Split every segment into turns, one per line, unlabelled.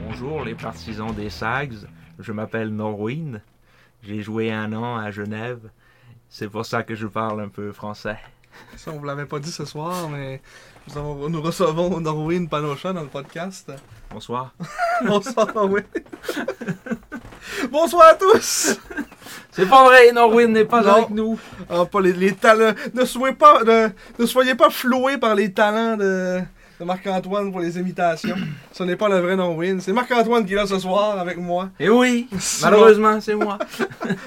Bonjour les partisans des Sags, je m'appelle Norwin, j'ai joué un an à Genève, c'est pour ça que je parle un peu français.
Ça, on vous l'avait pas dit ce soir, mais nous, avons- nous recevons Norwin Panocha dans le podcast.
Bonsoir.
Bonsoir, Norwin. Bonsoir à tous!
C'est pas vrai, Norwin n'est pas
Non.
avec nous.
Ah, pas les, les talents. Ne soyez pas, ne, ne soyez pas floués par les talents de, de Marc-Antoine pour les imitations. Ce n'est pas le vrai Norwin. C'est Marc-Antoine qui est là ce soir avec moi.
Eh oui, malheureusement c'est moi.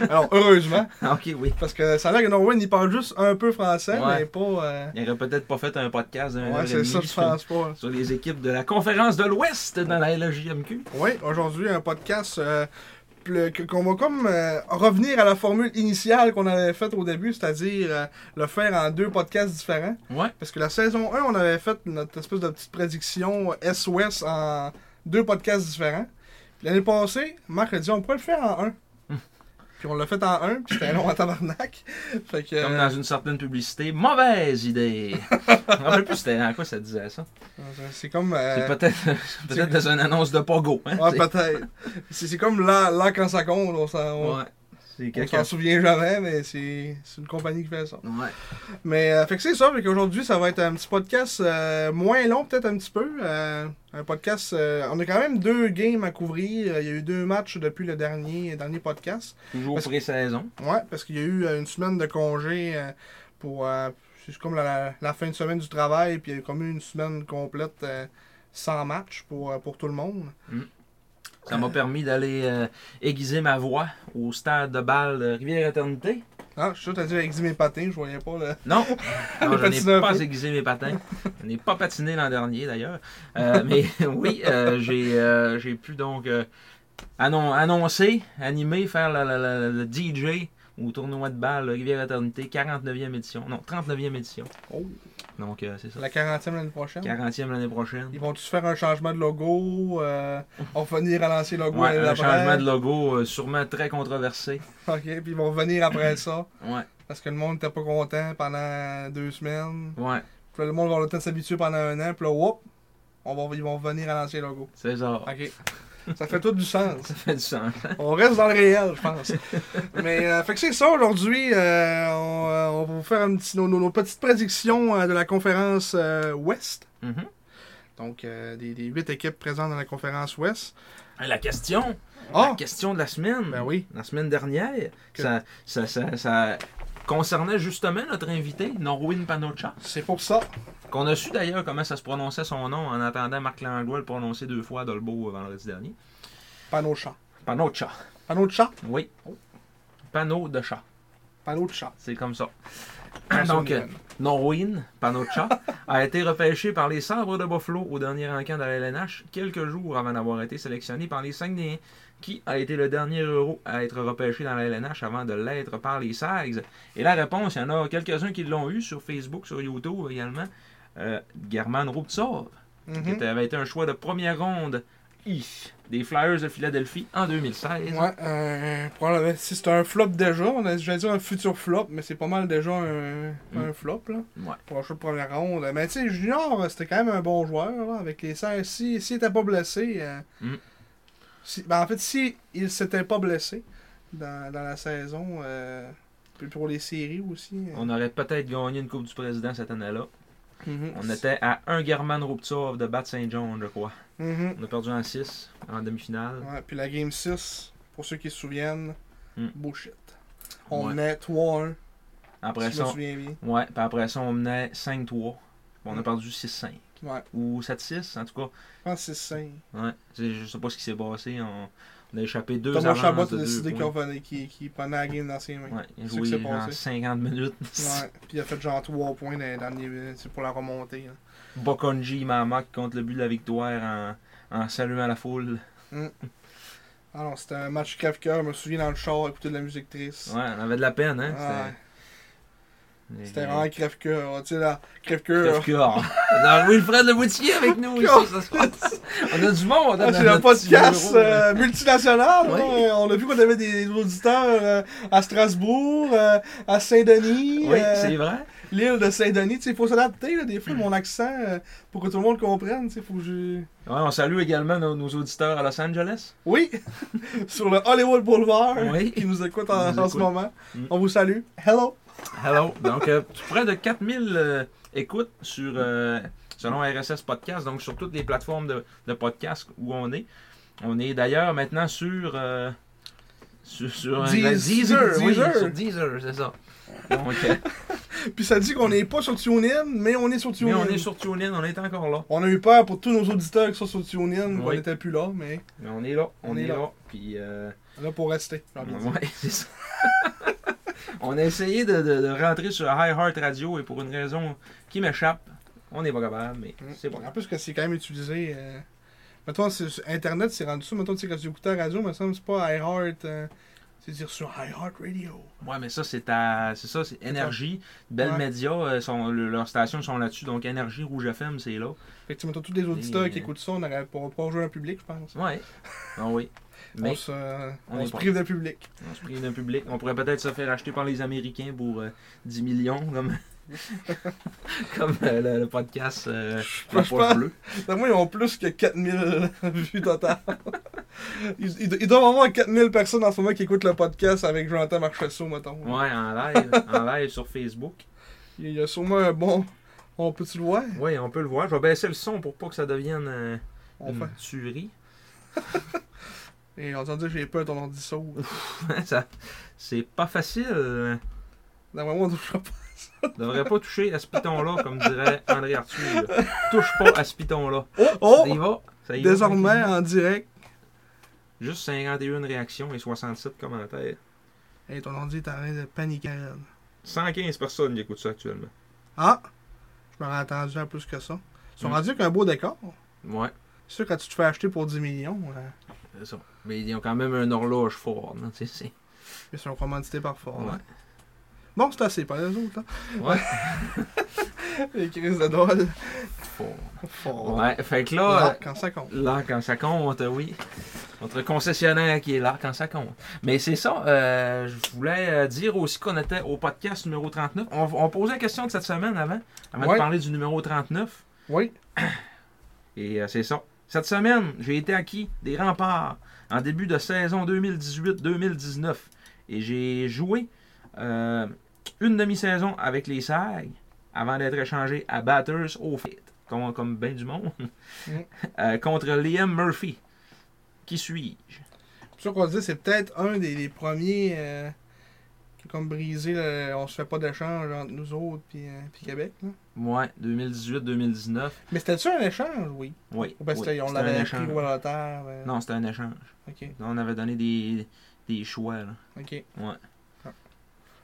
Alors, heureusement.
Ah, ok, oui.
Parce que ça a l'air que Norwin, il parle juste un peu français,
Ouais.
mais pas. euh,
Il aurait peut-être pas fait un podcast d'un heure
Ouais,
et
c'est ça,
demie
je
sur,
pense pas.
sur les équipes de la conférence de l'Ouest dans la LGMQ.
Oui, aujourd'hui, un podcast euh, ple- que- qu'on va comme euh, revenir à la formule initiale qu'on avait faite au début, c'est-à-dire euh, le faire en deux podcasts différents.
Ouais.
Parce que la saison 1, on avait fait notre espèce de petite prédiction euh, SOS en deux podcasts différents. Puis L'année passée, Marc a dit on pourrait le faire en un. Puis on l'a fait en un, puis c'était long en tabarnak. Fait que,
Comme
euh,
dans une certaine publicité, mauvaise idée. Je me rappelle plus c'était en quoi ça disait ça.
c'est comme. euh,
C'est peut-être peut-être dans une annonce de Pogo. Hein,
ouais,
c'est-
peut-être. c'est c'est comme là, là quand ça compte, on s'en on-
Ouais. C'est
On
quelqu'un.
s'en souvient jamais, mais c'est c'est une compagnie qui fait ça.
Ouais.
Mais euh, fait que c'est ça, fait qu'aujourd'hui, ça va être un petit podcast euh, moins long, peut-être un petit peu. euh, un podcast. euh, on a quand même deux games à couvrir. euh, Il y a eu deux matchs depuis le dernier, dernier podcast.
Toujours
Parce-
pré-saison.
Ouais, parce qu'il y a eu euh, une semaine de congé euh, pour. euh, c'est comme la- la, la fin de semaine du travail, puis il y a eu comme eu une semaine complète euh, sans match pour, euh, pour tout le monde.
Ça m'a permis d'aller euh, aiguiser ma voix au stade de balle de Rivière-Éternité.
Ah, je suis sûr que t'as dit avec mes patins, je voyais pas le.
Non, non je
patineur,
n'ai pas
oui.
aiguisé mes patins. Je n'ai pas patiné l'an dernier d'ailleurs. Euh, mais oui, euh, j'ai euh, j'ai pu donc euh, annon- annoncer, animer, faire la- la- la- le DJ au tournoi de balle de Rivière-Éternité, 49e édition. Non, 39e édition.
Oh,
Donc euh, c'est ça.
la 40e l'année prochaine.
40e l'année prochaine.
Ils vont-tu faire un changement de logo? Euh, on va venir à l'ancien logo
Ouais,
l'année
un
d'après?
changement de logo euh, sûrement très controversé.
OK, puis ils vont revenir après ça.
Ouais,
Parce que le monde n'était pas content pendant deux semaines.
ouais,
Puis là, le monde va avoir le temps de s'habituer pendant un an. Puis là, whoop, on va, ils vont revenir à l'ancien logo.
c'est ça.
OK. Ça fait tout du sens.
Ça fait du sens.
On reste dans le réel, je pense. Mais, euh, fait que c'est ça aujourd'hui. euh, on, euh, on va vous faire un petit- nos, nos- nos petites prédictions euh, de la conférence euh, Ouest.
Mhm.
Donc, euh, des, des huit équipes présentes dans la conférence Ouest.
La question,
Ah!
la question de la semaine,
Ben oui.
la semaine dernière,
Que-
ça, ça, ça, ça concernait justement notre invité, Norwin Panocha,
C'est pour ça.
qu'on a su d'ailleurs comment ça se prononçait son nom en entendant Marc Langlois le prononcer deux fois à Dolbeau euh, vendredi dernier.
Panneau de chat.
Panneau de chat,
Panneau de chat.
oui. Panneau de chat,
Panneau de chat.
c'est comme ça. Donc, euh, Norwin Panocha a été repêché par les Sabres de Buffalo au dernier encamp de la LNH quelques jours avant d'avoir été sélectionné par les Saguenayens, qui a été le dernier euro à être repêché dans la LNH avant de l'être par les Sags. Et la réponse, il y en a quelques-uns qui l'ont eu sur Facebook, sur YouTube également. Euh, German Ruptsov,
Mhm.
qui était- avait été un choix de première ronde i, des Flyers de Philadelphie en 2016.
Ouais, euh, probablement, si c'est un flop déjà, on a déjà dit un futur flop, mais c'est pas mal déjà un, un flop, là.
Mm. Ouais.
Pour la chute de première ronde. Mais tu sais, Junior, euh, c'était quand même un bon joueur, là, avec les serres. Si, s'il était pas blessé. euh,
Mm.
si- ben, en fait, si il s'était pas blessé dans, dans la saison, euh, puis pour les séries aussi. euh,
On aurait peut-être gagné une Coupe du Président cette année-là.
mhm.
On était à un German Ruptsov de Bat Saint John, je crois.
Mhm.
On a perdu en 6 en demi-finale.
Ouais, puis la game 6, pour ceux qui se souviennent,
Mm.
bullshit. On
Ouais.
menait 3-1,
Après
si je me
ça,
souviens bien.
ouais, puis après ça, on menait 5-3. Puis On a
Mm.
perdu 6-5.
Ouais.
ou 7-6, en tout cas.
Je pense que c'est 5.
Ouais. C'est- Je sais pas ce qui s'est passé. On, on a échappé deux
Thomas
avances
Chabot a
de deux
décidé
points.
qu'on venait- qu'il qu'il prenait la game dans ses mains.
Ouais, il a
C'est ce qui s'est
joué en
passé.
50 minutes.
Ouais. Puis il a fait genre 3 points dans les derniers minutes c'est pour la hein. remontée. là.
Bokonji Mamak contre le but de la victoire en, en saluant la foule.
Ah non, c'était un match crève-cœur. Je me souviens dans le char, écouter de la musique triste.
Ouais, on avait de la peine, hein?
Ouais.
c'était-
C'était vraiment crève-cœur. Tu sais, là, crève-cœur.
Crève-cœur. On a Wilfred Le Boutier avec nous ici ce soir. On a du monde.
Ah,
dans
c'est
notre
le podcast
petit bureau, là.
euh, multinational.
Oui.
hein. On a vu qu'on avait des, des auditeurs euh, à Strasbourg, euh, à Saint-Denis,
Oui,
euh,
c'est Hmm. vrai.
l'île de Saint-Denis. Il faut s'adapter, là, des fois, mon accent, euh, pour que tout le monde comprenne. Il faut que je...
Ouais, on salue également nos, nos auditeurs à Los Angeles.
Oui, sur le Hollywood Boulevard,
Oui.
qui nous écoute
Qui
en,
nous
en ce
écoute.
moment.
Mm.
On vous salue. Hello.
Hello. Donc, euh, près de 4000 euh, écoutes sur, euh, selon RSS Podcast, donc sur toutes les plateformes de, de podcast où on est. On est d'ailleurs maintenant sur. euh, sur, sur un-
Deezer,
oui,
Deezer.
sur Deezer, c'est ça. Donc, euh,
Puis ça dit qu'on n'est pas sur TuneIn, mais on est sur
Mm. mais
TuneIn.
on est sur TuneIn, on est encore là.
On a eu peur pour tous nos auditeurs qui sont sur TuneIn, qu'on
Oui.
n'était plus là, mais
Mais on est là, on,
On
est,
est
là.
là.
Puis. euh,
on est là pour rester. j'ai envie de dire.
Ouais, c'est ça. on a essayé de, de- de rentrer sur Heart Radio et pour une raison qui m'échappe, on n'est pas capable, mais
Mm.
c'est bon.
En plus que c'est quand même utilisé. Euh... Mettons, c'est- sur Internet, c'est rendu ça. Mettons, tu sais, quand tu écoutes la radio, me semble c'est pas iHeart. euh, C'est dire sur iHeart Radio.
Ouais, mais ça, c'est ta... c'est ça, c'est Énergie. Belle
Ouais.
Média, euh, sont- le- leurs stations sont là-dessus, donc Énergie, Rouge FM, c'est là.
Fait que, tu sais, mettons, tous les auditeurs
Et-
qui écoutent ça, on n'aurait pas pas rejoint un public, je pense.
Ouais. Ah oui.
on
Mais
se, euh,
on
on
est
se
pas.
prive de public.
on se prive d'un public. On pourrait peut-être se faire acheter par les Américains pour euh, 10 millions, comme, comme euh, le, le podcast euh, La
je
Poche
pense-
Bleue.
D'après moi, ils ont plus que 4000 vues totales. ils, ils do- ils doivent avoir 4000 personnes en ce moment qui écoutent le podcast avec Jonathan Marchessault, mettons.
Ouais, en live, en live sur Facebook.
Il y a sûrement un bon. On peut-tu le voir
Oui, on peut le voir. Je vais baisser le son pour pas que ça devienne euh,
On
une tuerie.
fait. Et on entend dire j'ai peur ton ordi saut.
Ça- c'est pas facile. euh.
D'après moi, on touchera pas.
On devrait pas toucher à ce piton-là, comme dirait André Arthur. Touche pas à ce piton-là.
Oh
Ça y va. Ça y va,
Désormais
tranquillement.
en direct.
Juste 51 réactions et 67 commentaires.
Hey, ton ordi est en train de paniquer. Red.
115 personnes qui écoutent ça actuellement.
Ah Je m'aurais attendu à plus que ça. Ils sont
Mm.
rendus avec un beau décor.
Ouais,
C'est sûr, quand tu te fais acheter pour 10 millions, euh,
c'est ça. Mais ils ont quand même un horloge fort. là, tu sais,
ils sont commandités par fort.
Ouais.
hein. Bon, c'est assez, pas les autres, là.
c'est- Ouais,
Les crises de drôle.
fort.
Fort.
Ouais, fait que là.
Ah, quand ça compte.
L'arc quand ça compte, oui. Notre concessionnaire qui est l'arc quand ça compte. Mais c'est ça, euh, je voulais euh, dire aussi qu'on était au podcast numéro 39. On, on posait la question de cette semaine avant, avant
Ouais.
de parler du numéro 39.
Oui.
Et euh, c'est ça. Cette semaine, j'ai été acquis des remparts en début de saison 2018-2019. Et j'ai joué euh, une demi-saison avec les SAG avant d'être échangé à Batters au fait, comme, comme bien du monde,
Mm.
Euh, contre Liam Murphy. Qui suis-je?
C'est sûr qu'on dit c'est peut-être un des, des premiers euh, qui a comme brisé le, on se fait pas d'échange entre nous autres puis, euh, puis Québec. là.
Ouais, 2018-2019.
Mais c'était-tu un échange, oui?
Oui.
Ou bien
oui,
c'était- on
c'était un
l'avait pris
échange.
volontaire? euh,
Non, c'était un échange.
Ok,
On avait donné des, des choix. là.
ok.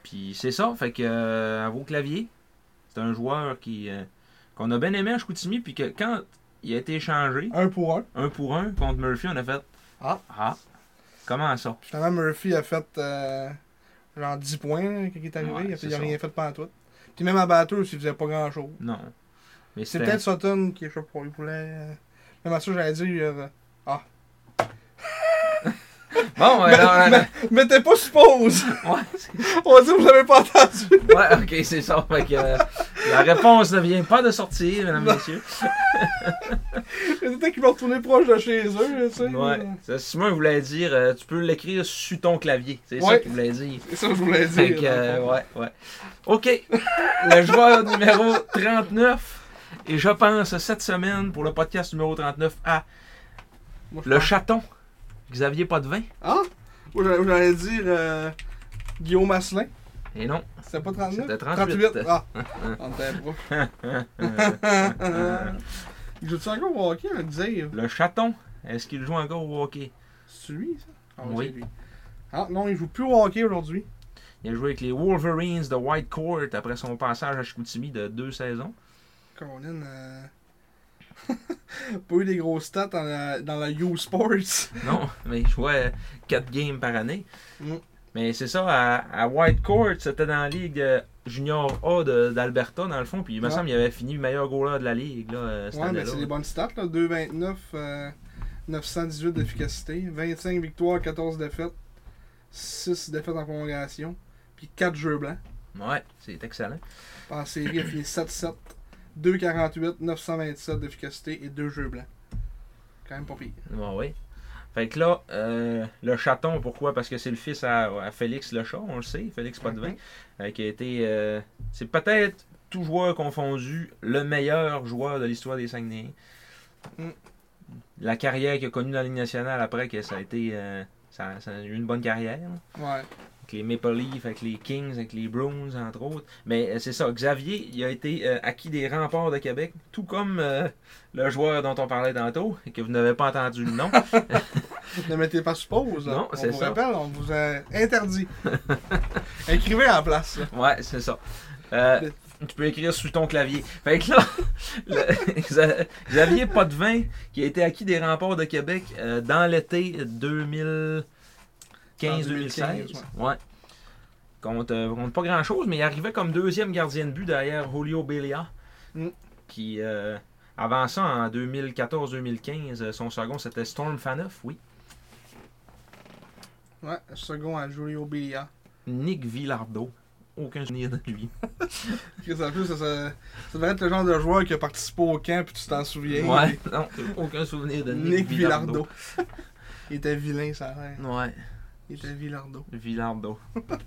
Puis c'est ça, fait que euh, à vos claviers, c'est un joueur qui euh, qu'on a bien aimé à Chicoutimi, puis que quand il a été échangé,
Un pour un.
un pour un, contre Murphy, on a fait
Ah.
Ah, comment ça?
Puis Finalement, Murphy a fait euh, genre 10 points hein, quand il est arrivé.
Ouais,
il a fait-
c'est
il a
ça.
rien fait pas en tout. Puis même à batteuse, il faisait pas grand chose.
Non. Mais
C'est
c'était
peut-être Sutton qui, je sais pas, il voulait. euh, Même à ça, j'allais dire. euh,
Bon, alors,
mais- Mettez pas suppose!
ouais, c'est-
on va dire que vous l'avez pas entendu!
ouais, ok, c'est ça. Fait que euh, la réponse ne vient pas de sortir, mesdames, messieurs.
Il y a des gens qui vont retourner proche de chez eux, tu sais.
Ouais. Ça, Simon il voulait dire euh, tu peux l'écrire sur ton clavier. C'est ça
Ouais.
qu'il voulait dire.
C'est ça que je voulais
Fait
dire.
que, euh, ouais, ouais. OK. Le joueur numéro 39. Et je pense cette semaine pour le podcast numéro 39 à
Moi, je
Le
pense- Hein?
Chaton. Xavier Potvin.
Ah! Moi, j'allais- j'allais dire euh, Guillaume Asselin.
Et Eh non.
C'était pas 39?
C'était 38.
Ah, on était proche.
euh,
Il joue-tu encore au hockey, le Xavier?
Le chaton, est-ce qu'il joue encore au hockey?
C'est lui, ça? Ah,
Oui.
c'est lui. Ah, non, il joue plus au hockey aujourd'hui.
Il a joué avec les Wolverines de White Court après son passage à Chicoutimi de deux saisons.
Colin, euh... pas eu des grosses stats dans la, dans la U Sports.
Non, mais il jouait 4 games par année.
Mm.
Mais c'est ça, à, à White Court, c'était dans la Ligue euh, Junior A de- d'Alberta, dans le fond. Puis il me
Ah.
semble qu'il avait fini meilleur goaler de la Ligue, là, euh, cette
Ouais, mais
année-là.
c'est des bonnes stats, là. 2,29, euh, 918 d'efficacité, 25 victoires, 14 défaites, 6 défaites en prolongation, puis 4 jeux blancs.
Ouais, c'est excellent.
Puis En série, il a fini 7-7, 2,48, 927 d'efficacité et 2 jeux blancs. Quand même pas pire.
Bon, oui. Fait que là, euh, le chaton, pourquoi Parce que c'est le fils à, à Félix le chat, on le sait, Félix Potvin,
Mhm.
euh, qui a été, euh, c'est peut-être, tout joueur confondu, le meilleur joueur de l'histoire des Saguenayens.
Mhm.
La carrière qu'il a connue dans la Ligue nationale après, que ça a été, euh, ça, ça a eu une bonne carrière. là.
Ouais.
Avec les Maple Leafs, avec les Kings, avec les Bruins, entre autres. Mais euh, c'est ça, Xavier, il a été euh, acquis des remparts de Québec, tout comme euh, le joueur dont on parlait tantôt, et que vous n'avez pas entendu le nom.
Ne mettez pas sous pause. là.
Non,
on
c'est
vous
ça.
rappelle, on vous a interdit. Écrivez en place. là.
Ouais, c'est ça. Euh, tu peux écrire sous ton clavier. Fait que là, le- Xa- Xavier Potvin, qui a été acquis des remparts de Québec euh, dans l'été 2015-2016. Ouais. Compte, euh, compte pas grand chose, mais il arrivait comme deuxième gardien de but derrière Julio Belia.
Mm.
Qui, euh, avant ça, en 2014-2015, euh, son second c'était Storm Faneuf, oui.
Ouais, second à Julio Bélia.
Nick Villardeau. Aucun souvenir de lui.
Chris, en plus, ça, ça, ça devrait être le genre de joueur qui a participé au camp puis tu t'en souviens.
Ouais, non, aucun souvenir de Nick,
Nick
Villardeau.
Villardo. Il était vilain, ça a l'air.
Ouais,
Il était Villardo.
Villardo.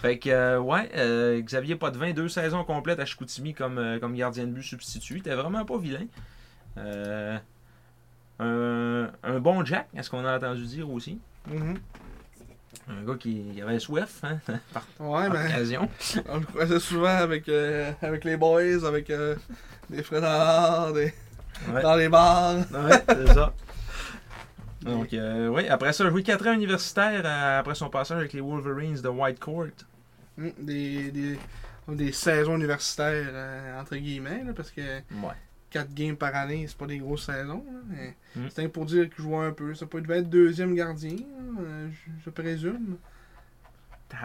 fait que, euh, ouais, euh, Xavier Potvin, deux saisons complètes à Chicoutimi comme, euh, comme gardien de but substitut. T'es vraiment pas vilain. Euh, un, un bon Jack, est-ce qu'on a entendu dire aussi. Mm-hmm.
Mhm.
Un gars qui il avait soif, hein, par
Ouais,
par
ben,
occasion.
on le croisait souvent avec, euh, avec les boys, avec euh, des frères dans, des,
Ouais.
dans les bars.
Ouais, c'est ça. Donc, euh, oui, après ça, joué 4 ans universitaire euh, après son passage avec les Wolverines de White Court.
Mm, Des, des, des saisons universitaires, euh, entre guillemets, là, parce que
Ouais.
4 games par année, c'est pas des grosses saisons. là, mais
Mm.
C'était pour dire qu'il jouait un peu. Ça peut devait être deuxième gardien, là, euh, je, je présume.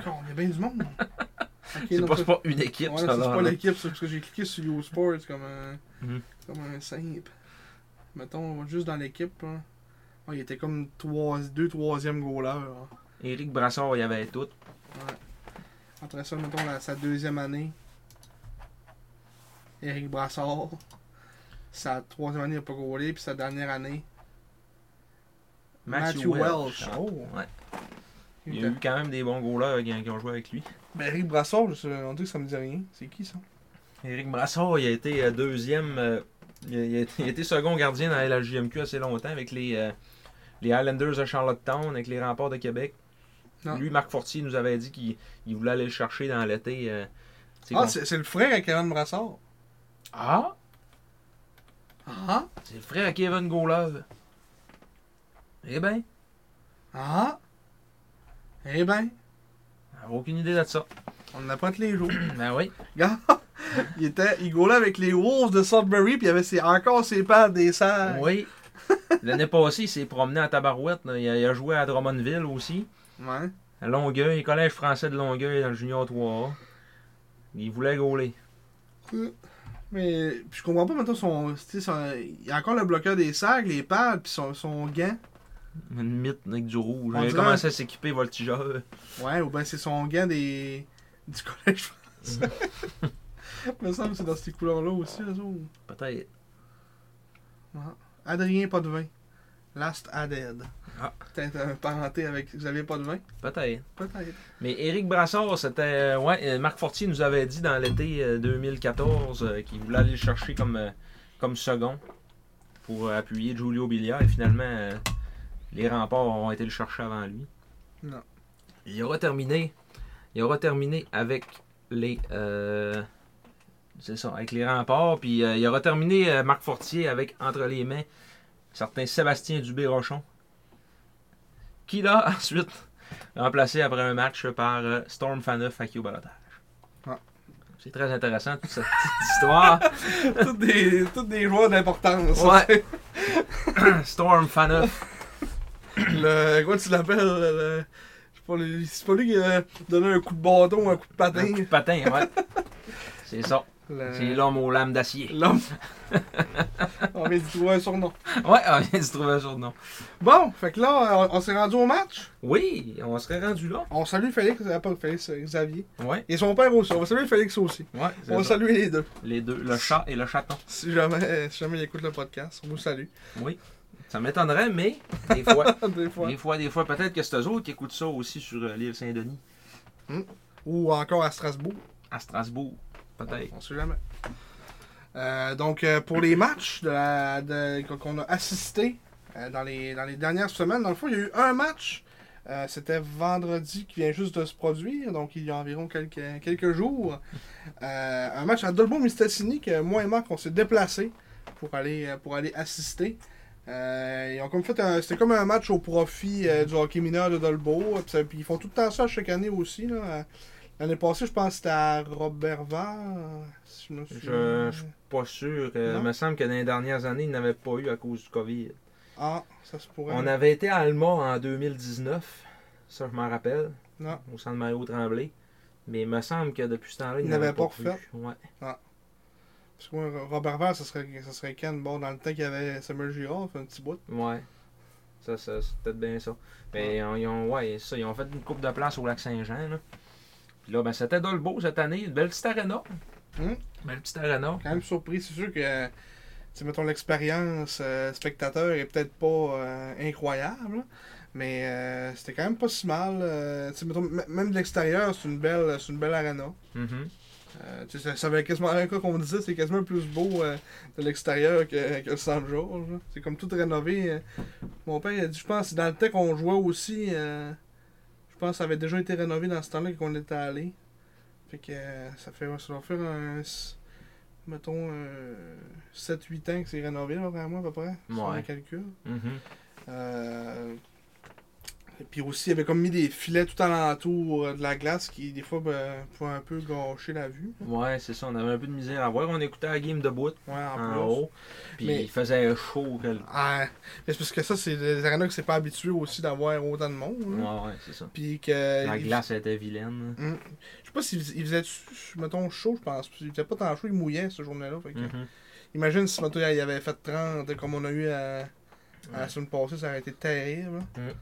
Con, Ah, Il y a bien du monde. Ok,
C'est
non,
pas,
ça-
c'est pas une équipe,
Ouais,
ça.
c'est
là,
pas
là.
l'équipe, c'est parce que j'ai cliqué sur You Sports comme un,
Mhm.
comme un simple. Mettons, on va juste dans l'équipe. hein. Ouais, il était comme 3, 2 3e goaler. hein.
Éric Brassard, il y avait tout.
Après ça, mettons la- sa deuxième année. Eric Brassard. Sa troisième année, il n'a pas goalé. Puis sa dernière année, Matthew, Welsh. Oh.
Ouais. Il
Il
y a
était-
eu quand même des bons goalers euh, qui, qui ont joué avec lui.
Ben, Eric Brassard, je sais- on dit que ça me dit rien. C'est qui ça
Éric Brassard, il a été euh, deuxième. euh, il, a, il a été- il a été second gardien dans la LHJMQ assez longtemps avec les, euh, les Highlanders de Charlottetown, avec les remparts de Québec.
Non.
Lui, Marc Fortier, nous avait dit qu'il il voulait aller le chercher dans l'été. euh, tu sais,
Ah,
qu'on-
c'est c'est le frère à Kevin Brassard.
Ah,
Ah
c'est le frère à Kevin Golove. Eh ben,
Ah Eh ben,
aucune idée de ça.
on apprend tous les jours.
Ben oui.
Regarde, il était, il goalait avec les Wolves de Sudbury, puis il avait ses- encore ses pattes des serres.
Oui. L'année passée, il s'est promené à Tabarouette. là. Il a, il a joué à Drummondville aussi.
Ouais.
À Longueuil, collège français de Longueuil dans le junior 3A. Il voulait gauler.
Mais puis je comprends pas maintenant son, tu sais, son- il y a encore le bloqueur des sacs, les pads, puis son, son gant.
Une mythe avec du rouge.
On
Il a
dirait-
commencé à s'équiper voltigeur.
Ouais, ou bien c'est son gant des du collège français.
Mm.
Il me semble que c'est dans ces couleurs-là aussi, les autres.
Peut-être.
Adrien Potvin. Last Aded.
Ah.
Peut-être un parenté avec Xavier Potvin.
Peut-être.
Peut-être.
Mais Éric Brassard, c'était. euh, ouais, euh, Marc Fortier nous avait dit dans l'été euh, 2014 euh, qu'il voulait aller le chercher comme, euh, comme second pour euh, appuyer Giulio Billiard. Et finalement, euh, les remparts ont été le chercher avant lui.
Non.
Il aura terminé Il aura terminé avec les. euh, c'est ça, avec les remparts. Puis euh, il aura terminé euh, Marc Fortier avec entre les mains certain Sébastien Dubé-Rochon. Qui l'a ensuite remplacé après un match par euh, Storm Faneuf à qui au balotage.
Ouais.
Ah. C'est très intéressant toute cette petite histoire.
Toutes des, toutes des joueurs d'importance.
Ouais. Storm Faneuf.
Le, quoi tu l'appelles le- je sais pas, le- C'est pas lui qui a donné un coup de bâton ou un coup de
Un
patin.
coup de patin, ouais. C'est ça.
Le-
C'est l'homme aux lames d'acier.
L'homme. on vient de trouver un surnom.
Ouais, on Ah, vient de se trouver un surnom.
Bon, fait que là, on, on s'est rendu au match.
Oui, on serait rendu là.
On salue Félix, euh, pas Félix, euh, Xavier.
Ouais,
Et son père aussi. On va saluer Félix aussi.
ouais,
On
c'est
va
ça.
saluer les deux.
Les deux, le chat et le chaton.
Si jamais, euh, si jamais il écoute le podcast, on vous salue.
Ça m'étonnerait, mais des fois,
Des fois.
des fois, des fois, peut-être que c'est eux autres qui écoutent ça aussi sur euh, l'île Saint-Denis,
Ou encore à Strasbourg.
à Strasbourg, peut-être.
On sait jamais. Euh, donc, euh, pour les matchs de la- de- qu'on a assisté euh, dans, les, dans les dernières semaines, dans le fond, il y a eu un match. Euh, C'était vendredi qui vient juste de se produire, donc il y a environ quelques, quelques jours. Euh, un match à Dolbo-Mistassini que moi et Marc, on s'est déplacés pour aller, euh, pour aller assister. Euh, ils ont comme fait un- C'était comme un match au profit euh, du hockey mineur de Dolbo. Puis ça- puis ils font tout le temps ça chaque année aussi. là. Euh, L'année passée, je pense que c'était à Robertval, si je me souviens.
Je- je- Pas sûr. euh,
Non.
il me semble que dans les dernières années, ils n'avaient pas eu à cause du COVID.
Ah, ça se pourrait.
On avait été à Alma en 2019, ça je m'en rappelle,
Non.
au centre Mario Tremblay. Mais il me semble que depuis ce temps-là, ils
Ils
n'avaient
n'avaient
pas,
pas refait.
plus. Ouais.
Parce que moi, Robertval, ça serait, ça serait Ken. Bon, dans le temps qu'il y avait Samuel Girard, fait un petit bout.
Ouais. Ça, ça c'est peut-être bien ça. Mais on- ils, ont, ouais, ça, ils ont fait une coupe de place au lac Saint-Jean. Là. Puis là, ben, c'était Dolbeau cette année. Une belle petite arena.
Hmm.
Belle petite arena.
Quand même surpris, c'est sûr que, tu sais, mettons, l'expérience euh, spectateur est peut-être pas euh, incroyable. là. Mais euh, c'était quand même pas si mal. euh, tu sais, mettons, m- même de l'extérieur, c'est une belle, c'est une belle arena.
Mhm.
Euh, tu sais, ça, ça avait quasiment un cas qu'on me disait, c'est quasiment plus beau euh, de l'extérieur que, que le centre Georges. là. C'est comme tout rénové. euh. Mon père il a dit, je pense, dans le temps qu'on jouait aussi, euh, je pense que ça avait déjà été rénové dans ce temps-là qu'on était allé. Fait que euh, ça fait ça doit faire un s- mettons 7-8 ans que c'est rénové là, vraiment à peu près. Si on
Ouais.
les calcule.
Mhm.
Euh, et puis aussi, il avait comme mis des filets tout alentour euh, de la glace qui, des fois, ben, pouvaient un peu gâcher la vue.
Ouais, c'est ça. On avait un peu de misère à voir. On écoutait la game de bout
Ouais, en,
en
plus.
haut. Puis
Mais-
il faisait chaud. Que le-
Ah, mais c'est parce que ça, c'est des arénas que c'est pas habitué aussi d'avoir autant de monde.
Ouais,
là.
ouais, c'est ça.
Puis que.
La
Mm-hmm. Euh, il-
glace était vilaine.
Mm. Je sais pas s'il fais- il faisait, mettons, chaud, je pense. Il faisait pas tant chaud, il mouillait ce journée-là. Fait que-
Mhm.
Imagine si, mettons, il avait fait 30 comme on a eu à, à la
Ouais.
semaine passée, ça aurait été terrible. là.
Mm.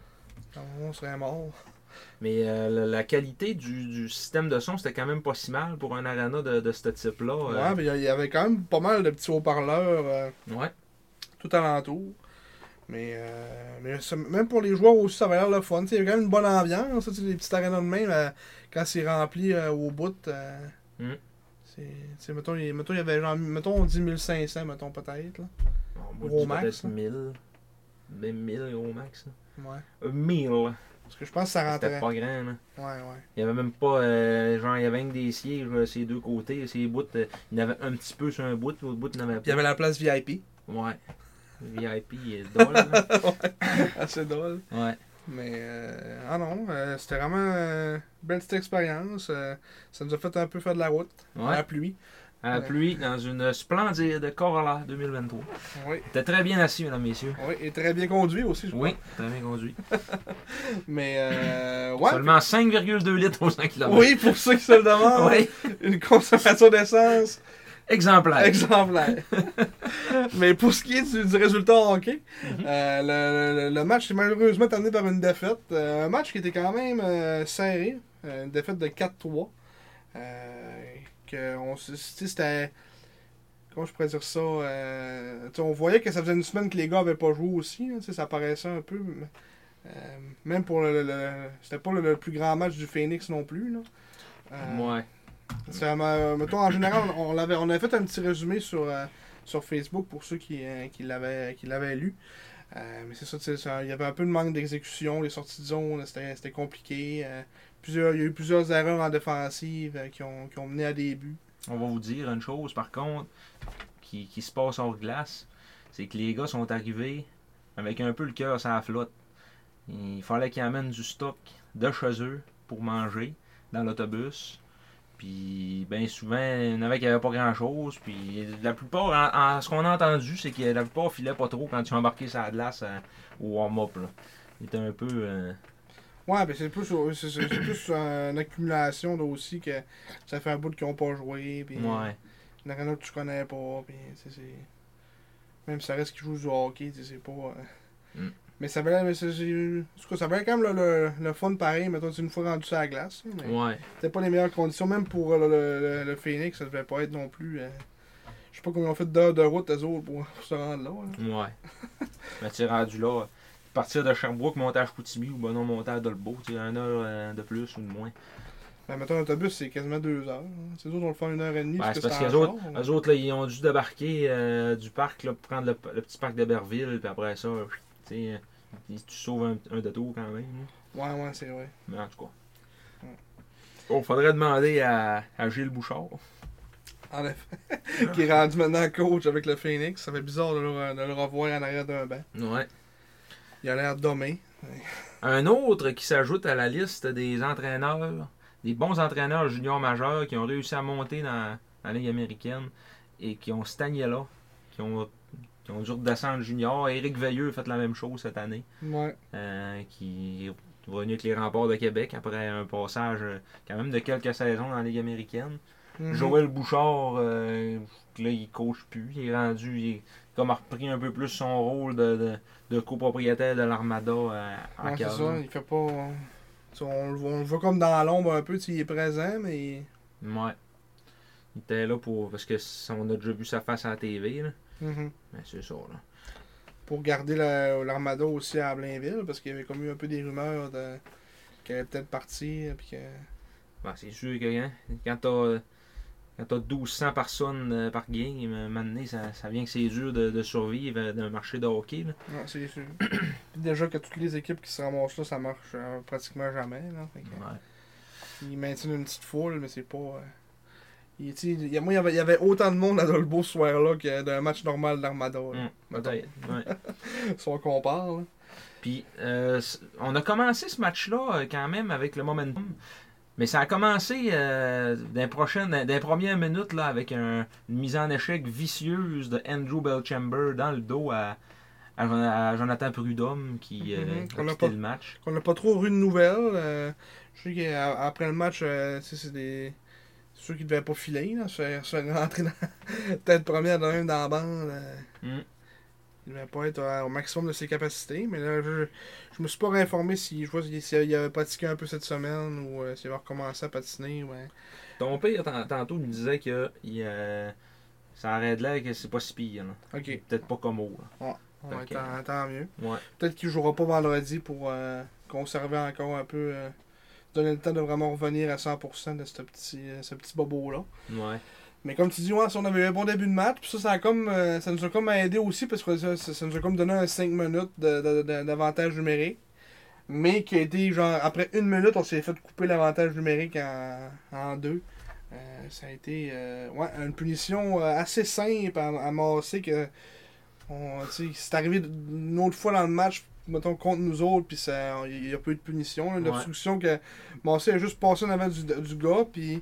On serait mort.
Mais euh, la, la qualité du, du système de son, c'était quand même pas si mal pour un arena de, de ce type-là.
Ouais,
euh.
mais il y avait quand même pas mal de petits haut-parleurs euh,
ouais.
tout alentour. Mais, euh, mais ça- même pour les joueurs aussi, ça avait l'air le fun. Tu sais, Il y avait quand même une bonne ambiance. ça, tu sais, les petites arénas de même, euh, quand c'est rempli euh, au bout. euh,
Mm.
c'est- tu sais, mettons, il mettons, il y avait genre, mettons, 10 500, mettons, peut-être. là.
Bon, moi, je
Gros
dis
max,
peut-être
hein.
1000. Ben, 1000 au max. là.
Ouais.
Euh, 1000.
Parce que je pense que ça
C'était
rentrait.
pas grand. Là.
Ouais, ouais.
Il y avait même pas. euh, genre, il y avait que des sièges, euh, ces deux côtés. Ces bouts, euh, il y en avait un petit peu sur un bout, l'autre bout, il n'y en avait
Puis il y
pas.
avait la place VIP.
Ouais. VIP est drôle. là. Ah,
Assez drôle.
Ouais.
Mais, euh, ah non, euh, c'était vraiment euh, une belle petite expérience. euh, ça nous a fait un peu faire de la route, à la
Ouais.
pluie.
À la
Ouais.
pluie, dans une splendide Corolla 2023.
Oui.
T'es très bien assis, mesdames, messieurs.
Oui, et très bien conduit aussi, je
Oui, très bien conduit.
crois. Mais, euh, ouais.
Seulement 5,2 litres au 100 km.
Oui, pour ceux qui se le demandent,
Oui,
une consommation d'essence
exemplaire.
exemplaire. Mais pour ce qui est du, du résultat en hockey, euh, le, le- le match est malheureusement terminé par une défaite. Euh, un match qui était quand même euh, serré, Euh, une défaite de 4-3. Euh, que on se- tu sais, c'était. Comment je pourrais dire ça euh, tu sais, On voyait que ça faisait une semaine que les gars avaient pas joué aussi. hein, tu sais, ça paraissait un peu. mais, euh, même pour le. le- le- c'était pas le, le plus grand match du Phoenix non plus. Là. Euh,
Ouais.
ça euh, m'a- mettons, en général, on, l'avait, on avait fait un petit résumé sur, euh, sur Facebook pour ceux qui, euh, qui, l'avaient, qui l'avaient lu. Euh, mais c'est ça, tu sais, ça- il y avait un peu de manque d'exécution, les sorties de zone, c'était c'était compliqué. euh, plusieurs, il y a eu plusieurs erreurs en défensive euh, qui, ont, qui ont mené à des buts.
On va vous dire une chose, par contre, qui, qui se passe hors glace, c'est que les gars sont arrivés avec un peu le cœur sur la flotte. Il fallait qu'ils amènent du stock de chez eux pour manger dans l'autobus. Puis, bien souvent, il y en avait qui n'avaient pas grand-chose. Puis, la plupart, en- en- ce qu'on a entendu, c'est que la plupart filaient pas trop quand ils ont embarqué sur la glace euh, au warm-up. là. Ils étaient un peu... euh,
Ouais, mais c'est plus, au- c'est c'est- c'est plus euh, une accumulation là aussi que ça fait un bout qu'ils n'ont pas joué. Puis,
ouais.
Il y en a un autre que tu connais pas. Puis, tu sais, c'est- Même si ça reste qu'ils jouent du hockey, tu sais, c'est pas. euh,
Mm.
Mais ça valait, mais c'est- c'est- en tout cas, ça valait quand même le, le, le fun pareil, mettons, une fois rendu sur la glace. hein, mais
Ouais.
C'était pas les meilleures conditions, même pour euh, le, le- le Phoenix, ça devait pas être non plus. euh, Je sais pas combien ils ont fait d'heures de route, eux autres, pour, pour se rendre là. hein.
Ouais. Mais tu es rendu là, partir de Sherbrooke, monter à Chicoutimi ou ben non, monter à Dolbeau, tu sais, un heure euh, de plus ou de moins.
Ben, mettons, l'autobus, c'est quasiment deux heures. hein. Ces autres vont le faire une heure et demie.
Ben,
parce
c'est
que
parce
c'est
qu'eux
en
autres,
char, hein.
eux autres là, ils ont dû débarquer euh, du parc là, pour prendre le, le petit parc d'Héberville, puis après ça, tu sais, euh, tu sauves un, un détour quand même. là.
Ouais, ouais, c'est vrai.
Mais en tout cas.
Ouais.
Oh, faudrait demander à, à Gilles Bouchard.
En effet. qui est rendu maintenant coach avec le Phoenix. Ça fait bizarre de le, re- de le revoir en arrière d'un banc.
Ouais.
Il a l'air dommé.
Un autre qui s'ajoute à la liste des entraîneurs, des bons entraîneurs juniors majeurs qui ont réussi à monter dans, dans la Ligue américaine et qui ont stagné là, qui ont, qui ont dû redescendre junior. Éric Veilleux a fait la même chose cette année,
Ouais.
euh, qui est revenu avec les remports de Québec après un passage euh, quand même de quelques saisons dans la Ligue américaine.
Mhm.
Joël Bouchard, euh, là, il coach plus, il est rendu, il est- comme a repris un peu plus son rôle de, de- de copropriétaire de l'Armada euh, à
Ouais, c'est
Cavs.
ça. Il fait pas. tu sais, on, le voit- on le voit comme dans l'ombre un peu. tu sais, Il est présent, mais.
Ouais. Il était là pour. Parce que ça, on a déjà vu sa face à la TV, là.
Mhm.
Mais c'est ça, là.
Pour garder la- l'armada aussi à Blainville, parce qu'il y avait comme eu un peu des rumeurs de qu'elle allait peut-être partir. euh, Puis que...
Ben, c'est sûr que hein, quand t'as. Quand t'as 1200 personnes euh, par game, euh, maintenant, ça, ça vient que c'est dur de, de survivre euh, d'un marché de hockey. Là.
Non, c'est sûr. Puis déjà que toutes les équipes qui se ramassent là, ça marche euh, pratiquement jamais. Là, Fait que- Ils maintiennent une petite foule, mais c'est pas. euh, il- tu sais, il y a- moi, il y, avait, il y avait autant de monde à Dolbeau ce soir-là que d'un match normal d'Armada. là.
Hum, peut-être, ouais.
Si on compare. là.
Puis, euh, c- on a commencé ce match-là euh, quand même avec le momentum. Mais ça a commencé euh, dans, les prochaines- dans les premières minutes là, avec un- une mise en échec vicieuse de Andrew Bellchamber dans le dos à, à Jon- à Jonathan Prudhomme qui euh,
Mhm. On
a
l'a
quitté
pas-
le match.
On n'a pas trop eu de nouvelles. euh, je sais qu'après le match, euh, tu sais, c'est des. C'est sûr qu'ils devaient pas filer, là, se faire, se faire rentrer dans- tête première de même dans la bande. euh,
Mm.
Il devait pas être euh, au maximum de ses capacités, mais là, je, je me suis pas réinformé si je vois s'il s'il avait patiné un peu cette semaine ou euh, s'il avait recommencé à patiner. Ouais.
Ton père, tant- tantôt, nous disait que il, euh, ça aurait de l'air que c'est pas si pire. là.
Ok,
Peut-être pas comme haut.
ouais,
Ok.
tant, tant mieux.
là. Ouais.
Peut-être qu'il jouera pas vendredi pour euh, conserver encore un peu. euh, donner le temps de vraiment revenir à 100% de ce petit, euh, ce petit bobo-là.
Ouais.
Mais comme tu dis, ouais, ça, on avait eu un bon début de match, puis ça, ça, a comme, euh, ça nous a comme aidé aussi, parce que ça, ça- ça nous a comme donné un 5 minutes de- de- de- d'avantage numérique. Mais qui a été, genre, après une minute, on s'est fait couper l'avantage numérique en, en deux. Euh, ça a été euh, ouais, une punition euh, assez simple à, à masser que on- tu sais, c'est arrivé une autre fois dans le match, mettons, contre nous autres, puis ça- il n'y a pas eu de punition. là.
Ouais.
L'obstruction que Massé a juste passé en avant du, du gars, puis tu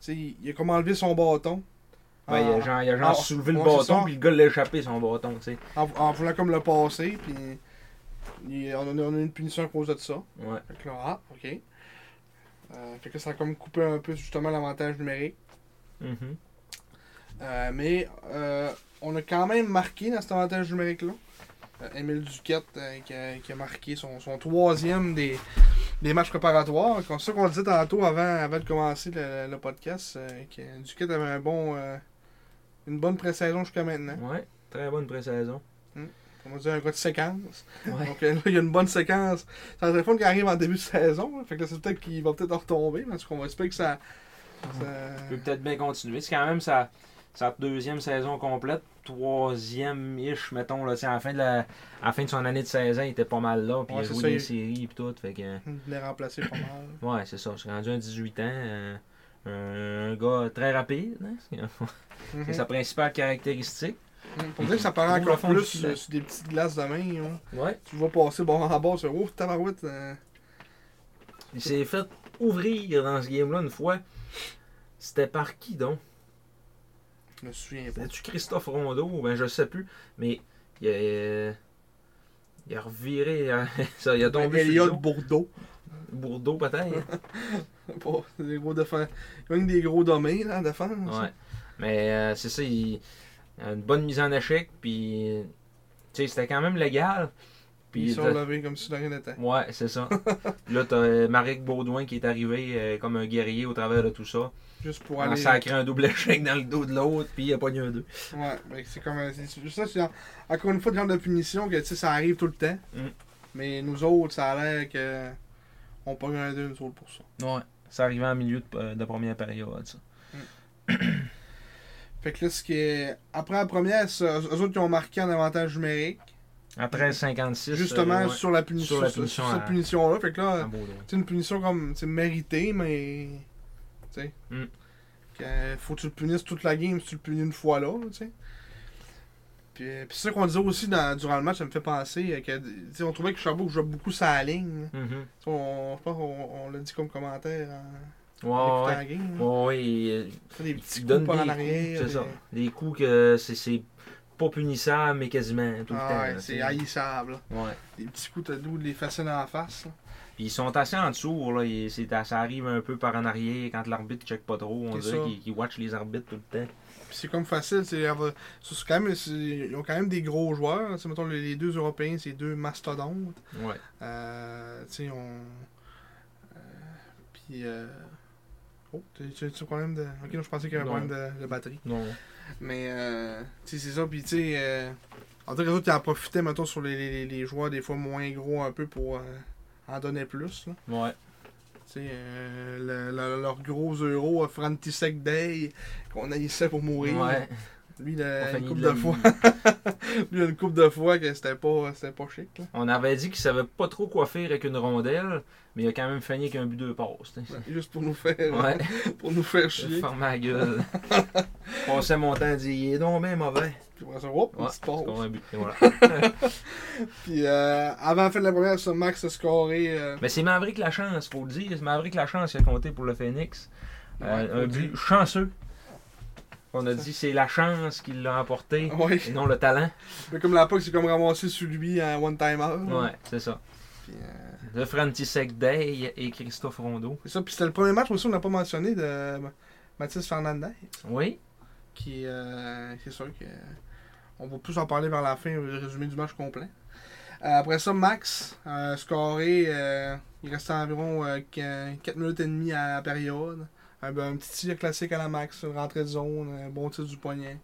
sais, il a comme enlevé son bâton.
Ben, il a genre, il a genre
ah,
soulevé le
ouais, c'est
bâton,
ça.
puis le gars l'a échappé son bâton. tu sais.
en, en voulant comme le passer, puis il- on, a- on a eu une punition à cause de ça.
Ouais.
Fait que là, ah, ok. Euh, fait que ça a comme coupé un peu justement l'avantage numérique.
Mhm.
Euh, mais euh, on a quand même marqué dans cet avantage numérique-là. Euh, Émile Duquette euh, qui, a, qui a marqué son, son troisième des, des matchs préparatoires. C'est ça qu'on le disait tantôt avant, avant de commencer le, le podcast, euh, que Duquette avait un bon, euh, une bonne pré-saison jusqu'à maintenant.
Ouais. Très bonne pré-saison.
On va dire un gars de séquence.
Ouais.
Donc euh, là, il y a une bonne séquence. C'est un téléphone qui arrive en début de saison. là. Fait que là, c'est peut-être qu'il va peut-être en retomber. Parce qu'on va espérer que ça. ça-
peut peut-être bien continuer. C'est quand même ça. sa deuxième saison complète, troisième-ish, mettons, là, tu sais, à, la fin de la, à la fin de son année de 16 ans, il était pas mal là, puis
Ouais,
il
c'est
a joué
ça,
des
il-
séries et tout. Fait que,
Il les remplacer pas mal.
ouais, c'est ça, je suis rendu à 18 ans, euh, un gars très rapide, hein, c'est
Mhm.
sa principale caractéristique.
Mhm. Pour dire que ça paraît
Ou le
encore
fond du
plus euh,
filet.
sur, sur des petites glaces de main. hein.
Ouais.
Tu vas passer bon en bas, tu fais, oh, tabarouette. euh,
Il s'est fait ouvrir dans ce game-là une fois. C'était par qui donc?
je me souviens pas.
C'était-tu Christophe Rondeau? Ben, je sais plus. Mais il a, euh, il a reviré. euh, ça, il a tombé sur le
Elliot
dos.
Bourdeau.
Bourdeau, peut-être.
Pas- des gros défenses. Il y a des gros domaines là, en défense.
ouais. Mais euh, c'est ça, il a une bonne mise en échec. Puis, tu sais, c'était quand même légal.
Puis
Puis,
ils sont
t'as-
levés comme si de rien n'était.
ouais, c'est ça. Puis là, t'as euh, Marek Baudouin qui est arrivé euh, comme un guerrier au travers de tout ça.
Juste pour
En
aller.
sacrant un double échec dans le dos de l'autre, puis il a pogné un deux.
Ouais, mais c'est comme. un- c'est- c'est- Ça, c'est en- encore une fois le genre de punition que tu sais, ça arrive tout le temps.
Mm.
Mais nous autres, ça a l'air que. On pogne un deux, nous autres pour ça.
Ouais. Ça arrivait en milieu de, euh, de première période, ça.
Fait que là, ce qui est. Après la première, ça- eux autres qui ont marqué en avantage numérique.
À 13,56.
Justement,
euh, ouais,
sur la punition.
Sur la
sur-
punition Ah,
sur cette
à-
punition-là. Fait que
à
là,
Baudouin.
c'est une punition comme. C'est méritée, mais. Tu sais.
Mm.
que Faut que tu le punisses toute la game si tu le punis une fois là, tu sais. Puis, euh, puis c'est ça qu'on disait aussi dans- durant le match, ça me fait penser euh, que. tu sais, on trouvait que Chabot jouait beaucoup sa ligne. là.
Mhm.
Tu sais, On, je pense qu'on on l'a dit comme commentaire en écoutant
Ouais, ouais.
la game. là.
Ouais, ouais, il, euh,
Tu sais, Des
il
petits
te
coups
donne
par
des
en
coups,
arrière.
c'est
des-
ça. Des coups que c'est- c'est pas punissable, mais quasiment tout le temps.
Ah ouais,
là,
c'est
t'sais.
haïssable. là.
Ouais.
Des petits coups de doux, de les façonner en face. là.
Puis ils sont assez en dessous, là. ils- c'est- ça arrive un peu par en arrière quand l'arbitre check pas trop. On
C'est
dirait
ça.
qu'ils qu'ils watch les arbitres tout le temps.
Puis c'est comme facile, c'est, elle va- c'est- c'est quand même, c'est- ils ont quand même des gros joueurs. Tu sais, mettons, les les deux Européens, c'est deux mastodontes.
Ouais.
Euh, tu sais, on. euh, puis. euh, Oh, tu tu- tu as un problème de. Ok, non, je pensais qu'il y avait un
Non.
problème de, de batterie.
Non.
Mais, euh, tu sais, c'est ça. Puis, tu sais, euh, en tout cas, les autres, ils en profitaient, mettons, sur les, les, les joueurs des fois moins gros un peu pour euh, en donner plus. là.
Ouais.
Tu sais, euh, le- le- leur gros euro, euh, Frantisek Day, qu'on haïssait pour mourir.
Ouais.
Lui, il a
Enfin,
une
il
coupe
l'a
de
mis.
fois. Lui, il a une coupe de fois que c'était pas, c'était pas chic. Là.
On avait dit qu'il savait pas trop quoi faire avec une rondelle, mais il a quand même fini avec un but de passe. t'sais.
Juste pour nous faire,
Ouais.
pour nous faire
Je
chier.
ferme ma gueule. Passais mon temps à dire, il est donc bien mauvais.
Puis après ça, hop,
Ouais,
il se passe.
c'est comme un but. Et voilà.
Puis euh, avant la fin de la première, ça, Max a scoré. euh,
Mais c'est Maverick la chance, faut le dire. C'est Maverick la chance qui a compté pour le Phoenix. Euh,
ouais,
un
faut
but
dire.
chanceux. On a
Ça. Ah
dit c'est la chance qui l'a emporté
Ouais.
et non le talent.
Mais comme la POC, c'est comme ramassé sur lui en one-timer. là.
Ouais, c'est ça.
Ah Puis, euh,
Le Frantisek Day et Christophe Rondeau.
c'est ça. Puis c'était le premier match aussi, on l'a pas mentionné, de Mathis Fernandez.
Oui,
Qui, euh, c'est sûr que. On va plus en parler vers la fin, le résumé du match complet. Euh, après ça, Max a scoré. euh, il restait environ 4 minutes et demie à la période. Un, ben, un petit tir classique à la Max, une rentrée de zone, un bon tir du poignet.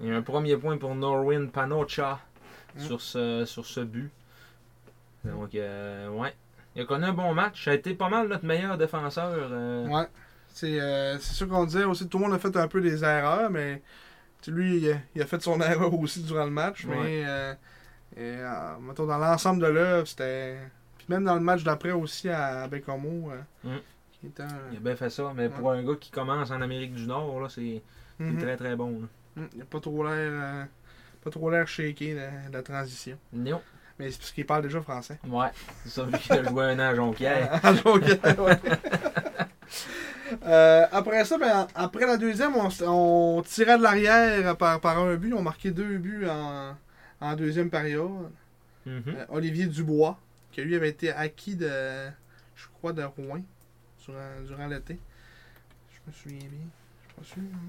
il y a un premier point pour Norwin Panocha
Mm.
sur, ce, sur ce but. Donc, euh, ouais. Il a connu un bon match. Ça a été pas mal notre meilleur défenseur. euh,
Ouais. C'est euh, c'est sûr qu'on disait aussi, tout le monde a fait un peu des erreurs, mais tu sais, lui, il a, il a fait son erreur aussi durant le match. Mais,
Ouais.
euh, et, euh, mettons, dans l'ensemble de l'œuvre, c'était. Puis même dans le match d'après aussi à, à Bécomo, euh,
Mm.
qui était un.
Il a bien fait ça, mais pour un gars qui commence en Amérique du Nord, là, c'est c'est
Mhm.
très très bon. là.
Mm, Il a pas trop l'air. euh, pas trop l'air shaké de, de la transition.
Non.
Mais c'est parce qu'il parle déjà français.
Ouais, c'est ça, vu qu'il a joué un an à Jonquière.
Ah, donc, ouais. Euh, après ça, ben, après la deuxième, on, s- on tirait de l'arrière par, par un but. On marquait deux buts en, en deuxième période.
Mhm.
Euh, Olivier Dubois, qui lui avait été acquis de, je crois, de Rouen durant, durant l'été. Je me souviens bien. Je suis pas sûr. hein.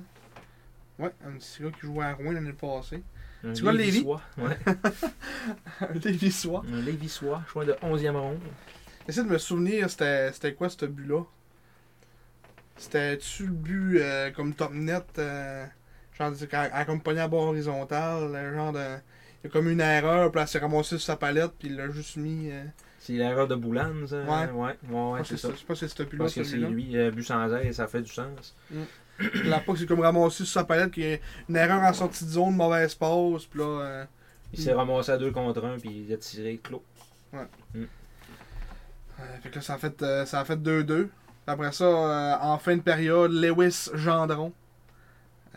Ouais, un petit gars qui jouait à Rouen l'année passée.
Un
tu vois, Lévis?
Lévissois, Ouais.
un Lévis-Sois.
Un Lévissois, choix de 11e ronde.
J'essaie de me souvenir, c'était c'était quoi ce but-là? C'était-tu le but euh, comme top net, euh, genre c'est quand- à accompagné à bord horizontal, le genre de. Il y a comme une erreur, puis elle s'est ramassée sur sa palette, puis il l'a juste mis. euh,
C'est l'erreur de Boulan, ça.
Ouais.
Ouais, ouais, ouais,
je pense que
c'est
c'est
ça.
ça. Je pense que c'est ce
Je
but-là,
pense que c'est
celui-là.
lui, euh, but sans aide, ça fait du sens.
Mm. La POC s'est comme ramassée sur sa palette, qu'il y a une erreur en sortie de zone, mauvaise pause, puis là. euh,
Il s'est ramassé à deux contre un, puis il a tiré clos.
euh, fait que là, ça a fait euh, ça a fait 2-2. Après ça, euh, en fin de période, Lewis Gendron.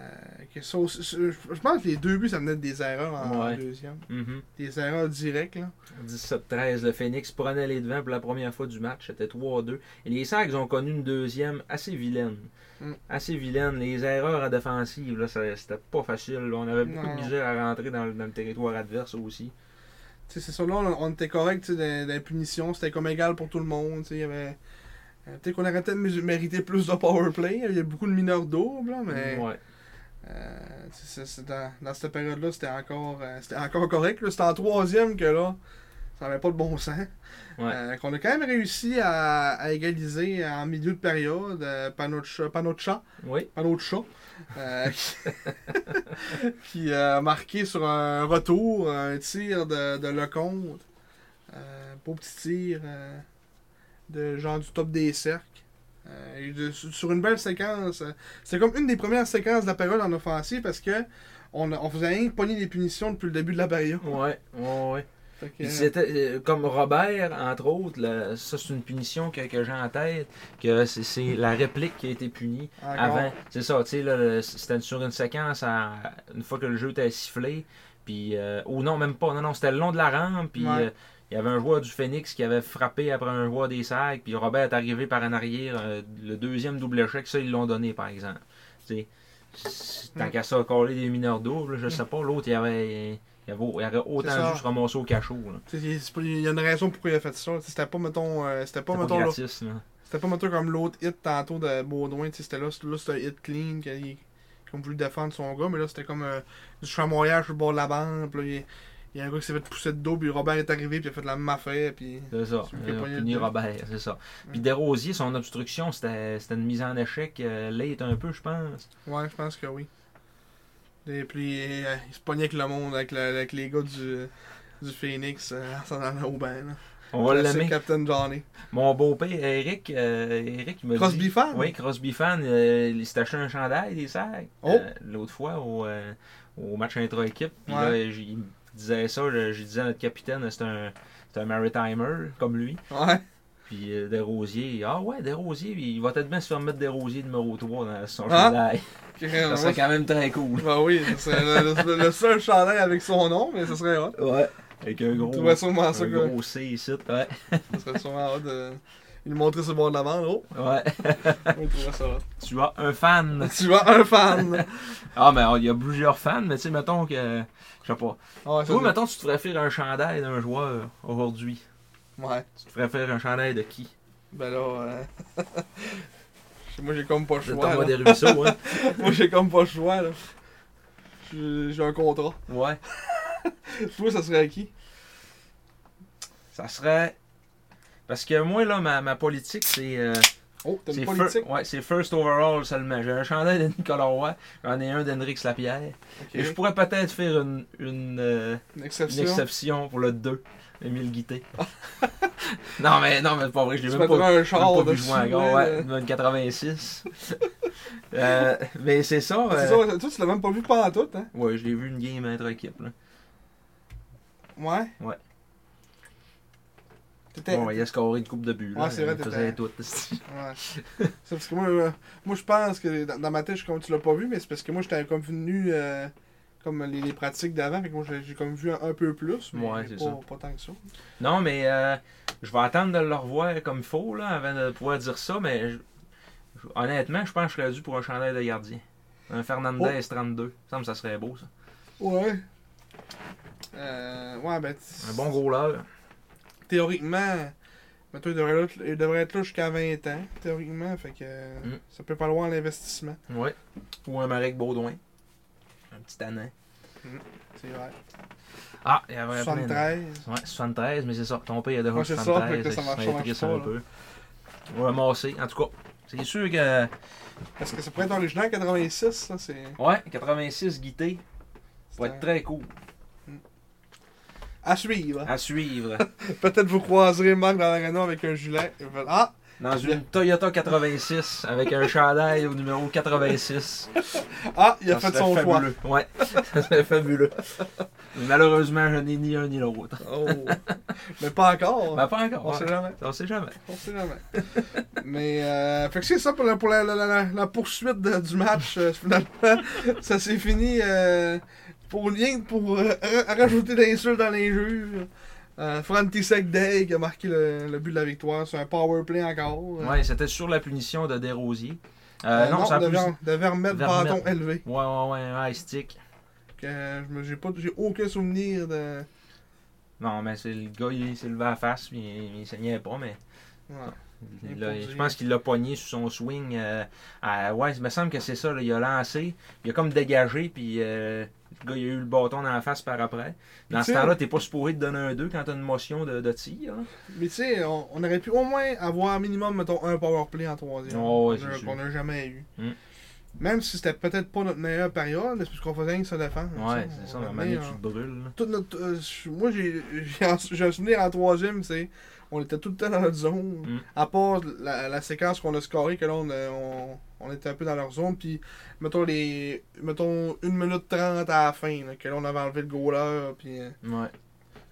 Euh, que ça aussi- je je pense que les deux buts, ça venait des erreurs en, en
Ouais.
deuxième.
Mhm.
Des erreurs directes, là.
17-13, le Phoenix prenait les devants pour la première fois du match, c'était 3-2. Et les Sags ont connu une deuxième assez vilaine.
Mm.
Assez vilaine. Les erreurs à défensive, là, ça- c'était pas facile. là. On avait beaucoup
Non.
de misère à rentrer dans, le- dans le territoire adverse aussi.
Tu sais, c'est ça, là, on, on était correct, tu sais, dans, dans les punitions, c'était comme égal pour tout le monde, tu sais, il y avait... euh, Peut-être qu'on aurait peut-être mé- mérité plus de powerplay, il y avait beaucoup de mineurs doubles, là, mais...
Ouais.
euh, tu sais, c'est- c'est dans, dans cette période-là, c'était encore, euh, c'était encore correct, là. c'était en troisième que là, ça n'avait pas de bon sens.
Ouais.
Euh, qu'on a quand même réussi à, à égaliser en milieu de période, euh, panneau de chat, panneau de chat,
Oui.
panneau de chat, euh, qui- qui euh, a marqué sur un retour un tir de, de Lecomte. Euh, beau petit tir euh, de genre du top des cercles. Euh, et de- sur une belle séquence. euh, C'est comme une des premières séquences de la période en offensive parce que on, on faisait rien que pogner des punitions depuis le début de la période.
Ouais, ouais, ouais.
Fait que,
Puis c'était euh, comme Robert, entre autres, là, ça c'est une punition que, que j'ai en tête, que c'est- c'est la réplique qui a été punie
euh, encore,
avant. C'est ça, tu sais, là, le- c'était sur une séquence, à- une fois que le jeu était sifflé, puis, euh, ou non, même pas, non, non, c'était le long de la rampe, puis
Ouais.
euh, il y avait un joueur du Phoenix qui avait frappé après un joueur des sacs, puis Robert est arrivé par en arrière, euh, le deuxième double échec, ça ils l'ont donné par exemple. Tu sais, si- tant
Mm.
qu'à ça, coller des mineurs doubles, je sais pas, l'autre il y avait. Il y avait- il y aurait
ça.
autant dû se ramasser au cachot. Là.
tu sais, c'est pas- Il y a une raison pourquoi il a fait ça. C'était pas, mettons, euh, c'était pas,
C'était
mettons,
pas
là,
gratis, là.
C'était pas mettons comme l'autre hit tantôt de Baudouin, tu sais, c'était là, c'était- là c'était un hit clean qu'il qu'on voulait défendre son gars, mais là c'était comme euh, du chamoyage sur le bord de la bande, puis là, il y a- il y a un gars qui s'est fait pousser de dos, puis Robert est arrivé, puis il a fait la même affaire, puis...
C'est ça.
Tu me fais
Euh,
poigner
Puni
dedans.
Robert, c'est ça. Puis
Mm.
Desrosiers, son obstruction, c'était c'était une mise en échec euh, late un peu, je pense.
Ouais, je pense que oui. Et puis euh, il se pognait avec le monde, avec, le- avec les gars du, du Phoenix, euh, en s'en allant au bain, là.
On va
Classique
l'aimer.
Captain Johnny.
Mon beau-père, Eric, euh, Eric il m'a dit...
Crosby fan?
Oui, Crosby fan, euh, il s'est acheté un chandail des sacs.
Oh!
euh, L'autre fois, au, euh, au match intra-équipe. Puis
Ouais.
là, j- il me disait ça, je, je disais à notre capitaine, c'est un, c'est un maritimer, comme lui.
Ouais.
Puis euh, Desrosiers, ah ouais, Desrosiers, il va peut-être bien se faire mettre Desrosiers numéro 3 dans son
Ah!
chandail. Ça serait quand même très cool.
Bah oui, c'est le, le- le seul chandail avec son nom, mais ce serait hot.
Ouais. Avec un gros,
Tu vois sûrement
un
ça, quoi.
gros C ici. Ouais.
Ça serait sûrement hot de il le montrer sur le bord de la bande. Oh,
ouais.
on trouverait ça hot.
tu as un fan.
Tu vois, un fan.
Ah, mais alors, il y a plusieurs fans, mais tu sais, mettons que. Je sais pas.
Ah Ouais, ça,
Toi, mettons, tu te ferais faire un chandail d'un joueur aujourd'hui.
Ouais.
Tu te ferais faire un chandail de qui
Ben là, euh... moi j'ai comme pas le
De
choix.
Thomas
là.
des Ruisseaux, hein.
Moi j'ai comme pas le choix. là. J'ai j'ai un contrat.
Ouais.
Toi, ça serait à qui
Ça serait. Parce que moi, là, ma, ma politique, c'est. euh,
Oh, t'as
c'est
une
fir-
politique.
ouais, c'est first overall seulement. J'ai un chandail de Nicolas Roy, j'en ai un d'Henrix Lapierre.
Ok.
Et je pourrais peut-être faire une. une euh,
Une
Une
exception.
exception pour le 2, Emile Guité. non, mais non, mais c'est pas vrai, je l'ai
Tu
même pas,
mettrais un
je l'ai même
char
pas vu
dessus.
jouer encore.
là.
Ouais, une 86. Euh, mais c'est ça.
Ah, C'est
euh,
ça, toi tu l'as même pas vu pendant tout, hein
Ouais, je l'ai vu une game entre équipes. là.
Ouais.
Ouais.
T'étais.
Bon, il a scoré une coupe de buts. là.
Ouais, Ah, c'est vrai,
il faisait
t'étais-
tout.
Ouais. C'est parce que moi, euh, moi je pense que dans, dans ma tête, je suis comme tu l'as pas vu, mais c'est parce que moi j'étais comme venu euh, comme les, les pratiques d'avant, fait que moi j'ai j'ai comme vu un, un peu plus, mais
Ouais, c'est
pas,
ça.
pas tant que ça.
Non, mais euh, je vais attendre de le revoir comme il faut là, avant de pouvoir dire ça. Mais je- je- honnêtement, je pense que je serais dû pour un chandail de gardien. Un Fernandez
Oh.
32. Ça me semble que ça serait beau, ça.
Ouais. Euh, ouais, ben. t-
Un bon goaler.
Théoriquement, mettons, il devrait, être- il devrait être là jusqu'à 20 ans, théoriquement, fait que euh,
Mm.
ça peut valoir l'investissement,
Ouais. Ou un Marek Baudouin. Un petit anan.
c'est vrai.
Ah, il y avait plein de-
73.
Ouais, 73, mais c'est ça. Ton père, il a déjà
Ouais,
ouais,
c'est ça,
73.
fait que ça
fait
marche-
que
ça
être
marche
triste
pas,
un
là.
peu. On va masser. En tout cas, c'est sûr que.
Parce que ça pourrait être originaire en 86, là, c'est.
Ouais, 86 guité. Va être très cool.
À suivre.
À suivre.
Peut-être vous croiserez Marc dans l'arena avec un gilet. et vous faites, Ah,
dans une Toyota 86 avec un chandail au numéro 86.
Ah, il a
Ça
fait son
serait
choix.
fabuleux. Ouais, ça serait fabuleux. Mais Malheureusement, je n'ai ni un ni l'autre.
Oh. Mais pas encore.
Ben, pas encore.
On sait
ouais.
jamais.
On sait jamais.
On sait jamais. Mais, euh, fait que c'est ça pour la, pour la, la- la- la poursuite de- du match. euh, finalement, ça s'est fini euh, pour rien que pour euh, ra- rajouter d'insultes dans l'injure. Euh, Frantisek Day qui a marqué le, le but de la victoire. C'est un power play encore. Euh,
Ouais, c'était sur la punition de Desrosiers. Euh,
euh,
non,
non,
ça a
de,
plus...
Ver- de Vermette,
Vermette.
bâton élevé.
Ouais, ouais, ouais, un high stick.
Que euh, je me- j'ai, pas, j'ai aucun souvenir de.
Non, mais c'est le gars, il s'est levé à la face, puis il, il saignait pas, mais
Ouais.
il
Il
l'a-
est pas
je
dit.
pense qu'il l'a pogné sur son swing. euh, à- ouais, il me semble que c'est ça, là, il a lancé, il a comme dégagé, puis euh, le gars, il a eu le bâton dans la face par après. Dans ce
Tu sais-
temps-là, t'es pas supposé te donner un 2 quand t'as une motion de, de tir. hein. là.
Mais tu sais, on, on aurait pu au moins avoir minimum, mettons, un power play en troisième.
Oh, ouais,
qu'on
c'est
a-
sûr.
qu'on n'a jamais eu.
Mm.
Même si c'était peut-être pas notre meilleure période, c'est parce qu'on faisait rien que se défendre.
Ouais,
tu sais,
c'est
on hein.
ça, normalement,
revenait
tu te
en-
brûles. là.
toute notre, euh, je- moi, j'ai j'ai un- j'ai un souvenir en troisième, c'est on était tout le temps dans notre zone.
Mm.
À part la, la séquence qu'on a scorée, que là, on, a- on, on était un peu dans leur zone. Puis, mettons, les, mettons 1 minute 30 à la fin, là, que là, on avait enlevé le goaler. Puis, euh,
Ouais.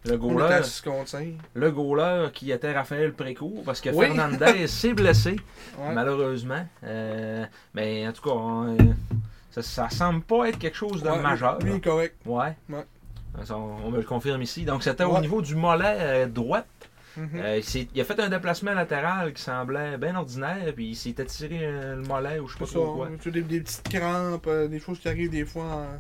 Le
on était à
goaler,
6 contre 5.
le goaler qui était Raphaël Précourt, parce que
Oui.
Fernandez s'est blessé.
Ouais.
malheureusement. Euh, mais en tout cas, on, euh, ça, ça semble pas être quelque chose de
Ouais,
majeur.
Lui, il est correct.
Ouais.
Ouais.
Ça, On, on me le confirme ici. Donc, c'était au
Ouais.
niveau du mollet euh, droit.
Mhm.
Euh, il s'est- il a fait un déplacement latéral qui semblait bien ordinaire, puis il s'est tiré euh, le mollet ou je sais
Pas
pas
ça,
trop quoi.
hein, tu sais, des, des petites crampes, euh, des choses qui arrivent des fois. hein.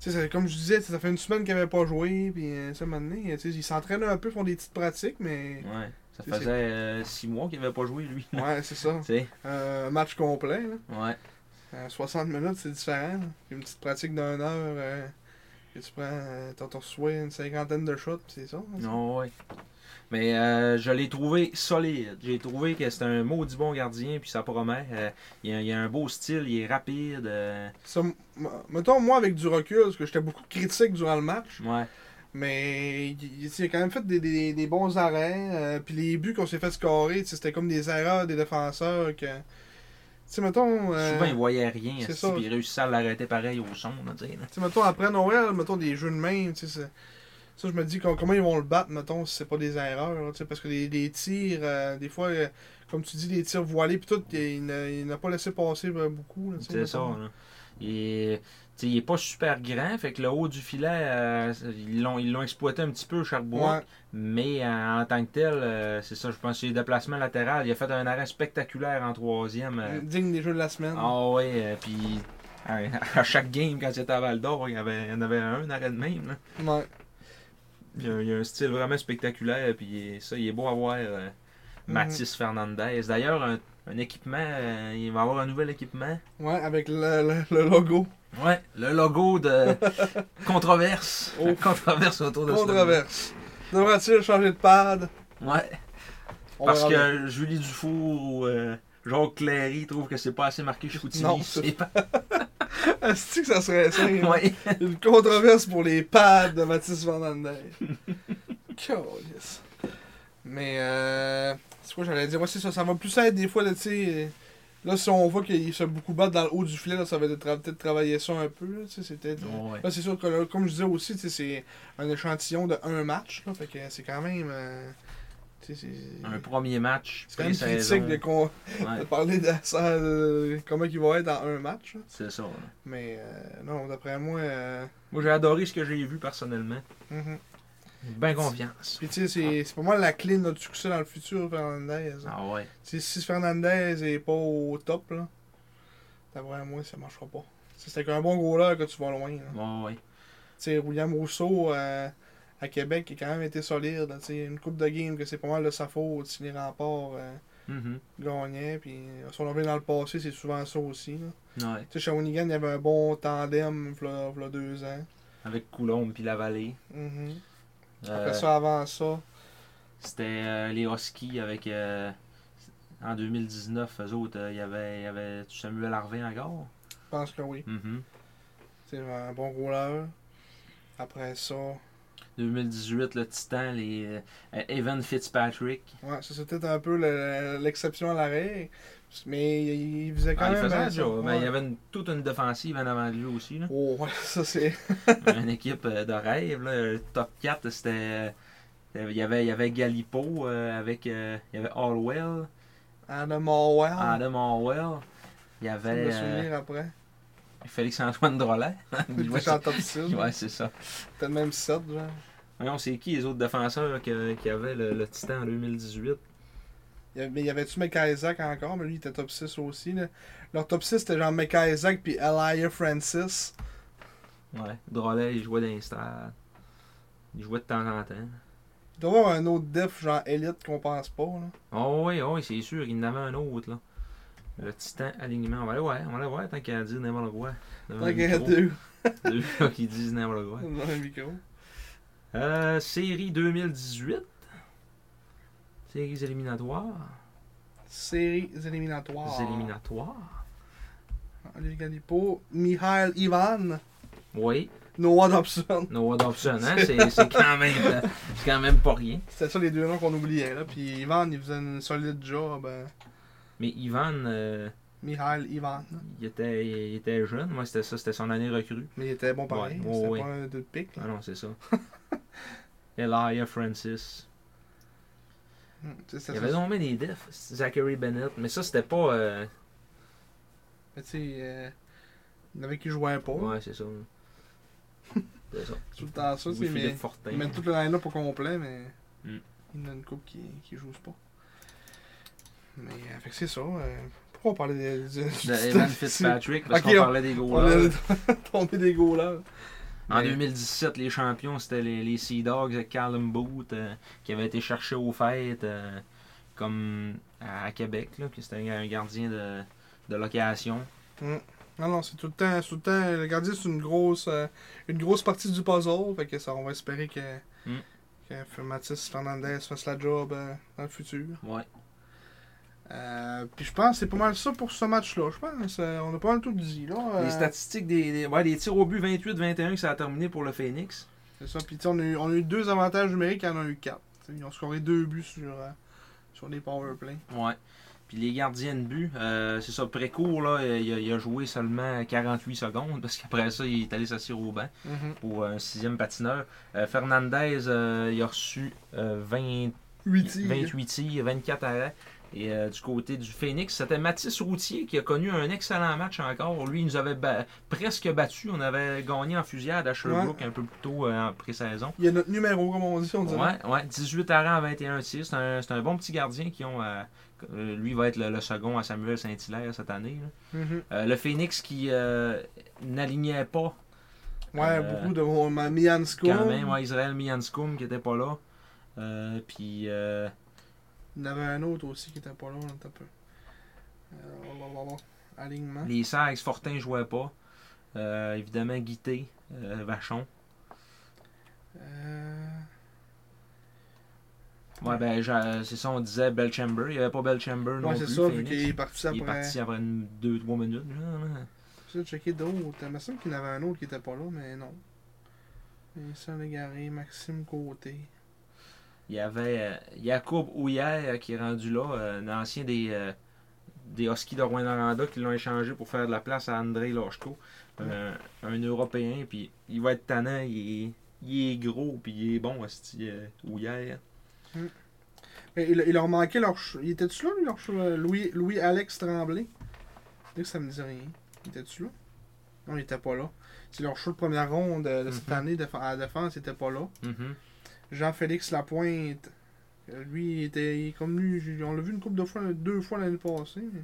Tu sais, ça- comme je disais, ça fait une semaine qu'il n'avait pas joué, puis euh, ça, maintenant, tu sais, ils s'entraînent un peu, font des petites pratiques, mais.
Ouais. Ça
C'est-
faisait euh, six mois qu'il avait pas joué, lui.
Ouais, c'est ça.
Tu sais,
Euh, match complet, là.
ouais.
Euh, 60 minutes, c'est différent. là. Une petite pratique d'une heure, euh, et tu prends, euh, t'en t'en reçois une cinquantaine de shots, puis c'est ça. hein,
Non, ouais. Mais euh, je l'ai trouvé solide. J'ai trouvé que c'est un maudit bon gardien, puis ça promet. Euh, il, a, il a un beau style, il est rapide. euh,
ça. Ça, m- mettons, moi, avec du recul, parce que j'étais beaucoup critique durant le match,
ouais.
Mais il, il- il a quand même fait des, des, des bons arrêts. euh, puis les buts qu'on s'est fait scorer, tu sais, c'était comme des erreurs des défenseurs. Que... Tu sais, mettons, euh,
Souvent, il voyait rien,
c'est
esti,
ça.
puis il réussissait à l'arrêter pareil au son. Là, tu sais, là.
tu sais, mettons, après Noël, mettons des jeux de main. tu sais, c'est- Ça, je me dis com- comment ils vont le battre, mettons, si c'est pas des erreurs. là, tu sais, parce que les, les tirs, euh, des fois, euh, comme tu dis, les tirs voilés, puis tout, il n'a il n'a pas laissé passer euh, beaucoup. là, tu sais,
C'est ça.
mettons.
Là. Il, est, tu sais, il est pas super grand, fait que le haut du filet, euh, ils l'ont ils l'ont exploité un petit peu au Sherbrooke,
Ouais.
mais euh, en tant que tel, euh, c'est ça, je pense, c'est les déplacements latéraux. Il a fait un arrêt spectaculaire en troisième. euh.
Digne des jeux de la semaine.
Ah ouais, euh, puis euh, à chaque game, quand il était à Val d'Or, il y avait- il y en avait un arrêt de même. là.
Ouais.
Il a, il a un style vraiment spectaculaire, puis ça, il est beau à voir. euh, Mathis Fernandez. D'ailleurs, un, un équipement, euh, il va avoir un nouvel équipement.
Ouais, avec le, le- le logo.
Ouais, le logo de Controverse.
Oh.
Controverse autour de ce
Controverse. Devra-t-il changer de pad
logo. Ouais,
On
parce
verra bien.
que Julie Dufour ou euh, Jacques Cléry trouvent que c'est pas assez marqué chez
Non,
Coutini. C'est pas...
Est-ce que ça serait ça? hein?
Ouais.
Une controverse pour les pads de Mathis Fernandez. Calisse. Mais, euh, c'est quoi j'allais dire? Ouais, c'est ça, ça va plus être des fois, là, tu sais. euh, Là, si on voit qu'il se beaucoup battent dans le haut du filet, là, ça va être tra- peut-être travailler ça un peu. Là, tu sais, c'est peut-être-
Ouais.
Là, c'est sûr que, là, comme je disais aussi, tu sais, c'est un échantillon de un match. Là, fait que c'est quand même. euh, tu sais, c'est.
Un premier match
C'est quand même
pré-saison.
critique de, con- de
Ouais,
parler de ça, euh, comment il va être dans un match. là.
c'est ça. là.
Mais euh, non, d'après moi. euh,
Moi, j'ai adoré ce que j'ai vu personnellement.
mhm.
Ben confiance.
Puis tu sais, c'est- c'est pour moi la clé de notre succès dans le futur, Fernandez. hein.
Ah ouais.
Tu sais, Si Fernandez est pas au top, là, d'après moi, ça marchera pas. Tu sais, C'est avec un bon goaler que tu vas loin. là. Tu
Ouais, ouais.
sais, William Rousseau euh, à Québec qui a quand même été solide. là. Tu sais, Une coupe de game que c'est pas mal de sa faute si les remparts euh,
Mhm.
gagnaient. Puis euh, si on revient dans le passé, c'est souvent ça aussi. là.
Ouais.
Tu sais, Shawinigan, il y avait un bon tandem v'là v'là deux ans.
Avec Coulombe puis la vallée.
Mhm.
Euh,
Après ça, avant ça.
C'était euh, les Huskies avec. euh, en 2019, eux autres, euh, il y avait, il y avait Samuel Harvey encore.
Je Mm-hmm. pense que oui.
Mhm.
C'est un bon rouleur. Après ça.
2018, le Titan, les euh, Evan Fitzpatrick.
Ouais, ça c'était un peu le- l'exception à l'arrêt. Mais il, il faisait quand
Ah, il
même.
faisait
un
le job. Ben, il y avait une- toute une défensive en avant de lui aussi. là.
Oh, ouais, ça c'est.
une équipe euh, de rêve. Là. Le Top 4, c'était. euh, Il y avait, il y avait Gallipo, euh, avec, euh, il y avait Orwell,
Adam Howell.
Adam Orwell, il y
Je vais Ah. me
avait Ah, euh,
souvenir après.
Félix-Antoine Drolet.
Il était en top 6.
ouais, c'est ça.
Peut-être même 7, genre.
Voyons, c'est qui les autres défenseurs que- qui avaient le, le Titan en 2018
Il y avait- mais il y avait-tu McIsaac encore, mais lui il était top 6 aussi. Là. Leur top 6 c'était genre McIsaac puis Elia Francis.
Ouais, Drolet, il jouait dans les stades. Il jouait de temps en temps.
Il doit y avoir un autre def genre élite qu'on pense pas. Là.
Oh oui, oui, c'est sûr, il en avait un autre, là. Le Titan alignement. On va aller voir, on va aller voir tant qu'il a dit n'importe quoi. Devant le
Fait qu'il y a
micro.
deux
Deux gars qui disent n'importe quoi.
dans le micro.
Euh, série 2018. Séries éliminatoires.
Séries éliminatoires.
Éliminatoires.
Olivier Galipo, Mihail Ivan,
Oui,
Noah Dobson.
Noah Dobson, hein? c'est c'est quand, même, euh, c'est quand même pas rien.
C'était ça les deux noms qu'on oubliait. Là. Puis Ivan, il faisait une solide job. euh,
Mais Ivan, euh,
Mihail Ivan.
il, était, il était jeune. Moi, c'était ça, c'était son année recrue.
Mais il était bon pareil.
Ouais, ouais,
C'était
ouais.
pas un deux de pique. là.
Ah non, c'est ça. Elia Francis.
Hum, tu sais,
Il
c'était
y avait
ça.
donc bien des defs. Zachary Bennett. Mais ça, c'était pas. euh,
Mais tu sais, euh, il y en avait qui jouaient pas.
Ouais, c'est ça. C'est ça.
Tout le temps ça, c'est mais.
Louis-Philippe Fortin.
Ils mettent tout le line-up au complet, mais
Mm.
il y en a une coupe qui, qui joue pas. Mais euh, fait que c'est ça. euh, pourquoi on parlait de,
De Evan Fitzpatrick, parce
Ok,
qu'on
on-
parlait des
On
goalers.
a tombé des goalers.
En
Mais-
2017, les champions, c'était les, les Sea Dogs de Callum Boot, euh, qui avaient été cherchés aux fêtes, euh, comme à, à Québec, là, que c'était un gardien de, de location.
Non, non, c'est tout le temps. c'est Tout le, temps le gardien, c'est une grosse, euh, une grosse partie du puzzle. Fait que ça, on va espérer que,
Mm.
que Mathis Fernandez fasse la job euh, dans le futur.
Ouais.
Euh, Puis je pense que c'est pas mal ça pour ce match-là. Je pense euh, on a pas mal tout dit. Là, euh,
Les statistiques des, des- ouais, des tirs au but 28-21 que ça a terminé pour le Phoenix.
C'est ça. Puis tu sais, on, a eu- on a eu deux avantages numériques, il y en a eu quatre. Tu sais, ils ont scoré deux buts sur, euh, sur les powerplays.
Ouais. Puis les gardiens de but, euh, c'est ça, précourt, là, euh, il a, il a joué seulement 48 secondes, parce qu'après ça, il est allé s'asseoir au banc. pour euh, un sixième patineur. Euh, Fernandez, euh, il a reçu euh, 20
Huit tirs.
28 tirs, 24 arrêts. Et euh, du côté du Phoenix, c'était Mathis Routier qui a connu un excellent match encore. Lui, il nous avait ba- presque battu. On avait gagné en fusillade à Sherbrooke un peu plus tôt euh, en pré-saison.
Il y a notre numéro, comme on dit, on dirait.
Ouais, ouais, 18 arrêts en 21 tirs. C'est un, c'est un bon petit gardien qui ont. euh, euh, lui va être le, le second à Samuel Saint-Hilaire cette année. là.
Mhm.
Euh, le Phoenix qui euh, n'alignait pas
Ouais,
Euh,
beaucoup de mon ma Miansko.
Quand même, ouais, Israël Mianskoum qui était pas là. Euh, puis euh,
Il y en avait un autre aussi qui était pas là, un peu. Euh, blablabla. Alignement.
les Sags, Fortin jouait pas. Euh, évidemment, Guité, euh, Vachon.
Euh,
Ouais, ben, j'a- c'est ça, on disait Belchamber. Il n'y avait pas Belchamber non
Ouais, c'est
plus.
ça, vu
Phoenix.
qu'il est
Il
parti
est
après.
parti après 2-3 minutes. genre, là.
J'ai checké d'autres. Il me semble qu'il y en avait un autre qui était pas là, mais non. Vincent Légaré, Maxime Côté.
Il y avait euh, Yacoub Ouyer qui est rendu là, euh, un ancien des, euh, des Huskies de Rouen-Noranda qui l'ont échangé pour faire de la place à André Lochko, euh, un Européen. Puis il va être tannant, il est, il est gros, puis il est bon, Hostie euh, Ouyer.
Mais il, il leur manquait leur. che- Il était-tu là, lui, leur che- Louis, Louis Alex Tremblay Dès que ça me dit rien. Il était-tu là Non, il était pas là. C'est leur show de première ronde euh, de cette
Mhm.
année de, à la défense, il était pas là.
Mhm.
Jean-Félix Lapointe, euh, lui, il était il est comme lui. j'ai- On l'a vu une couple de fois, deux fois l'année passée. mais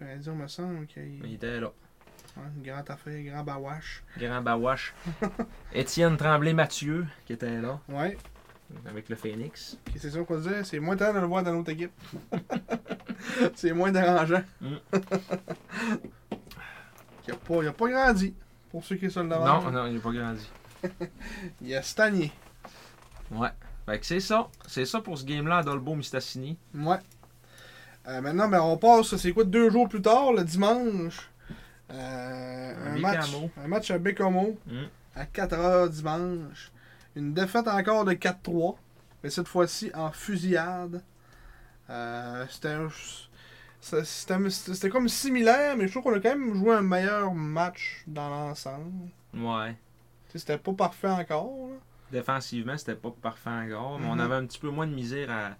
J'allais dire, me semble qu'il.
Mais Il était là.
Ouais, une grande affaire, un grand bawache.
Grand Bawache. Étienne Tremblay-Mathieu qui était là
Ouais,
avec le Phoenix.
ok, c'est ça qu'on disait, c'est moins tard de le voir dans notre équipe. c'est moins dérangeant.
Mm.
il, a pas, il a pas grandi, pour ceux qui sont le
Non, non, il n'a pas grandi.
Il a stagné.
Ouais. Fait que c'est ça. C'est ça pour ce game-là à Dolbo-Mistassini.
Ouais. Euh, maintenant, ben, on passe, c'est quoi, deux jours plus tard, le dimanche. euh,
Un
un, match,
Bécamo.
un match à Bécamo,
Mm.
à 4h dimanche. Une défaite encore de 4-3, mais cette fois-ci en fusillade. Euh, c'était un- ça- c'était un- c'était- c'était comme similaire, mais je trouve qu'on a quand même joué un meilleur match dans l'ensemble.
Ouais.
Tu sais, C'était pas parfait encore. là.
Défensivement, c'était pas parfait encore, mais on
Mhm.
avait un petit peu moins de misère à,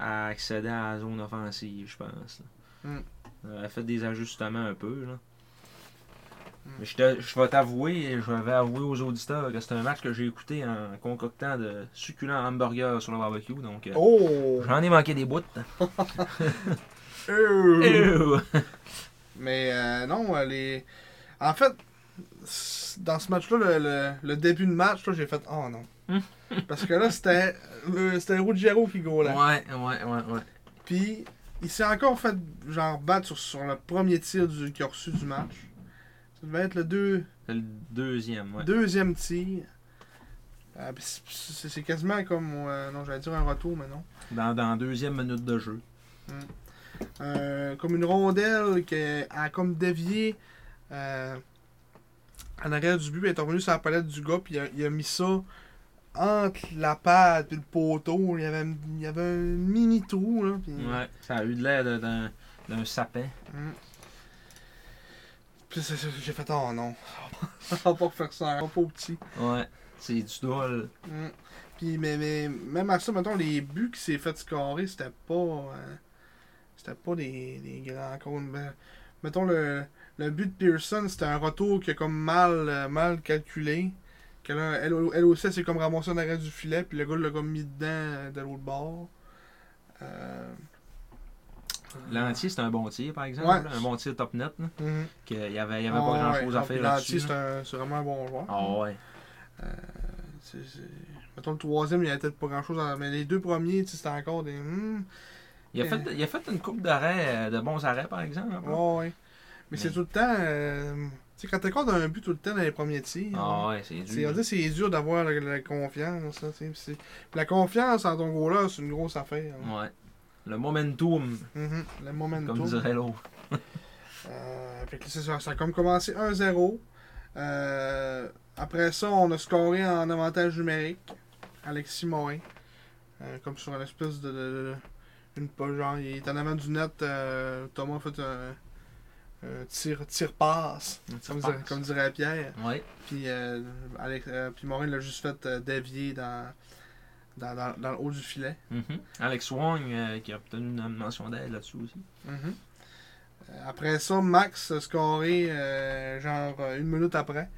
à accéder à la zone offensive, je pense. là.
Mm.
On avait fait des ajustements un peu. Là.
Mm.
Mais je, te- je vais t'avouer, je vais avouer aux auditeurs que c'est un match que j'ai écouté en concoctant de succulents hamburgers sur le barbecue, donc euh,
Oh!
j'en ai manqué des bouts.
Euh.
Ew.
Mais euh, non, euh, les. En fait, s- dans ce match-là, le, le- le début de match, là, j'ai fait Oh non. Parce que là, c'était euh, c'était Ruggiero qui
Ouais,
goalait.
ouais, ouais, ouais.
Puis, il s'est encore fait genre battre sur, sur le premier tir du- qu'il a reçu du match. Ça devait être le deux-
C'est le deuxième, ouais.
deuxième tir. Euh, puis c'est- c'est c'est quasiment comme. euh, non, j'allais dire un retour, mais non.
Dans, dans la deuxième minute de jeu.
Euh, comme une rondelle qui a comme dévié euh, en arrière du but, elle est revenue sur la palette du gars, puis il a, il a mis ça entre la patte et le poteau. Il y avait, il y avait un mini trou. Là, puis-
Ouais, ça a eu de l'air de- d'un d'un sapin.
Mm. Puis c'est- c'est- j'ai fait, oh non, on va pas refaire ça, on va pas au petit.
Ouais, c'est du drôle.
Mm. Puis, mais, mais même à ça, mettons, les buts qui s'est fait scorer, c'était pas. euh, c'était pas des, des grands comptes. Mais, mettons, le, le but de Pearson, c'était un retour qui a comme mal, euh, mal calculé. Que là, elle, elle aussi, elle s'est comme ramassée en arrière du filet, puis le gars l'a comme mis dedans euh, de l'autre bord. Euh,
L'entier, c'est un bon tir, par exemple.
Ouais.
là, Un bon tir top net. là,
mhm.
que Il n'y avait, il y avait
Ah,
pas grand-chose
ouais.
à
Ah, puis
faire
Lantier,
là-dessus.
c'est
là.
un- c'est vraiment un bon joueur.
Ah ouais.
C'est- c'est- Mettons, le troisième, il n'y avait peut-être pas grand-chose à... Mais les deux premiers, tu sais, c'était encore des... hmm,
Il a,
Euh.
fait, il a fait une coupe d'arrêt, euh, de bons arrêts, par exemple. hein,
Ouais, ouais. Mais c'est
Mais-
tout le temps. euh, tu sais, quand t'es contre un but tout le temps dans les premiers tirs.
Ah
hein,
ouais, c'est
c'est- on
dur.
dit, c'est dur d'avoir la, la confiance. hein, tu sais, pis c'est- pis la confiance en ton goaler, c'est une grosse affaire. hein.
Ouais. Le momentum,
Mhm, Le
comme
momentum.
dirait l'autre.
Euh, fait que c'est ça, ça a comme commencé 1-0. Euh, après ça, on a scoré en avantage numérique. Alexis Morin. Euh, comme sur une espèce de. de- de- une pas genre, il est en avant du net. euh, Thomas a fait un, un tir, tir passe, comme, dirait- comme dirait Pierre.
Ouais.
Puis, euh, Alex- euh, puis Morin l'a juste fait euh, dévier dans, dans, dans, dans le haut du filet.
Mhm. Alex Wong, euh, qui a obtenu une mention d'aide là-dessus aussi.
Euh, Après ça, Max a scoré euh, genre euh, une minute après.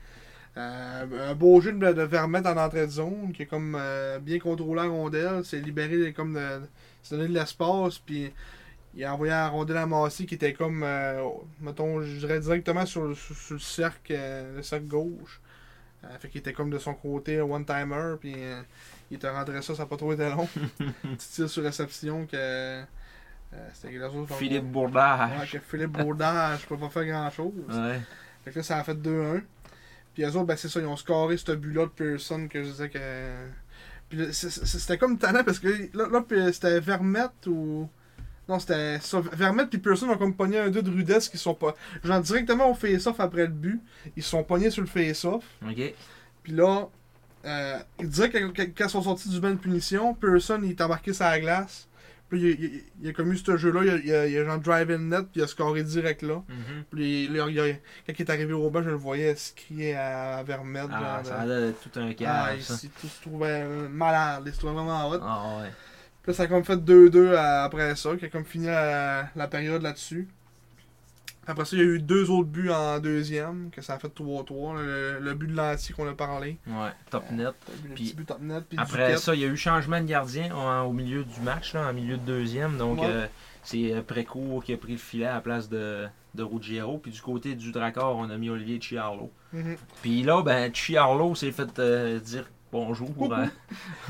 Euh, un beau jeu de, de Vermette en entrée de zone qui est comme euh, bien contrôlé la rondelle. C'est libéré comme de. s'est donné de l'espace. Puis il a envoyé la rondelle à Massy qui était comme. euh, mettons, je dirais directement sur, le- sur- sur le cercle, euh, le cercle gauche. Euh, fait qu'il était comme de son côté one-timer. Puis euh, il te rendrait ça, ça n'a pas trop été long. Petit tir sur réception que. euh, c'était quelque chose comme-
Philippe
Ouais,
Bourdage.
Ah, que Philippe Baudage peut pas faire grand chose.
Ouais.
Fait que là, ça a fait 2-1. Puis eux autres, ben c'est ça, ils ont scoré ce but-là de Pearson que je disais que. Puis là, c'est- c'est- c'était comme talent parce que là, là puis c'était Vermette ou. Non, c'était. ça, Vermette puis Pearson ont comme pogné un 2 de rudesse qui sont pas. Genre directement au face-off après le but. Ils se sont pognés sur le face-off.
Ok.
Puis là, euh, il dirait que que- quand ils sont sortis du banc de punition, Pearson il est embarqué sur la glace. Puis il, il- il a commis ce jeu-là, il a, il a- il a genre drive in net, puis il a scoré direct là.
Mhm.
Puis il- il- il- il- quand il est arrivé au banc, je le voyais se crier à, à Vermette.
Ah,
genre,
ça
euh,
a l'air d'être tout un
ah,
cas.
il s'est tout se trouvait euh, malade, il se trouvait vraiment hot.
Ah ouais.
Puis là, ça a comme fait 2-2 à- après ça, qui a comme fini la, la période là-dessus. Après ça, il y a eu deux autres buts en deuxième, que ça a fait 3-3. là, Le, le but de l'anti qu'on a parlé.
Ouais. Top net.
Le
Puis
petit but top net, puis
Après
Duquette.
ça, il y a eu changement de gardien en- au milieu du match, là, en milieu de deuxième. Donc,
Ouais.
euh, c'est euh, Précourt qui a pris le filet à la place de, de Ruggiero. Puis du côté du Dracor, on a mis Olivier Chiarlo.
Mhm.
Puis là, ben, Chiarlo s'est fait euh, dire bonjour
Coucou.
euh,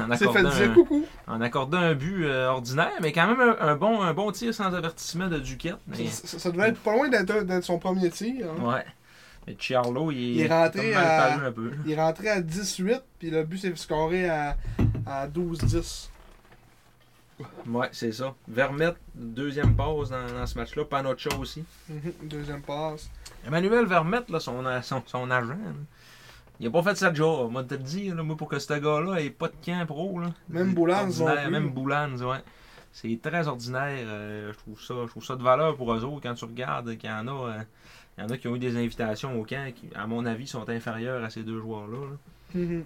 en,
C'est fait
accordant
dire
un,
coucou.
en accordant un but euh, ordinaire, mais quand même un, un bon, un bon tir sans avertissement de Duquette. Mais,
Ça, ça- ça devait être pas loin d'être d'être son premier tir. hein.
ouais. Mais Chiarlo, il,
Il est rentré
comme mal
à-
paru un peu.
Il est rentré à 18, puis le but s'est scoré à, à 12-10.
Ouais, c'est ça. Vermette, deuxième pause dans, dans ce match-là. Panocha aussi.
Mhm, Deuxième passe.
euh, Emmanuel Vermette, là, son, son, son agent, là, Il a pas fait ça job. Moi, te le dis, là, moi, pour que ce gars-là ait pas de camp pro. Là,
Même
Il-
Boulans,
ordinaire,
non plus.
Même Boulans, ouais. C'est très ordinaire. euh, je, trouve ça, je trouve ça de valeur pour eux autres quand tu regardes qu'il y en a. euh, il y en a qui ont eu des invitations au camp qui, à mon avis, sont inférieurs à ces deux joueurs-là. là.
Mhm.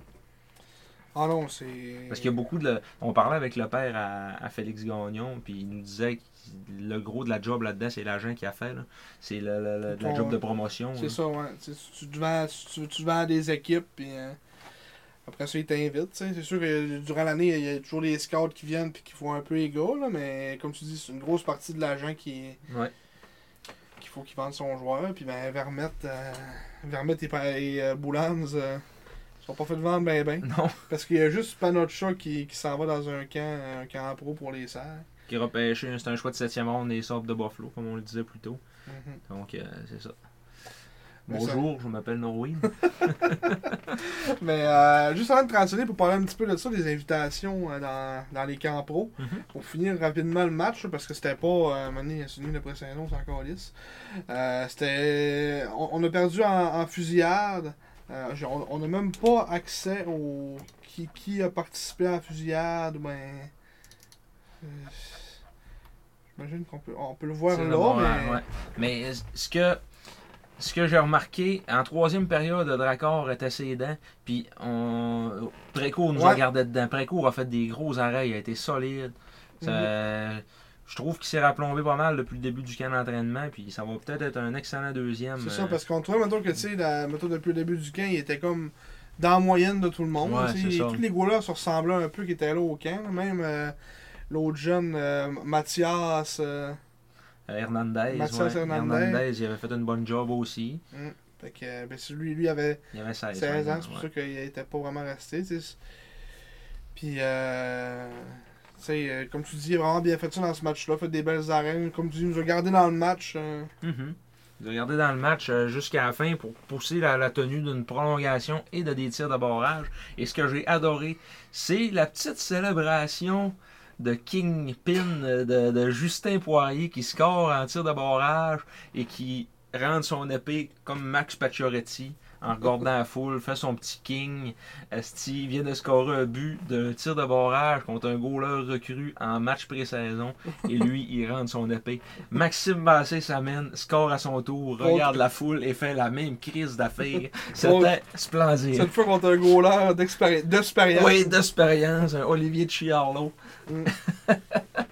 Ah non, c'est.
Parce qu'il y a beaucoup de. On parlait avec le père à, à Félix Gagnon, puis il nous disait que le gros de la job là-dedans, c'est l'agent qui a fait. là. C'est le, le- le- la
Ton-
job de hein. promotion.
C'est
là.
ça, ouais. Tu, sais, tu, te vends, tu, tu vends à des équipes, puis euh, après ça, ils t'invitent. tu sais. C'est sûr que euh, durant l'année, il y a toujours des scouts qui viennent puis qui font un peu les gars, là, mais comme tu dis, c'est une grosse partie de l'argent qui
Ouais.
qu'il faut qu'il vende son joueur. Puis ben, Vermette, euh, Vermette et, Pa- et euh, Boulans euh, sont pas fait de vendre ben ben.
Non.
Parce qu'il y a juste Panocha qui, qui s'en va dans un camp, un camp pro pour les serres.
Qui est repêché. C'est un choix de 7 ronde des sortes de Buffalo, comme on le disait plus tôt.
Mhm.
Donc, euh, c'est ça.
Mais ça-
Bonjour, je m'appelle Norwin.
Mais euh, juste avant de transitionner pour parler un petit peu de ça, des invitations euh, dans, dans les camps pro,
Mhm.
pour finir rapidement le match, là, parce que c'était pas. Euh, Mané, c'est une après Saint-Nom, c'est encore lisse. Euh, c'était. On, on a perdu en, en fusillade. Euh, je- on- on n'a même pas accès au. Qui, qui a participé à la fusillade, ben. euh, J'imagine qu'on peut, on peut le voir
C'est
là,
le bon
mais.
rang, ouais. Mais ce que, ce que j'ai remarqué, en troisième période, le Dracor était ses dents, puis on... Précourt nous
Ouais.
a gardé dedans. Précourt a fait des gros arrêts, il a été solide. Ça-
Mhm.
Je trouve qu'il s'est rapplombé pas mal depuis le début du camp d'entraînement, puis ça va peut-être être un excellent deuxième.
C'est
euh,
ça, parce qu'on trouvait, mettons, que, tu sais, la- mettons, depuis le début du camp, il était comme dans la moyenne de tout le monde.
Ouais,
tu sais.
c'est ça.
tous les gars-là se ressemblaient un peu qui étaient là au camp. Même euh, l'autre jeune, euh, Mathias. euh,
euh, Hernandez,
Mathias
ouais.
Hernandez.
il avait fait une bonne job aussi.
fait que, euh, ben, c'est- lui, lui avait
Ah, Il avait 16,
16
ouais,
ans, c'est pour
ouais.
ça qu'il était pas vraiment resté. tu sais. Puis, euh, tu sais, euh, comme tu dis, il a vraiment bien fait ça dans ce match-là. Fait des belles arènes. Comme tu dis, il nous a gardé dans le match. euh,
Mhm. De regarder dans le match euh, jusqu'à la fin pour pousser la, la tenue d'une prolongation et de des tirs de barrage. Et ce que j'ai adoré, c'est la petite célébration de Kingpin euh, de, de Justin Poirier qui score en tir de barrage et qui rend son épée comme Max Pacioretty en regardant la foule, fait son petit king. Esti vient de scorer un but d'un tir de barrage contre un goaler recru en match pré-saison et lui, il rend son épée. Maxime Massé s'amène, score à son tour, regarde la foule et fait la même crise d'affaires. C'était splendide.
Cette fois contre un goaler d'expéri- d'expérience.
Oui, d'expérience, un Olivier Chiarlo.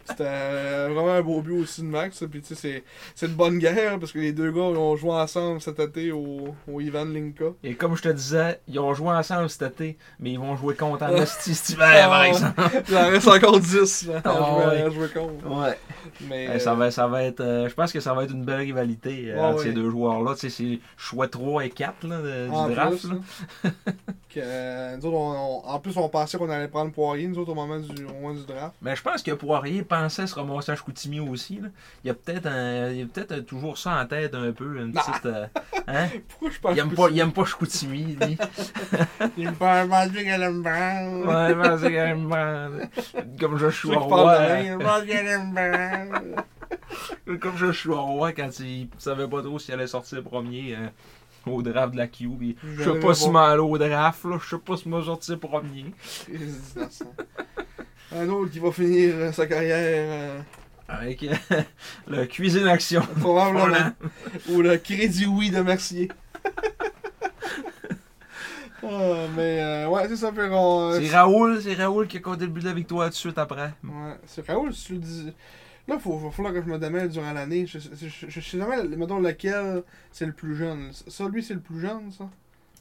C'était euh, vraiment un beau but aussi de Max. ça. Puis tu sais, c'est- c'est de bonne guerre parce que les deux gars ils ont joué ensemble cet été au, au Ivan Linka.
Et comme je te disais, ils ont joué ensemble cet été, mais ils vont jouer contre en esti cet hiver, par
Ah,
exemple.
Il en reste encore hein, 10 là, à,
Ah,
jouer,
Oh. ouais.
à jouer contre.
Ouais.
Mais,
Eh, ça va, ça va être, euh, je pense que ça va être une belle rivalité euh,
Ouais,
entre
ouais.
ces deux joueurs-là. Tu sais, c'est choix 3 et 4 là, de-
euh,
du
en
draft.
plus,
là.
là, que, euh, nous autres, on- on- en plus, on pensait qu'on allait prendre Poirier, nous autres, au moment du, au moment du draft.
Mais je pense que Poirier pensait se ramasser à Chicoutimi aussi. Là. Il y a peut-être un- il y a peut-être toujours ça en tête un peu, une
Bah.
petite. euh, hein?
Pourquoi je pense
Il aime
que
pas,
c'est-
il aime pas Chicoutimi, lui.
Il me fait manger qu'elle aime bien.
Ouais, mais c'est carrément- Comme
Ceux
Joshua
qui parlent
Roy.
de
hein.
rien, il mange qu'elle aime bien.
euh, Comme Joshua Roy, quand il savait pas trop s'il allait sortir premier euh, au draft de la Q. puis Je sais pas si m'en aller au draft, là. Je sais pas si m'a sorti premier.
Les innocents. Un autre qui va finir euh, sa carrière. euh,
Avec euh, le Cuisine Action.
Probablement. Ou le crédit oui de Mercier. Ah, mais euh, ouais, c'est ça. Fait qu'on, euh,
C'est Raoul, c'est Raoul qui a compté le but de la victoire tout de suite après.
Ouais, c'est Raoul, si tu le dis. Là, il va falloir que je me démêle durant l'année. Je, je, je- je sais jamais, mettons, lequel c'est le plus jeune. Ça, lui, c'est le plus jeune, ça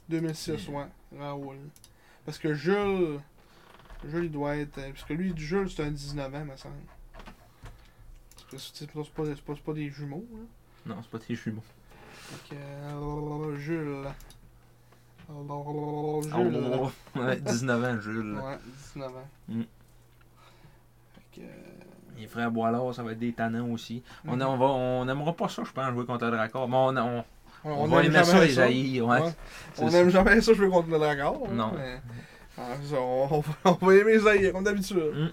2006, ouais, Raoul. Parce que Jules. Jules, il doit être. euh, Parce que lui, Jules, c'est un 19 ans, me semble. Parce que C'est c'est pas, c'est pas, c'est pas, c'est pas des jumeaux, là.
Non, c'est pas tes jumeaux.
Fait que, euh, Jules.
Ah,
Euh, Jules.
Oh, ouais, 19 ans, Jules.
Ouais, hein. 19 ans.
Mm.
Fait que,
Les frères Boilard, ça va être des tannants aussi. On
Mhm.
n'aimera on va, on aimera pas ça, je pense, jouer contre le raccord. Mais on, on,
on,
on
on
va
aime
aimer
jamais
ça,
ça,
les haïr. Ouais.
Ouais.
C'est
On
ça.
aime jamais ça jouer contre le Dragor. hein,
Non.
mais- Ah, ça, on, on va- on va aimer les haïr, comme d'habitude.
Mm.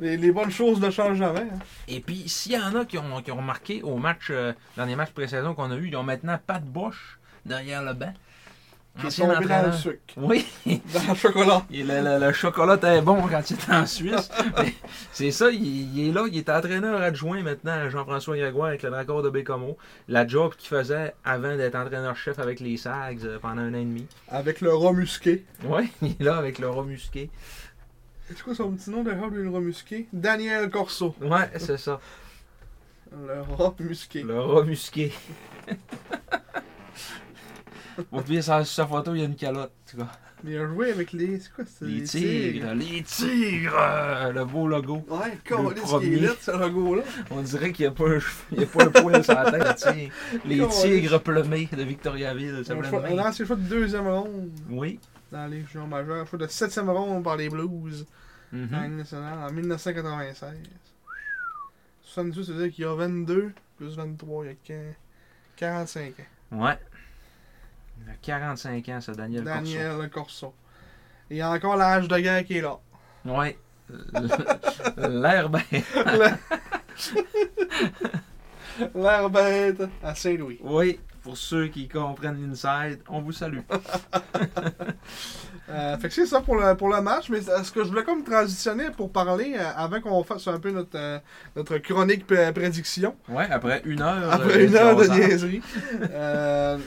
Les, les bonnes choses ne changent jamais. hein.
Et puis, s'il y en a qui ont, qui ont remarqué au match, euh, dans les matchs pré-saison qu'on a eu, ils ont maintenant pas de boche derrière le banc.
qui est
Ancien
tombé dans le
entraîneur.
sucre.
Oui,
Dans le chocolat.
il- le, le- le chocolat était bon quand il était en Suisse. Mais c'est ça, il, il est là, il est entraîneur adjoint maintenant à Jean-François Grégoire avec le raccord de Bécomo. La job qu'il faisait avant d'être entraîneur-chef avec les Sags euh, pendant un an et demi.
Avec le rat musqué.
Oui, il est là avec le Romusqué.
C'est quoi son petit nom d'ailleurs, lui, le rat musqué Daniel Corso.
Ouais, c'est ça.
Le rat musqué.
Le rat musqué. Au pire, sur sa photo, il y a une calotte. tu vois.
Mais il a joué avec les. C'est quoi c'est
Les tigres, les tigres, euh, le beau logo.
Ouais, câlisse,
premier.
il est là, ce logo-là.
On dirait qu'il n'y a pas un, cheveu- il y a pas un poil sur la tête. tu sais. Les
Câlisse.
tigres plumés de Victoriaville, ça
Un
plein
choix-
de
un
mains.
ancien choix de deuxième ronde
Oui.
dans les joueurs majeurs. Un choix de septième ronde par les Blues
Mhm.
dans la Ligue nationale en 1996. 78, c'est-à-dire qu'il y a 22 plus 23, il y a quin- 45 ans.
Ouais. Il a 45 ans, ce Daniel, Daniel.
Daniel Corso. Et il y a encore l'âge de guerre qui est là.
Ouais. Euh, L'air bien.
L'air bête à Saint-Louis.
Oui, pour ceux qui comprennent l'inside, on vous salue.
Euh, fait que c'est ça pour le, pour le match, mais ce que je voulais comme transitionner pour parler euh, avant qu'on fasse un peu notre, euh, notre chronique pré- prédiction.
Ouais, après une heure.
Après
euh,
une heure de
jasant.
niaiserie. Euh,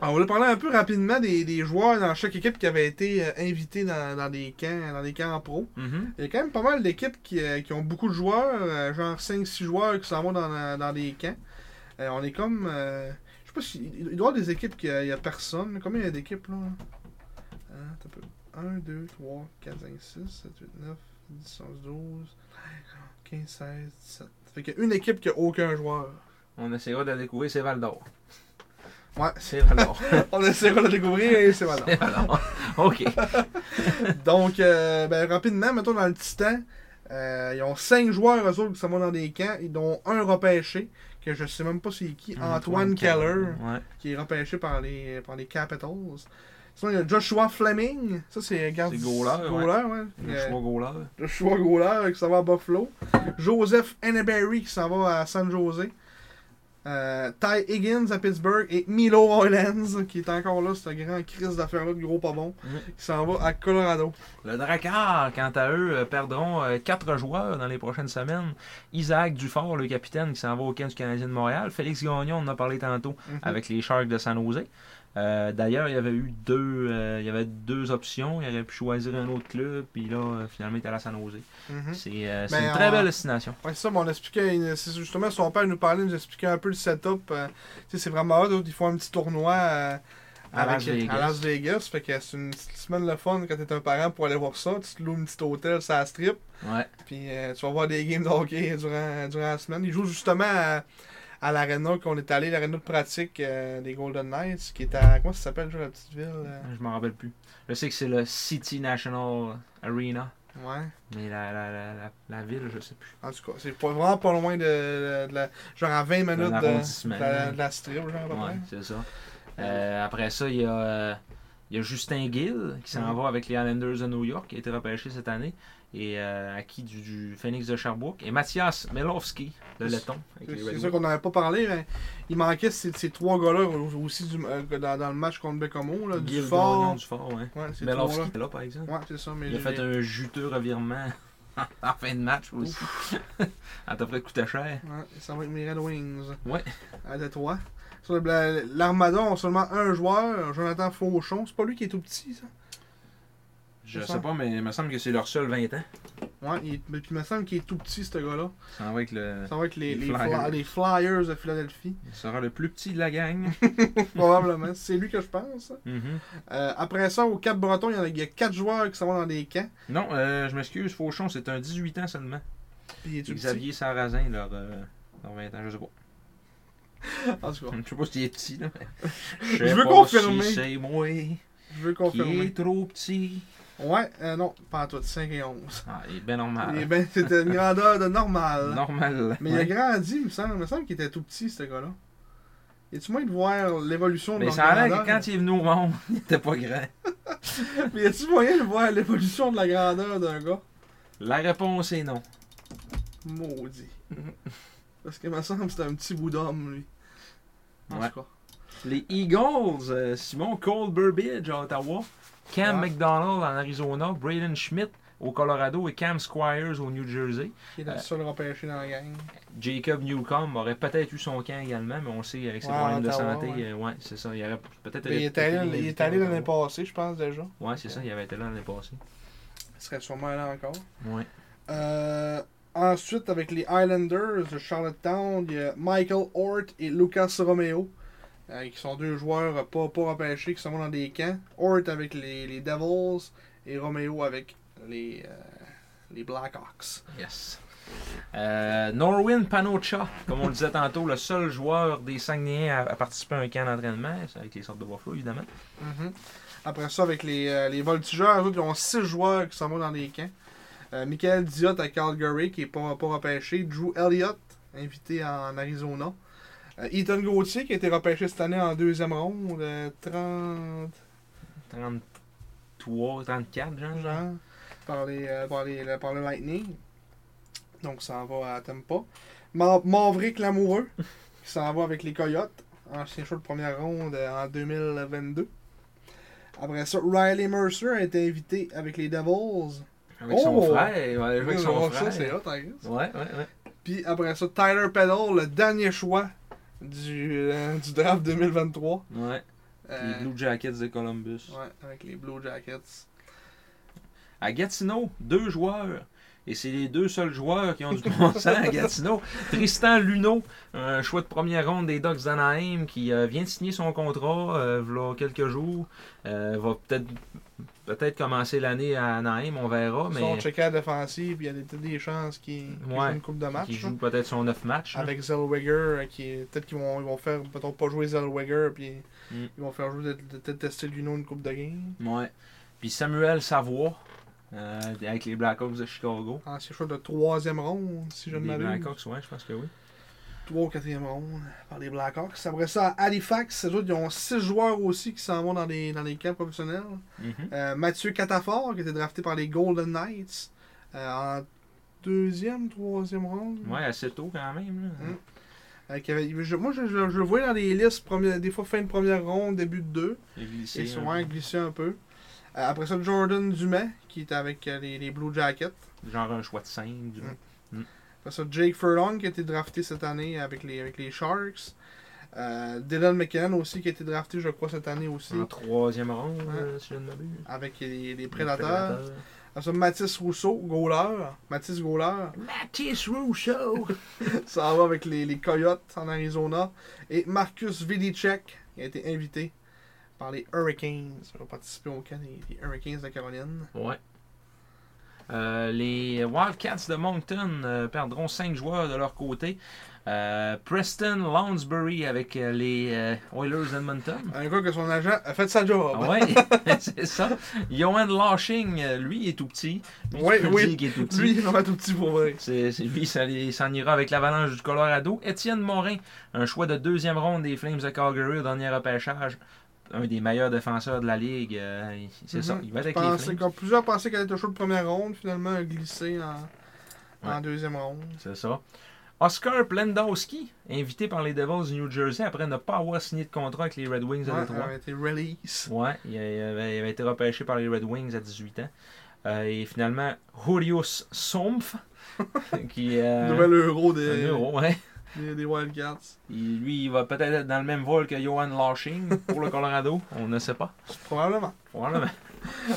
on voulait parler un peu rapidement des, des joueurs dans chaque équipe qui avaient été euh, invités dans, dans des camps dans des camps pro.
Mhm.
Il y a quand même pas mal d'équipes qui, euh, qui ont beaucoup de joueurs, euh, genre 5-6 joueurs qui s'en vont dans, la- dans des camps. Euh, on est comme. euh, je sais pas si. Il doit y avoir des équipes qu'il n'y a personne. Combien il y a d'équipes là Euh, attends un peu. 1, 2, 3, 4, 5, 6, 7, 8, 9, 10, 11, 12, 15, 16, 17. Fait qu'il y a une équipe qui a aucun joueur.
On essaiera de la découvrir, c'est Val d'Or.
Ouais,
C'est Val d'Or.
on essaiera de le découvrir et c'est voilà.
C'est Val d'Or. OK.
Donc, euh, ben, rapidement, mettons dans le Titan, euh, ils ont cinq joueurs, eux autres, qui sont dans des camps, et dont un repêché, que je sais même pas c'est qui, Antoine, Keller,
Ouais.
qui est repêché par les, par les Capitals. Sinon, il y a Joshua Fleming, ça c'est garde
C'est goaler, ouais.
goaler, ouais.
Le
Euh,
choix goaler.
Joshua Goller qui s'en va à Buffalo. Joseph Henneberry qui s'en va à San Jose. Euh, Ty Higgins à Pittsburgh et Milo Rollins qui est encore là, ce grand crise d'affaires-là de gros pas bon,
Mm.
qui s'en va à Colorado.
Le Drakkar, quant à eux, euh, perdront euh, quatre joueurs dans les prochaines semaines. Isaac Dufort, le capitaine, qui s'en va au camp du Canadien de Montréal. Félix Gagnon, on en a parlé tantôt,
Mhm.
avec les Sharks de San Jose. Euh, D'ailleurs, il y avait eu deux, euh, il y avait deux options. Il aurait pu choisir un autre club, puis là, euh, finalement, il est allé à San Jose.
Mhm.
C'est euh, c'est
Ben,
une très
on-
belle destination.
Ouais, c'est ça, mais on expliquait, euh, c'est justement son père nous parlait, nous expliquait un peu le setup. euh, tu sais, c'est vraiment hot, ils font un petit tournoi euh,
À
avec-
Las Vegas.
à Las Vegas. Fait que c'est une petite semaine le fun quand t'es un parent pour aller voir ça. Tu te loues un petit hôtel, ça strip.
Ouais.
Puis euh, tu vas voir des games de hockey durant, durant la semaine. Ils jouent justement à, à l'aréna qu'on est allé, l'aréna de pratique euh, des Golden Knights, qui est à. Comment ça s'appelle déjà la petite ville euh,
Je m'en rappelle plus. Je sais que c'est le City National Arena,
Ouais.
mais la, la, la, la, la ville, je sais plus.
En tout cas, c'est pas- vraiment pas loin de, de la. Genre à 20 minutes de,
arrondissement.
de la, de la strip, genre à peu près.
Ouais, c'est ça. Euh, après ça, il y a, euh, il y a Justin Gill qui s'en
Mhm.
va avec les Islanders de New York, qui a été repêché cette année et euh, acquis du, du Phoenix de Sherbrooke. Et Mathias Melowski, le
C'est-
Letton. avec
C'est
les
c'est
Red
sûr qu'on n'avait pas parlé, mais il manquait ces, ces trois gars-là au- aussi du- euh, dans, dans le match contre Bécomo, là,
Wings.
du
Gill, Gagnon,
fort.
du fort, ouais.
Ouais, c'est trois
Melowski
là.
est là, par exemple.
Ouais, c'est ça, mais
Il a
j'ai-
fait un juteux revirement en fin de match aussi. À peu près coûté cher.
Ouais, ça va être mes Red Wings.
Ouais.
À Détroit. Sur le bla- L'Armada ont seulement un joueur, Jonathan Fauchon. C'est pas lui qui est tout petit, ça.
Je
C'est
sais
ça.
pas, mais il me semble que c'est leur seul 20 ans.
Ouais, il, est- mais puis il me semble qu'il est tout petit, ce gars-là.
Ça va être le.
Ça va être les,
Les
les Fly-
Flyers.
les Flyers de Philadelphie.
Il sera le plus petit de la gang.
Probablement. C'est lui que je pense.
Mhm.
Euh, après ça, au Cap-Breton, il y en a- il y, a quatre joueurs qui sont dans des camps.
Non, euh, je m'excuse, Fauchon, c'est un 18 ans seulement.
Puis il est tout
Xavier Sarrazin, leur, euh, leur 20 ans, je sais pas.
petit. En tout cas,
Je sais pas s'il est petit, là. mais-
Je veux
pas
confirmer.
si c'est moi qui
je veux confirmer.
est trop petit.
Ouais, euh, non, pas en tout, 5 et 11.
Ah, il est bien normal.
Et ben, c'était une grandeur de normal.
Normal.
Mais
Ouais.
il a grandi, il me semble. Il me semble qu'il était tout petit, ce gars-là. Y a-tu moyen de voir l'évolution de
Mais
leur
ça a l'air
grandeur?
que quand il est venu au monde, il était pas grand.
Mais y a-tu moyen de voir l'évolution de la grandeur d'un gars?
La réponse est non.
Maudit. Parce que, il me semble que c'était un petit bout d'homme, lui. En
Ouais.
tout cas.
Les Eagles, euh, Simon Cole Burbidge à Ottawa, Cam
Ouais.
McDonald en Arizona, Braden Schmidt au Colorado et Cam Squires au New Jersey.
Qui est le
Euh,
seul repêché dans la gang.
Jacob Newcomb aurait peut-être eu son camp également, mais on le sait avec ses
Ouais,
problèmes de
Ottawa,
santé,
ouais.
euh, ouais, c'est ça. Il aurait peut-être.
Mais il est allé, il est allé l'année passée, je pense déjà.
Ouais, c'est ça, il avait été là l'année passée.
Il serait sûrement là encore.
Ouais.
Euh, ensuite, avec les Islanders de Charlottetown, il y a Michael Hort et Lucas Romeo, euh, qui sont deux joueurs euh, pas, pas repêchés, qui sont dans des camps. Hort avec les, les Devils et Romeo avec les, euh, les Blackhawks.
Yes. Euh, Norwin Panocha, comme on le disait tantôt, le seul joueur des Saguenayens à, à participer à un camp d'entraînement, c'est avec les sortes de Buffalo évidemment.
Mhm. Après ça, avec les, euh, les Voltigeurs, eux autres, ils ont six joueurs qui sont dans des camps. Euh, Michael Diot à Calgary, qui n'est pas, pas repêché. Drew Elliott, invité en Arizona. Euh, Ethan Gauthier, qui a été repêché cette année en deuxième ronde, euh, 30
33, 34, genre.
genre, par les, euh, par les, le- par le Lightning. Donc, ça en va à Tempa. Ma- Maverick Lamoureux, qui s'en va avec les Coyotes, ancien choix de première ronde euh, en 2022. Après ça, Riley Mercer a été invité avec les Devils.
Avec son
Oh!
frère, il va aller jouer avec son
Ça,
frère.
c'est hot, I guess.
Ouais, ouais, ouais.
Puis après ça, Tyler Peddle, le dernier choix du, euh, du draft 2023.
ouais.
Euh,
Les Blue Jackets de Columbus.
ouais, avec les Blue Jackets.
À Gatineau, deux joueurs. Et c'est les deux seuls joueurs qui ont du bon sens à Gatineau. Tristan Luneau, un choix de première ronde des Ducks d'Anaheim, qui euh, vient de signer son contrat euh, v'là quelques jours. Euh, va peut-être peut-être commencer l'année à Anaheim, on verra,
Ils sont
mais
checkés à la défensive, puis il y a des, des chances qu'ils qu'ils
Ouais.
jouent une coupe de match.
qui joue peut-être son neuf matchs. hein.
Avec Zellweger, euh, qui est- peut-être qu'ils vont, ils vont faire, peut-être pas jouer Zellweger, puis
Mm.
ils vont faire jouer de- de- peut-être tester Luno une coupe de game.
Ouais. Puis Samuel Savoie, euh, avec les Blackhawks de Chicago.
Ancien choix Ah, de troisième ronde, si je ne
les
m'abuse.
Blackhawks, ouais, je pense que oui.
Trois ou quatrième ronde par les Blackhawks. Après ça, à Halifax, eux autres, ils ont six joueurs aussi qui s'en vont dans les, dans les camps professionnels.
Mhm.
Euh, Mathieu Catafort, qui a été drafté par les Golden Knights euh, en deuxième, troisième ronde.
Ouais, assez tôt quand même. là.
Mm. Euh, qui avait- je- moi, je, je- je le voyais dans les listes, première- des fois fin de première ronde, début de deux.
Il a glissé,
C'est
hein.
souvent glissé un peu. Euh, après ça, Jordan Dumais, qui était avec euh, les, les Blue Jackets.
Genre un choix de 5.
Mm. Après ça, Jake Furlong, qui a été drafté cette année avec les, avec les Sharks. Euh, Dylan McKinnon aussi, qui a été drafté, je crois, cette année aussi,
En troisième ronde,
Ouais.
euh, si je ne m'abuse.
avec les, les
Prédateur.
Prédateurs. Après ça, Mathis Rousseau, goaler. Mathis Goaler,
Matisse Rousseau.
ça va avec les, les Coyotes en Arizona. Et Marcus Vidicek, qui a été invité par les Hurricanes. Il va participer au camp des, des Hurricanes de Caroline.
ouais. Euh, les Wildcats de Moncton euh, perdront 5 joueurs de leur côté. Euh, Preston Lounsbury avec euh, les euh, Oilers d'Edmonton.
Un gars que son agent a fait sa job.
Ah ouais, c'est ça. Johan Lashing, euh, lui, il est tout petit. Lui, tu
Ouais,
peux
oui.
dire qu'il est tout petit.
Lui, il est vraiment tout petit pour vrai.
C'est c'est lui, ça les- s'en ira avec l'avalanche du Colorado. Étienne Morin, un choix de deuxième ronde des Flames de Calgary au dernier repêchage. Un des meilleurs défenseurs de la ligue. euh, il- c'est ça,
Mhm.
il va
Je
avec les
pensais-
Flames.
comme plusieurs pensaient qu'elle était au show de première ronde, finalement, elle a glissé en, en
Ouais.
deuxième ronde.
C'est ça. Oscar Plendowski, invité par les Devils du New Jersey après ne pas avoir signé de contrat avec les Red Wings
Ouais,
à
elle
Détroit.
a été release.
Ouais, il avait, il avait été repêché par les Red Wings à 18 ans. Euh, et finalement, Jurius Sompf, qui euh,
Nouvel euro des,
un euro, ouais.
des, des Wildcats.
Il- lui, il va peut-être être dans le même vol que Johan Lashing pour le Colorado. On ne sait pas.
Probablement.
Probablement.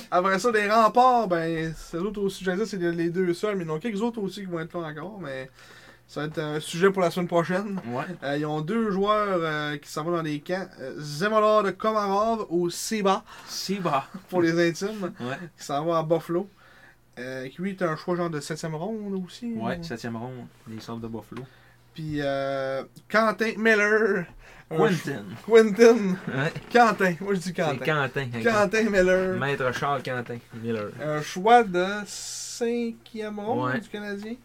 Après ça, les remparts, ben, c'est d'autres aussi. J'allais dire, c'est les les deux seuls, mais il y en a quelques autres aussi qui vont être là encore, mais ça va être un sujet pour la semaine prochaine.
Ouais.
Euh, ils ont deux joueurs euh, qui s'en vont dans les camps. Euh, Zemolor de Komarov au Seba,
C'est bas.
pour les intimes,
Ouais.
qui s'en va à Buffalo. Euh, qui lui est un choix genre de 7 ronde aussi.
Ouais,
là.
septième ronde. Les sortes de Buffalo.
Puis euh, Quentin Miller. un ch-
Quentin.
Quentin.
Ouais.
Quentin. Moi je dis
C'est
Quentin.
Quentin.
Quentin Miller.
Maître Charles Quentin Miller.
Un choix de cinquième ronde
Ouais.
du Canadien.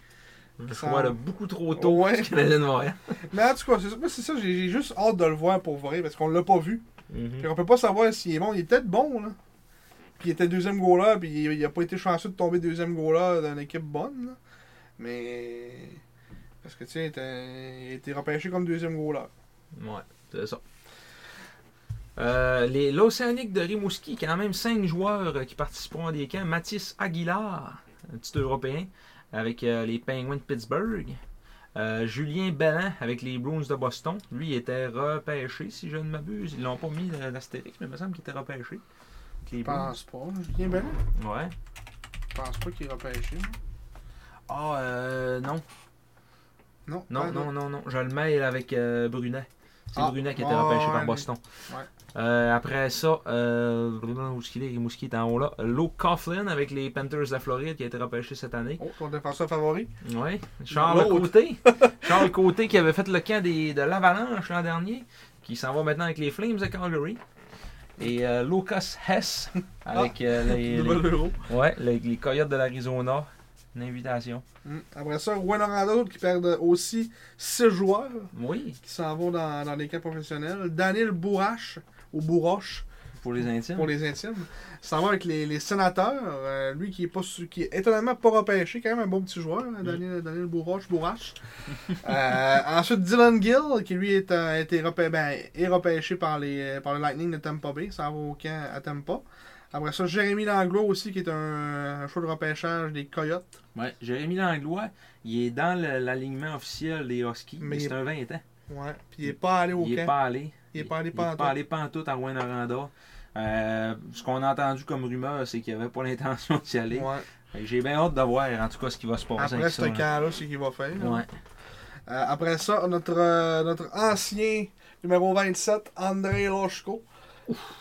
Un
Ça-
choix de beaucoup trop tôt.
Ouais.
du Canadien de Montréal.
Mais en tout cas, c'est ça, moi, c'est ça, j'ai j'ai juste hâte de le voir pour vrai, parce qu'on l'a pas vu.
Mhm.
Puis on peut pas savoir s'il est bon. Il est peut-être bon, là. Puis il était deuxième goaler, puis il, il a pas été chanceux de tomber deuxième goaler d'une équipe bonne, là. Mais. Parce que, tu sais, il était- il a été repêché comme deuxième goaler.
Ouais, c'est ça. Euh, les- L'Océanique de Rimouski, quand même cinq joueurs euh, qui participeront à des camps. Mathis Aguilar, un petit Européen, avec euh, les Penguins de Pittsburgh. Euh, Julien Bellin avec les Bruins de Boston. Lui il était repêché, si je ne m'abuse. Ils l'ont pas mis dans l'astérix, mais il me semble qu'il était repêché. avec les
Je pense pas. Julien Bellin?
Bruins. Ouais.
Je pense pas qu'il est repêché.
Ah, euh, non.
Non,
Non,
pas
non, non, non. Je le mêle avec euh, Brunet. C'est
Ah,
Brunet qui était
ouais,
repêché
ouais,
par
lui.
Boston.
Ouais.
Euh, après ça, euh, où est-ce qu'il est? Rimouski est en haut là. Lou Coughlin avec les Panthers de la Floride qui a été repêché cette année.
Oh, ton défenseur favori?
Ouais. Charles
L'autre.
Côté. Charles Côté qui avait fait le camp des, de l'Avalanche l'an dernier, qui s'en va maintenant avec les Flames de Calgary. Et euh, Lucas Hess avec
Ah,
euh, les,
Double euro.
les- ouais, les, les Coyotes de l'Arizona. Une invitation.
Mm. Après ça, Rouen Orlando qui perd aussi 6 joueurs
Oui,
qui s'en vont dans, dans les camps professionnels. Daniel Bourrache, ou Bourroche
pour les intimes.
pour les intimes, s'en va avec les, les sénateurs. Euh, lui qui est, pas, su- qui est étonnamment pas repêché, quand même un bon petit joueur, hein,
Mm.
Daniel, Daniel Bourroche. Bourrache. Euh, ensuite, Dylan Gill qui lui est, euh, a été repê- ben, est repêché par, les, euh, par le Lightning de Tampa Bay, s'en va au camp à Tampa. Après ça, Jérémy Langlois aussi qui est un, un choix de repêchage des Coyotes.
Ouais, Jérémy Langlois, il est dans le- l'alignement officiel des Huskies, mais,
Mais
c'est un 20 ans.
Ouais, puis il est pas allé au
Il est
camp.
pas allé.
Il est pas allé
Il est
pantoute.
pas allé pantoute à Rouen-Noranda. Euh, ce qu'on a entendu comme rumeur, c'est qu'il avait pas l'intention d'y aller.
Ouais.
Fait que J'ai bien hâte de voir, en tout cas, ce qui va se passer
Après
avec
ce
ça. là.
camp-là, c'est ce qu'il va faire. hein. là.
Ouais.
Euh, après ça, notre, euh, notre ancien numéro 27, André Loshko.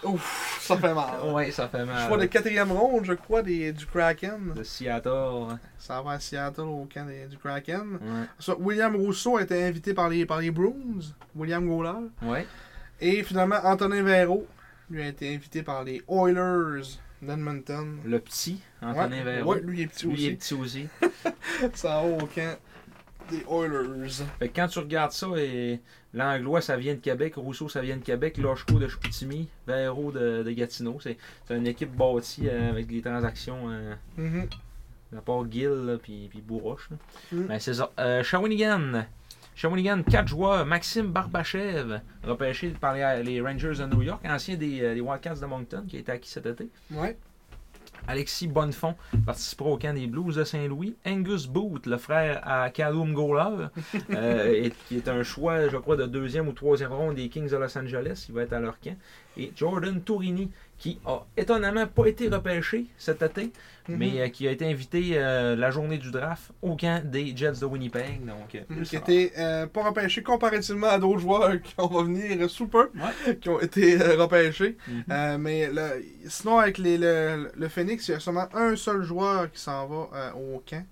Ouf. ça fait mal.
ouais, ça fait mal.
Choix de quatrième ronde, je crois, des, du Kraken.
De Seattle.
Ça va à Seattle au camp des- du Kraken.
Ouais.
Ça, William Rousseau a été invité par les, par les Bruins, William Goulard.
ouais.
Et finalement, Antonin Véro, lui a été invité par les Oilers d'Edmonton.
Le petit, Antonin
Ouais,
Véro.
ouais, lui il est petit
Lui, il est
aussi.
petit aussi.
Ça va au camp des Oilers.
Fait que quand tu regardes ça, et l'anglois ça vient de Québec, Rousseau ça vient de Québec, Lochko de Chicoutimi, Véro de, de Gatineau. C'est c'est une équipe bâtie euh, avec des transactions, euh,
Mhm.
à part Gill là, puis, puis Bourroche. là.
Mm.
Ben, c'est ça. Euh, Shawinigan. Shawinigan, 4 joueurs. Maxime Barbachev, repêché par les, les Rangers de New York, ancien des, euh, des Wildcats de Moncton, qui a été acquis cet été.
Ouais.
Alexis Bonnefond participera au camp des Blues de Saint-Louis. Angus Booth, le frère à Callum Goller, euh, est- qui est un choix, je crois, de deuxième ou troisième ronde des Kings de Los Angeles. Il va être à leur camp. Et Jordan Tourini, qui a étonnamment pas été repêché cet été,
Mhm.
mais euh, qui a été invité euh, la journée du draft au camp des Jets de Winnipeg. Donc, euh,
Mm, qui
ça va.
était euh, pas repêché comparativement à d'autres joueurs qu'on va venir sous peu,
Ouais.
qui ont été euh, repêchés.
Mhm.
Euh, mais le- sinon, avec les, le, le Phoenix, il y a seulement un seul joueur qui s'en va euh, au camp.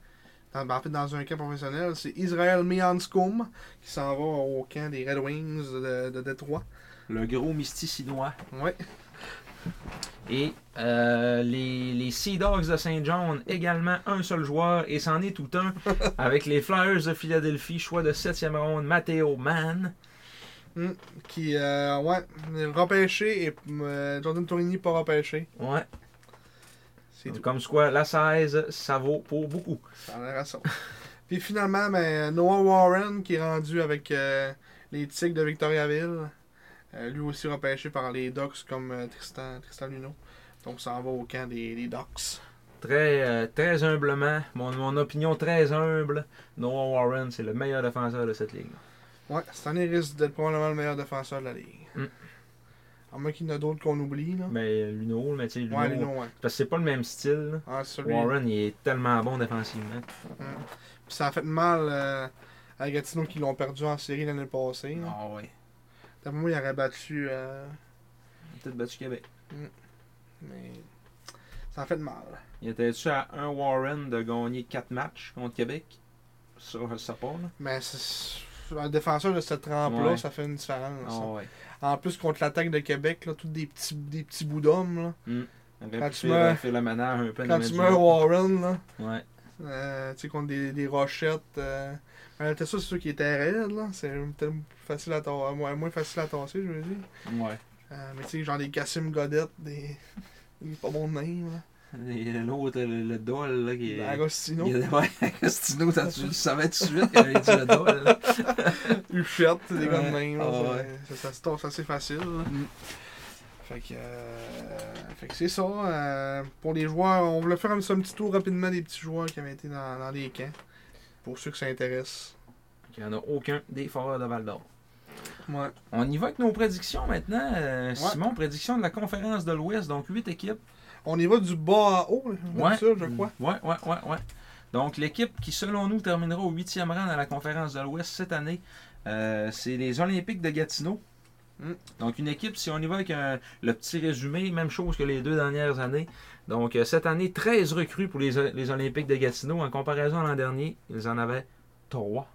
Dans, ben, en fait, dans un camp professionnel, c'est Israel Meanscombe qui s'en va au camp des Red Wings de, de Détroit.
le gros mysticinois.
Ouais.
Et euh, les, les Sea Dogs de Saint John, également un seul joueur, et c'en est tout un, avec les Flyers de Philadelphie, choix de 7e ronde, Matteo Mann.
Qui, euh, ouais, repêché et euh, Jordan Tourigny pas repêché.
Ouais,
C'est tout.
comme quoi, la 16, ça vaut pour beaucoup.
Ça a l'air à ça. Puis finalement, ben, Noah Warren qui est rendu avec euh, les Tigres de Victoriaville. Euh, lui aussi repêché par les Ducks comme euh, Tristan, Tristan Luneau. Donc ça en va au camp des, des Ducks.
Très, euh, très humblement, mon, mon opinion très humble, Noah Warren, c'est le meilleur défenseur de cette ligue.
Ouais, cette année risque d'être probablement le meilleur défenseur de la Ligue.
Mm.
À moins qu'il y en a d'autres qu'on oublie. Là.
Mais Luno, mais tu sais, Luno,
ouais, Luneau, ouais.
parce que c'est pas le même style. là.
Ah, celui
Warren, il est tellement bon défensivement.
Puis ça a fait mal euh, à Gatineau qui l'ont perdu en série l'année passée. là.
Ah ouais.
D'après moi, il aurait battu. euh,
Peut-être battu Québec.
mais ça a fait mal.
Il était-tu à un Warren de gagner 4 matchs contre Québec? Ça, je sais pas, là.
Mais c'est- un défenseur de cette rampe-là,
Ouais.
ça fait une différence.
Ah ouais.
En plus, contre l'attaque de Québec, là, tous des petits, des petits bouts d'hommes. là. Quand
Quand
tu
tu
meurs-
faire, faire le ménage un peu dans
Quand
le
tu
match.
mets un Warren, là,
Ouais.
euh, tu sais, contre des, des rochettes. Euh, mais t'es sûr, c'est sûr qu'il était raide, là. C'est peut-être facile à tasser, moins, moins facile à tasser, je veux dire.
Ouais.
Euh, mais tu sais, genre des Cassim Godette, des. des pas bons names, là.
Et L'autre, le, le Dole, là, qui
Des
est.
Agostino,
Il est ouais, Agostino, t'as- tu le savais tout de suite quand j'ai dit le Dole. là.
Huchette, des gars de
Ouais.
même, là.
Ah
ça-
ouais. Mm.
ça, ça se tasse assez facile, là. Fait que, euh, fait que c'est ça. euh, pour les joueurs, on voulait faire un, ça, un petit tour rapidement des petits joueurs qui avaient été dans, dans les camps. Pour ceux que ça intéresse.
Il n'y en a aucun des foreurs de Val d'Or.
Ouais.
On y va avec nos prédictions maintenant. euh, Simon, prédiction de la conférence de l'Ouest, donc 8 équipes.
On y va du bas à haut, là, comme
Ouais. Mm.
ça, je crois.
Ouais, ouais, ouais, ouais. Donc, l'équipe qui, selon nous, terminera au 8e rang dans la conférence de l'Ouest cette année, euh, c'est les Olympiques de Gatineau.
Mm.
Donc, une équipe, si on y va avec un- le petit résumé, même chose que les deux dernières années. Donc, euh, cette année, 13 recrues pour les, O- les Olympiques de Gatineau. En comparaison à l'an dernier, ils en avaient 3.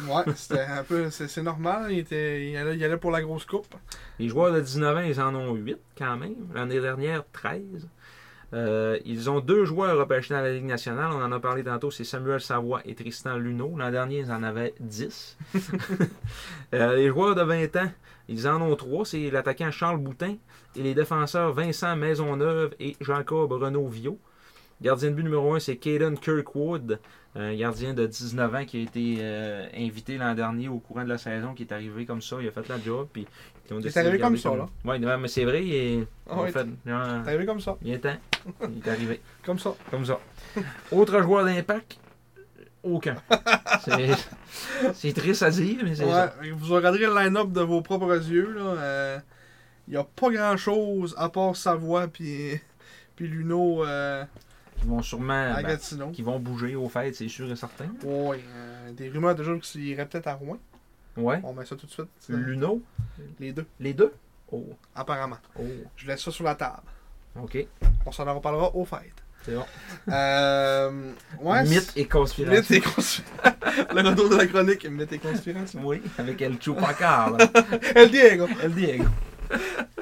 Mm.
Ouais, c'était un peu. C'est c'est normal. Il, était, il, allait, il allait pour la grosse coupe.
Les joueurs de 19 ans, ils en ont 8 quand même. L'année dernière, 13. Euh, ils ont deux joueurs repêchés dans la Ligue nationale. On en a parlé tantôt, c'est Samuel Savoie et Tristan Luneau. L'an dernier, ils en avaient 10. Euh, les joueurs de 20 ans, ils en ont 3. C'est l'attaquant Charles Boutin et les défenseurs Vincent Maisonneuve et Jacob Renaud-Vio. Gardien de but numéro 1, c'est Caden Kirkwood, un gardien de 19 ans qui a été euh, invité l'an dernier au courant de la saison, qui est arrivé comme ça. Il a fait la job. Puis, ils ont
Il est
décidé de
arrivé
garder
comme ça, là.
Ouais, non, mais c'est vrai. Il est...
Ah
ils ont
ouais,
fait... genre,
T'es arrivé comme ça.
il est temps. Il est arrivé.
Comme ça.
Comme ça. Autre joueur d'impact, aucun. C'est- C'est triste à dire, mais c'est ça.
Ouais, vous regarderez le line-up de vos propres yeux. là, euh, Il n'y a pas grand-chose à part Savoie puis, puis Luno euh,
Ils vont sûrement.
à
ben,
Gatineau.
qui vont bouger au fait, c'est sûr et certain.
Ouais, euh, des rumeurs déjà qu'il irait peut-être à Rouen.
Ouais.
On met ça tout de suite. c'est-
Luno,
Les deux,
les deux. Oh,
apparemment.
oh.
Je laisse ça sur la table.
Ok,
On s'en reparlera aux fêtes.
c'est bon.
Euh, ouais,
Mythe
c'est-
et conspiration.
Mythe et conspiration. le retour de la chronique, mythe et conspiration.
Oui, avec El Chupacabra.
El Diego.
El Diego.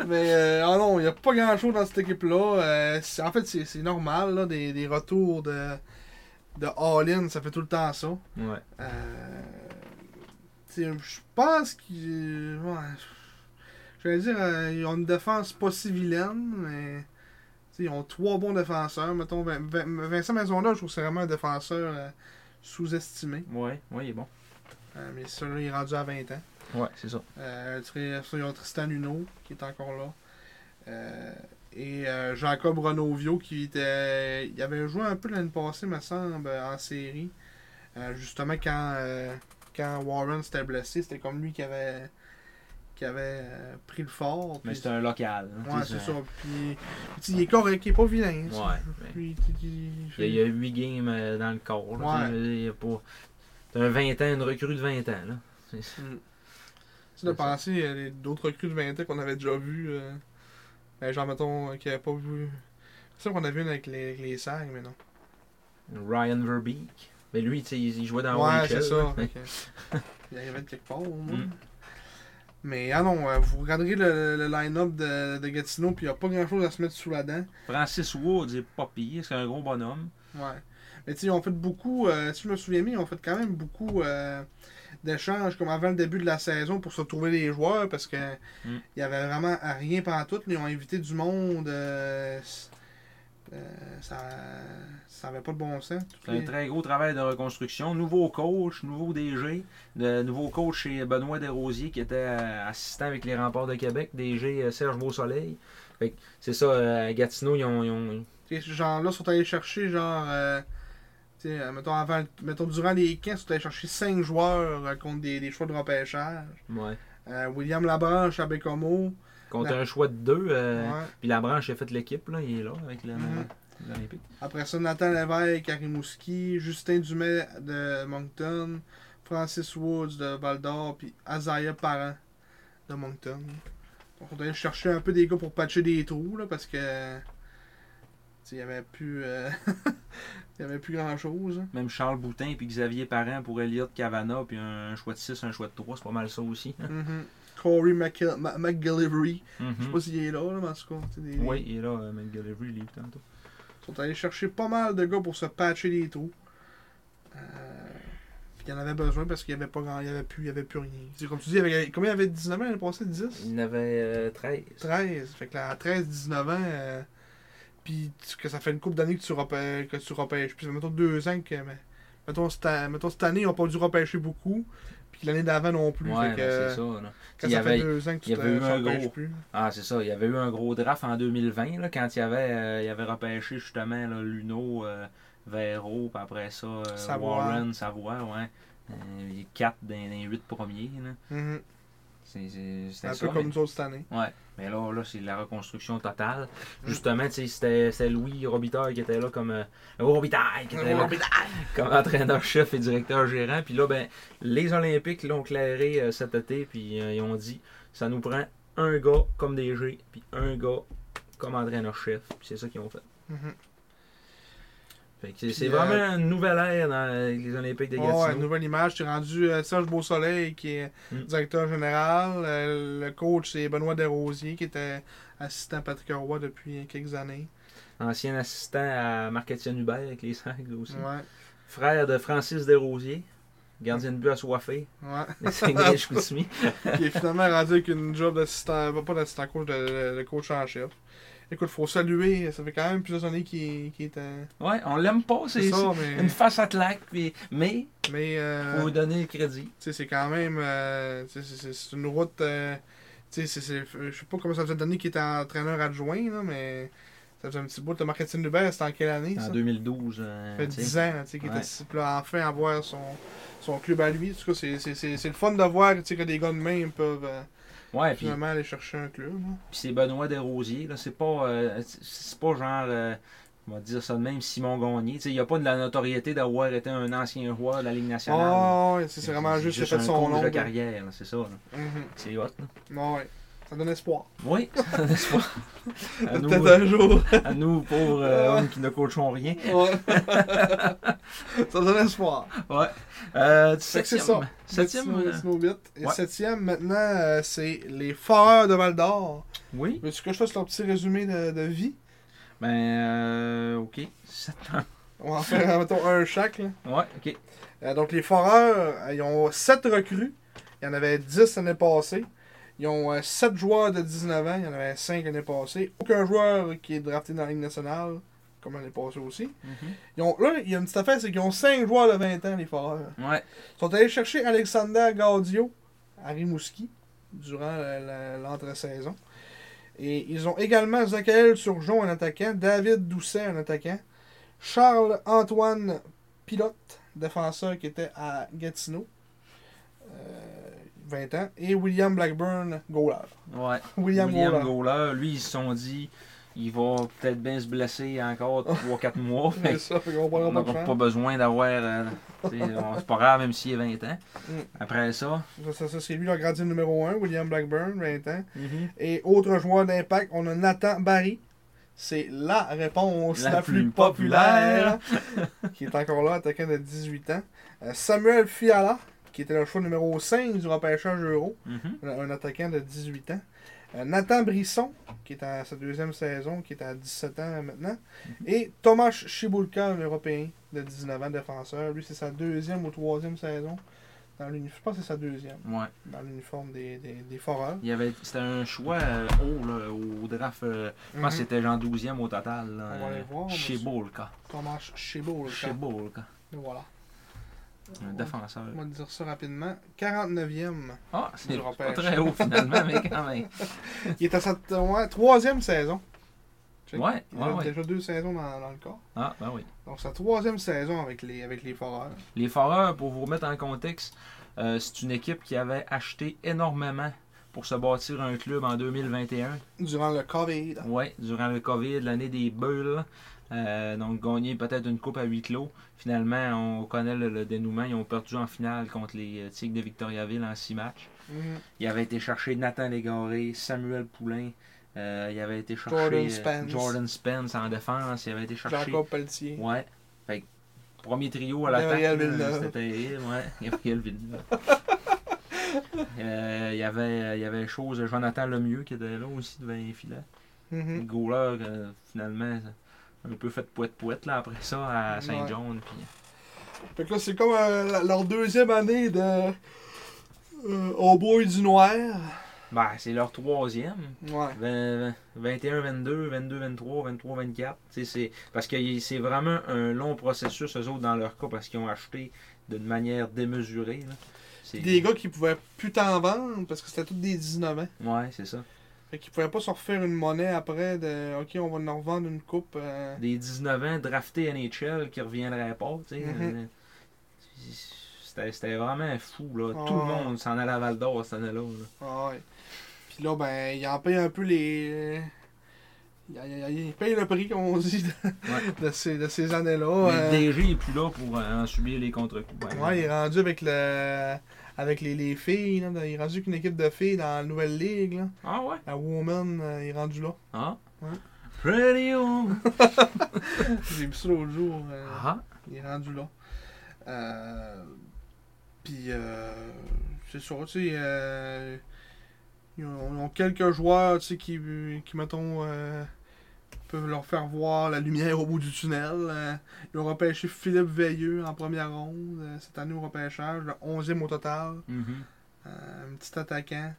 Mais euh, ah non, il n'y a pas grand chose dans cette équipe-là. Euh, c'est- en fait, c'est c'est normal, là, des, des retours de, de All-In, ça fait tout le temps ça.
Ouais.
Euh, tu sais, je pense qu'il. Ouais, je vais dire, euh, ils ont une défense pas si vilaine, mais. tu sais, Ils ont trois bons défenseurs. Mettons, Vin- Vin- Vincent Maisonneuve, je trouve que c'est vraiment un défenseur euh, sous-estimé.
Ouais, ouais, il est bon.
Euh, mais celui-là, il est rendu à 20 ans.
Ouais, c'est ça.
Euh, Tri- ils ont Tristan Luneau, qui est encore là. Euh, et euh, Jacob Renovio, qui était. Il avait joué un peu l'année passée, me semble, en série. Euh, justement, quand, euh, quand Warren s'était blessé, c'était comme lui qui avait, qui avait euh, pris le fort.
Mais
puis-
c'est un local. hein,
Ouais,
tu
c'est
sais,
ça. Puis, puis il est correct, il est pas vilain. ça.
Ouais. mais
Puis, il- il-
Il y a- il y a 8 games euh, dans le corps. là.
Ouais.
Tu sais, je veux dire, il y a pas- T'as un 20 ans, une recrue de 20 ans. Là.
Tu sais, de penser à les- d'autres recrues de 20 ans qu'on avait déjà vues. euh, ben, genre, mettons, euh, qui n'avaient pas vu. C'est sûr qu'on avait une avec les, avec les SAG, mais non.
Ryan Verbeek. Mais lui, tu sais, il il jouait dans
ouais,
OHL,
c'est
là.
ça. fait que- Il arrivait de quelque part, au moins.
Mm.
Mais ah non, euh, vous regarderez le, le line-up de, de Gatineau, puis il n'y a pas grand-chose à se mettre sous la dent.
Francis Wood, il est pas pire. C'est un gros bonhomme.
Ouais. Mais tu sais, ils ont fait beaucoup, euh, si je me souviens bien, ils ont fait quand même beaucoup euh, d'échanges comme avant le début de la saison pour se trouver les joueurs parce que
Mm.
il y avait vraiment à rien pendant tout. Ils ont invité du monde. euh, s- euh, ça ça avait pas de bon sens. Toutes
C'est un
les-
très gros travail de reconstruction. Nouveau coach, nouveau DG. Le nouveau coach, c'est Benoît Desrosiers qui était euh, assistant avec les remparts de Québec. DG euh, Serge Beausoleil. Fait que C'est ça, euh, à Gatineau, ils ont. ils ont-
Tu sais, ces gens-là sont allés chercher, genre, euh, tu sais, euh, mettons, avant, mettons, durant les camps, ils sont allés chercher 5 joueurs euh, contre des, des choix de repêchage.
ouais.
Euh, William Labranche à Bécomo.
Contre
La-
un choix de deux. euh,
Ouais.
Puis la branche a fait l'équipe, là. Il est là avec le-
Mhm.
l'Olympique.
Après ça, Nathan Lévesque, Karimouski, Justin Dumais de Moncton, Francis Woods de Val d'Or, puis Azaya Parent de Moncton. Donc, on allait chercher un peu des gars pour patcher des trous, là, parce que. tu sais, Il n'y avait plus. euh, il y avait plus hein. grand chose.
Même Charles Boutin puis Xavier Parent pour Elliott Cavana puis un, un choix de 6, un choix de 3, c'est pas mal ça aussi. hein.
Corey McGill- Ma- McGillivray. Je sais
Mhm.
pas s'il est là, là, mais en tout cas. tu sais, des- des-
Oui, et là, euh, McGillivray, il est tantôt.
Ils sont allés chercher pas mal de gars pour se patcher les trous. Euh, puis il y en avait besoin parce qu'il n'y avait pas grand, il y avait plus, il y avait plus rien. C'est comme tu dis, il y avait- combien il y avait 19 ans l'année passée 10
Il en avait euh, 13.
13. Fait que là, à 13, 19 ans, euh, puis tu- que ça fait une couple d'années que tu repêches, que tu repêches. Puis ça fait mettons deux ans que mais, Mettons, cette- mettons, cette année, ils n'ont pas dû repêcher beaucoup. Puis l'année d'avant non plus.
Ouais,
fait que,
ben, c'est ça. là.
Quand
Il y
ça
avait-
fait deux ans que
il
tu
y avait eu
te
un
repêches
gros.
plus.
Ah, c'est ça. Il y avait eu un gros draft en 2020, là, quand il y avait, euh, il y avait repêché justement là, Luno, euh, Vero, puis après ça, euh,
Savoie.
Warren, Savoie, ouais. Euh, il y a quatre dans dans les huit premiers. là.
Mhm.
C'est- c'est-
C'est
C'était
un
ça,
peu
mais-
comme nous autres cette année.
Ouais, mais là, là c'est la reconstruction totale.
Mm.
Justement, tu sais, c'était c'était Louis Robitaille qui était là comme. euh, Robitaille qui était là comme entraîneur-chef et directeur-gérant. Puis là, ben, les Olympiques l'ont clairé euh, cet été, puis euh, ils ont dit ça nous prend un gars comme DG, puis un gars comme entraîneur-chef. Puis c'est ça qu'ils ont fait.
Mhm.
Fait que c'est- c'est
euh,
vraiment une nouvelle ère dans les Olympiques de Gatineau.
Oh, ouais, nouvelle image, tu es rendu euh, Serge Beausoleil qui est
Mm.
directeur général. Euh, le coach, c'est Benoît Desrosiers qui était assistant à Patrick Roy depuis quelques années.
Ancien assistant à Marc-Étienne Hubert avec les Sags aussi.
Ouais,
Frère de Francis Desrosiers, gardien de but assoiffé.
ouais.
des Saguenay de Chicoutimi.
qui est finalement rendu avec une job d'assistant, euh, pas- pas d'assistant coach, de, de- de coach en chef. Écoute, faut saluer, ça fait quand même plusieurs années qu'il qu'il est en-
Ouais, on l'aime pas, c'est
C'est ça,
c'est
mais.
une face à claque, puis- mais
Mais. euh,
faut donner le crédit.
Tu sais, c'est quand même. euh, tu sais, c'est- c'est- c'est une route. euh, tu sais, c'est- c'est- euh, je sais pas comment ça faisait d'années qu'il était entraîneur adjoint, là, mais ça faisait un petit bout. Le marketing Hubert, c'était en quelle année
En
ça
2012. euh,
Ça fait
tu sais.
10 ans là, tu sais, qu'il
Ouais.
était ici. Puis là, enfin avoir son, son club à lui. En tout cas, c'est- c'est c'est- c'est le fun de voir tu sais, que des gars de même peuvent euh,
Ouais, puis
finalement aller chercher un club. hein. là.
puis c'est Benoît Desrosiers. Là, c'est pas, euh, c'est- c'est pas genre, euh, on va dire ça de même, Simon Gagné. Tu sais, il n'y a pas de la notoriété d'avoir été un ancien joueur de la Ligue nationale.
Ah, ouais, c'est c'est vraiment juste, le fait de
un
son
coach
nom.
de
là.
carrière, là, c'est ça. là.
Mhm.
C'est hot. là.
Ouais, Ça donne espoir.
Oui, c'est un espoir. à, nous, euh,
Peut-être un Ah. jour.
à nous, pauvres euh, hommes qui ne coachons rien.
Ouais. ça donne espoir.
Ouais. Euh,
Fait que c'est
septième.
ça.
Septième.
That's no-
euh,
that's no bit. Et
ouais.
septième, maintenant, euh, c'est les Foreurs de Val d'Or.
Oui.
Veux-tu que je fasse leur petit résumé de, de vie
Ben, euh, ok. Septembre.
On va en faire, mettons, un chaque. là.
Ouais, ok.
Euh, donc, les Foreurs, euh, ils ont 7 recrues. Il y en avait 10 l'année passée. Ils ont 7 joueurs de 19 ans. Il y en avait 5 l'année passée. Aucun joueur qui est drafté dans la Ligue nationale, comme l'année passée aussi. Ils ont, là, il y a une petite affaire, c'est qu'ils ont 5 joueurs de 20 ans, les Foreurs.
Ouais.
Ils sont allés chercher Alexander Gaudio à Rimouski durant la- la- l'entre-saison. Et ils ont également Zachary Surgeon, un attaquant, David Doucet, un attaquant, Charles-Antoine Pilote, défenseur qui était à Gatineau, euh, 20 ans, et William Blackburn, goaler.
Ouais.
William,
William
goaler.
Gowler, lui, ils se sont dit, il va peut-être bien se blesser encore 3-4 mois.
C'est
Fait
ça, fait qu'on
on
parlera
n'a
pas de
pas
chance.
besoin d'avoir. euh, tu sais, on- c'est pas grave, même s'il a 20 ans.
Mm.
Après ça.
Ça, ça, ça, c'est lui, le gardien numéro 1, William Blackburn, 20 ans. Et autre joueur d'impact, on a Nathan Barry. C'est la réponse la, plus, populaire, qui est encore là, attaquant de 18 ans. Euh, Samuel Fiala, qui était le choix numéro 5 du repêchage euro,
Mhm.
un, un attaquant de 18 ans. Euh, Nathan Brisson, qui est à sa deuxième saison, qui est à 17 ans maintenant. Et Thomas Chibulka, un Européen de 19 ans, défenseur. Lui, c'est sa deuxième ou troisième saison. Dans l'uniforme, je pense que c'est sa deuxième,
Ouais.
dans l'uniforme des, des, des Foreurs.
Il y avait, c'était un choix euh, haut là, au draft. euh, je pense que
Mhm.
c'était genre 12e au total. là,
On va aller
euh,
voir,
Chez
monsieur.
Bolka.
Thomas Chibulka.
Chez Bolka.
Et Voilà.
Un défenseur.
On va dire ça rapidement. 49e.
Ah, c'est
Du
pas
repêche.
très haut finalement, mais quand même.
Il est à sa ouais, troisième saison. Check.
Ouais,
Il
ouais,
a
Ah ouais.
déjà deux saisons dans, dans le corps.
Ah, ben oui.
Donc sa troisième saison avec les, avec les Foreurs.
Les Foreurs, pour vous remettre en contexte, euh, c'est une équipe qui avait acheté énormément pour se bâtir un club en 2021.
Durant le COVID.
Ouais, durant le COVID, l'année des bulles. Euh, donc, gagner peut-être une coupe à huis clos. Finalement, on connaît le, le dénouement. Ils ont perdu en finale contre les euh, Tigres de Victoriaville en six matchs.
Mhm.
Il avait été chercher Nathan Légaré, Samuel Poulain. Euh, il avait été chercher
Jordan
euh,
Spence.
Jordan Spence en défense. Il avait été chercher
Jacob Pelletier.
Ouais. Fait que, premier trio à l'attaque.
Gabriel
là,
Villeneuve.
C'était terrible, ouais. Gabriel Villeneuve. Euh, Il y avait, il y avait chose, Jonathan Lemieux qui était là aussi devant les filets. Le
Mhm.
goaler, euh, finalement, un peu fait poète-poète là après ça à Saint-John. puis-
Fait que là, c'est comme euh, la- leur deuxième année de. euh, au bois du noir.
Ben, c'est leur troisième.
Ouais.
20, 21, 22, 22, 23, 23, 24. Tu sais, c'est parce que y- c'est vraiment un long processus, eux autres, dans leur cas, parce qu'ils ont acheté d'une manière démesurée. là. C'est-
Des gars qui pouvaient plus t'en vendre parce que c'était tous des 19 ans.
Ouais, c'est ça.
Fait qu'ils pouvaient pas se refaire une monnaie après de OK, on va leur vendre une coupe. euh,
Des 19 ans draftés NHL qui reviendraient pas. tu sais.
Mhm.
Euh, C'était c'était vraiment fou. Là.
Ah.
Tout le monde s'en allait à Val d'Or cette année-là. là.
Ouais. Puis là, ben, il en paye un peu les. Il, il- il paye le prix, comme on dit, de,
Ouais.
de ces, de ces années-là.
Mais
euh.
le DG est plus là pour euh, en subir les contre-coups. hein. par exemple.
Ouais, il est rendu avec le avec les, les filles. Là, il est rendu avec une équipe de filles dans la nouvelle ligue. Là.
Ah ouais?
La Woman, euh, il est rendu là.
Ah?
Ouais. Euh.
Pretty woman.
J'ai vu ça l'autre jour. euh,
Ah,
Il est rendu là. Euh, Puis, euh, c'est sûr, tu sais, euh, ils, ont, ils ont quelques joueurs, tu sais, qui, qui, mettons, euh, peuvent leur faire voir la lumière au bout du tunnel. Euh, ils ont repêché Philippe Veilleux en première ronde euh, cette année au repêchage, le 11e au total.
Mhm.
Euh, un petit attaquant.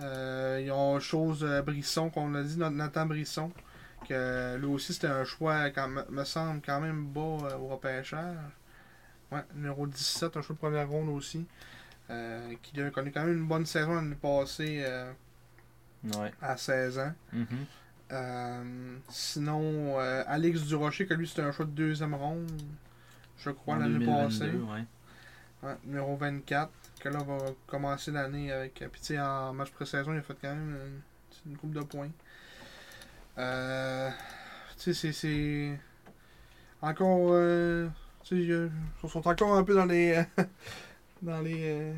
Euh, ils ont chose euh, Brisson, qu'on a dit, notre Nathan Brisson, que lui aussi c'était un choix, quand me- me semble, quand même bas euh, au repêchage. Ouais, numéro 17, un choix de première ronde aussi. Euh, qui a connu quand même une bonne saison l'année passée euh,
Ouais.
à 16 ans.
Mhm.
Euh, sinon, euh, Alex Durocher, que lui c'était un choix de deuxième ronde, je crois,
En
l'année
2022,
passée.
ouais.
Ouais, numéro 24, que là va commencer l'année avec. euh, Puis tu sais, en match pré-saison, il a fait quand même une, une coupe de points. Euh, tu sais, c'est- c'est. Encore. euh, tu sais, euh, ils sont encore un peu dans les. euh, dans les. euh,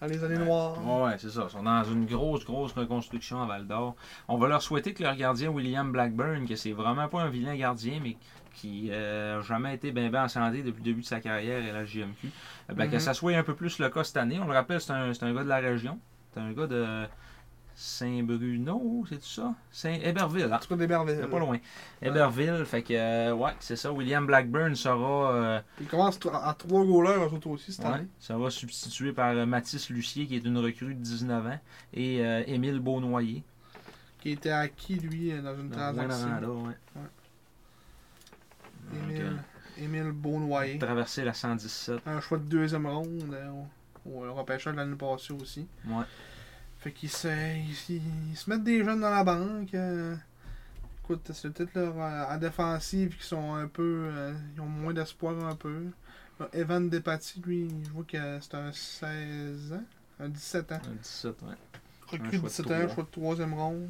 dans les années
Ouais.
noires.
Ouais, ouais, c'est ça. Ils sont dans une grosse, grosse reconstruction à Val d'Or. On va leur souhaiter que leur gardien William Blackburn, que c'est vraiment pas un vilain gardien, mais qui euh, a jamais été bien ben en santé depuis le début de sa carrière à la JMQ, euh, ben, que
Mhm.
ça soit un peu plus le cas cette année. On le rappelle, c'est un, c'est un gars de la région. C'est un gars de Saint-Bruno, c'est tout ça? Saint-Héberville, hein?
En tout cas, des merveilles.
C'est pas loin. Héberville, fait que, euh, ouais, c'est ça. William Blackburn sera, euh,
Ils commencent tro- à trois goalers, eux autres aussi, cette
ouais,
année.
sera substitué par euh, Mathis Lucier, qui est une recrue de 19 ans, et euh, Émile Beaunoyer.
Qui était acquis, lui, euh, dans une
Donc,
transaction.
Rwanda, ouais. Donc,
Émile,
euh,
Émile Beaunoyer.
traverser la 117.
un choix de deuxième ronde euh, au, au repêchage de l'année passée aussi.
Ouais.
Fait qu'ils se, ils, ils- ils se mettent des jeunes dans la banque. euh. écoute, c'est peut-être leur euh, en défensive qui sont un peu. euh, ils ont moins d'espoir un peu. Là, Evan Depati, lui, je vois que c'est un 16 ans. Un 17 ans.
Un 17, ouais. Un
Recul
choix de
17
trois.
ans, choix de troisième ronde.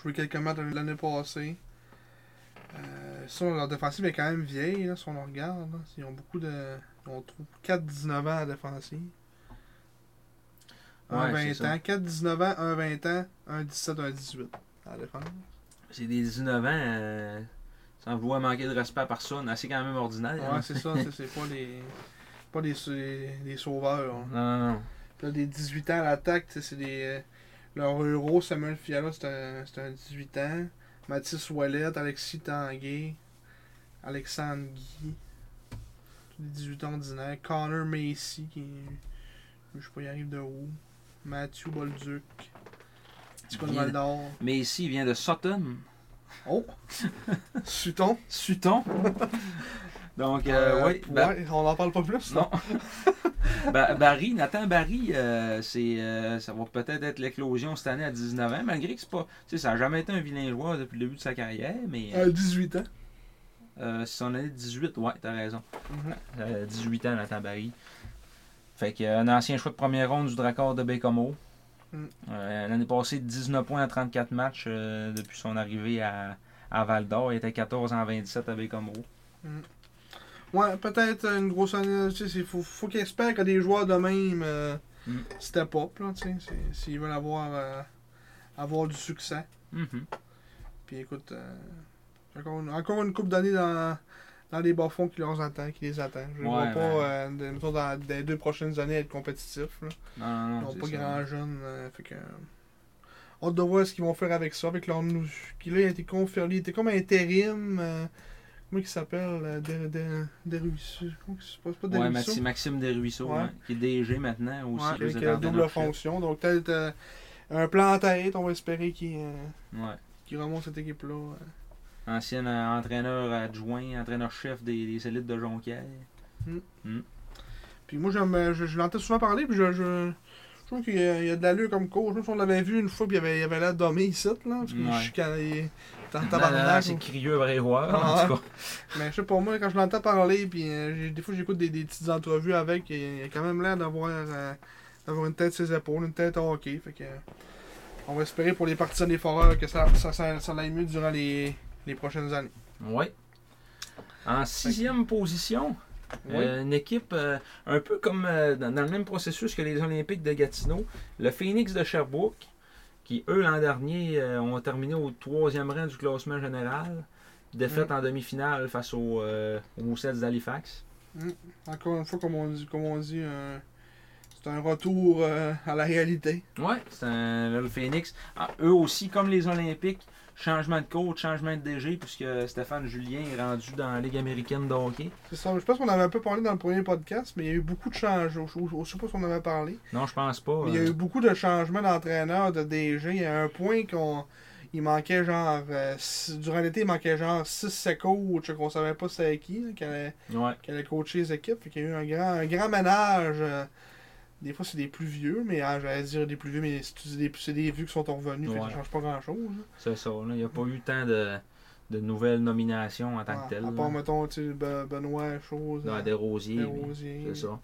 Joué quelques matchs l'année passée. Euh, sinon, leur défensive est quand même vieille, là, si on le regarde. là. Ils ont beaucoup de. Ils ont 4-19 ans à la défensive. Un
Ouais, c'est
20
ça.
ans. 4-19 ans, un 20 ans, un 17, un 18 à la défense.
C'est des 19 ans, euh, sans vouloir manquer de respect à personne, assez quand même ordinaire. hein.
Ouais, c'est ça, c'est- c'est pas des. Pas des, sau- des sauveurs. hein.
Non, non, non.
Puis Là, des 18 ans à l'attaque, tu sais, c'est des. euh, leur euro, Samuel Fiala, c'est un, c'est un 18 ans. Mathis Ouellet, Alexis Tanguay, Alexandre Guy. Tous des 18 ans ordinaires. Connor Macy, qui est- Je sais pas, il arrive de où. Mathieu Bolduc. Tico de
Bien.
Val-d'Or.
Mais ici, il vient de Sutton.
Oh! Suton.
Sutton. Donc, euh,
Euh,
ouais, bah-
ouais, on n'en parle pas plus,
Non. Ba- Barry, Nathan Barry, euh, c'est, euh, ça va peut-être être l'éclosion cette année à 19 ans, malgré que c'est pas, tu sais, ça n'a jamais été un vilain joueur depuis le début de sa carrière, mais
À 18 ans.
euh, c'est son année de 18, ouais, t'as raison.
Mhm.
Euh, 18 ans, Nathan Barry. Fait que, euh, un ancien choix de première ronde du Dracor de Bécomo.
Mm.
Euh, L'année passée, 19 points en 34 matchs euh, depuis son arrivée à, à Val d'Or. Il était 14 en 27 à Bécomo.
Ouais, peut-être une grosse année. Tu sais, il faut, faut qu'ils espèrent que des joueurs de même euh,
Mm.
step up, là, tu sais, c'est- s'ils veulent avoir, euh, avoir du succès. Mm-hmm.
Mhm.
Puis écoute, euh, encore, une, encore une couple d'années dans, dans les bas-fonds qui, leur attend, qui les attend. Je ne
Ouais,
vois pas,
ben.
euh, de- mettons, dans, dans les deux prochaines années, être compétitifs. là.
Non, non, non,
Ils n'ont
c'est
pas
ça.
grand jeune. euh, fait que, euh, hâte de voir ce qu'ils vont faire avec ça, avec leur nou- qui là, il a été confié, il était comme intérim. euh, Moi qui s'appelle euh, Des- Des- Desruisseaux. Comment que ça se passe? pas
Ouais,
Desruisseaux?
Maxi- Maxime Desruisseaux,
Ouais.
hein, qui est DG maintenant aussi.
Ouais, avec
réservé à
euh, double
Bernard
fonction. Donc peut-être euh, un plan en tête, on va espérer qu'il euh,
Schiff. Ouais.
qu'il remonte cette équipe-là. euh.
Ancien euh, entraîneur adjoint, entraîneur-chef des, des élites de Jonquière.
Puis moi, j'aime, euh, je, je l'entends souvent parler, puis je, je, je trouve qu'il y, a il y a de l'allure comme coach. Je pense qu'on l'avait vu une fois, puis il avait, il avait l'air dommé ici, là. Parce que
Ouais.
je suis quand il est en
Non, non, non,
Ah, tabarnak.
C'est crieux brévoire,
Ah,
en tout cas.
Mais je sais pas, moi, quand je l'entends parler, puis euh, j'ai- des fois, j'écoute des, des petites entrevues avec, et il a quand même l'air d'avoir euh, d'avoir une tête sur ses épaules, une tête au hockey. Fait que, euh, on va espérer pour les partisans des foreurs que ça, ça, ça, ça aille mieux durant les, les prochaines années.
Oui. En sixième position,
Oui.
euh, une équipe euh, un peu comme euh, dans, dans le même processus que les Olympiques de Gatineau, le Phoenix de Sherbrooke, qui eux l'an dernier euh, ont terminé au troisième rang du classement général, défaite
Mm.
en demi-finale face aux euh, aux Moussets d'Halifax.
Encore une fois, comme on dit, comme on dit euh, c'est un retour euh, à la réalité.
Oui, c'est un- le Phoenix. Ah, eux aussi, comme les Olympiques, changement de coach, changement de DG, puisque Stéphane Julien est rendu dans la Ligue américaine de hockey.
C'est ça, je pense qu'on avait un peu parlé dans le premier podcast, mais il y a eu beaucoup de changements. Je, je- je sais pas si on en avait parlé.
Non, je pense pas.
Mais il y a
euh,
eu beaucoup de changements d'entraîneurs, de DG. Il y a un point qu'on. Il manquait genre. euh, six- durant l'été, il manquait genre 6-7 coachs qu'on savait pas c'était qui, là, qui allait,
euh, ouais.
qui allait coacher les équipes. Fait qu'il y a eu un grand, un grand ménage. euh, des fois, c'est des plus vieux, mais ah, j'allais dire des plus vieux, mais c'est c'est des, c'est des vieux qui sont revenus. Fait que
Ouais.
ça change pas grand chose.
C'est ça. là. Il n'y a pas eu tant de, de nouvelles nominations en tant
Ouais,
que telles.
Ah, À
là.
part, mettons, tu sais, Ben- Benoît, chose.
Dans des rosiers.
Desrosiers.
C'est ça.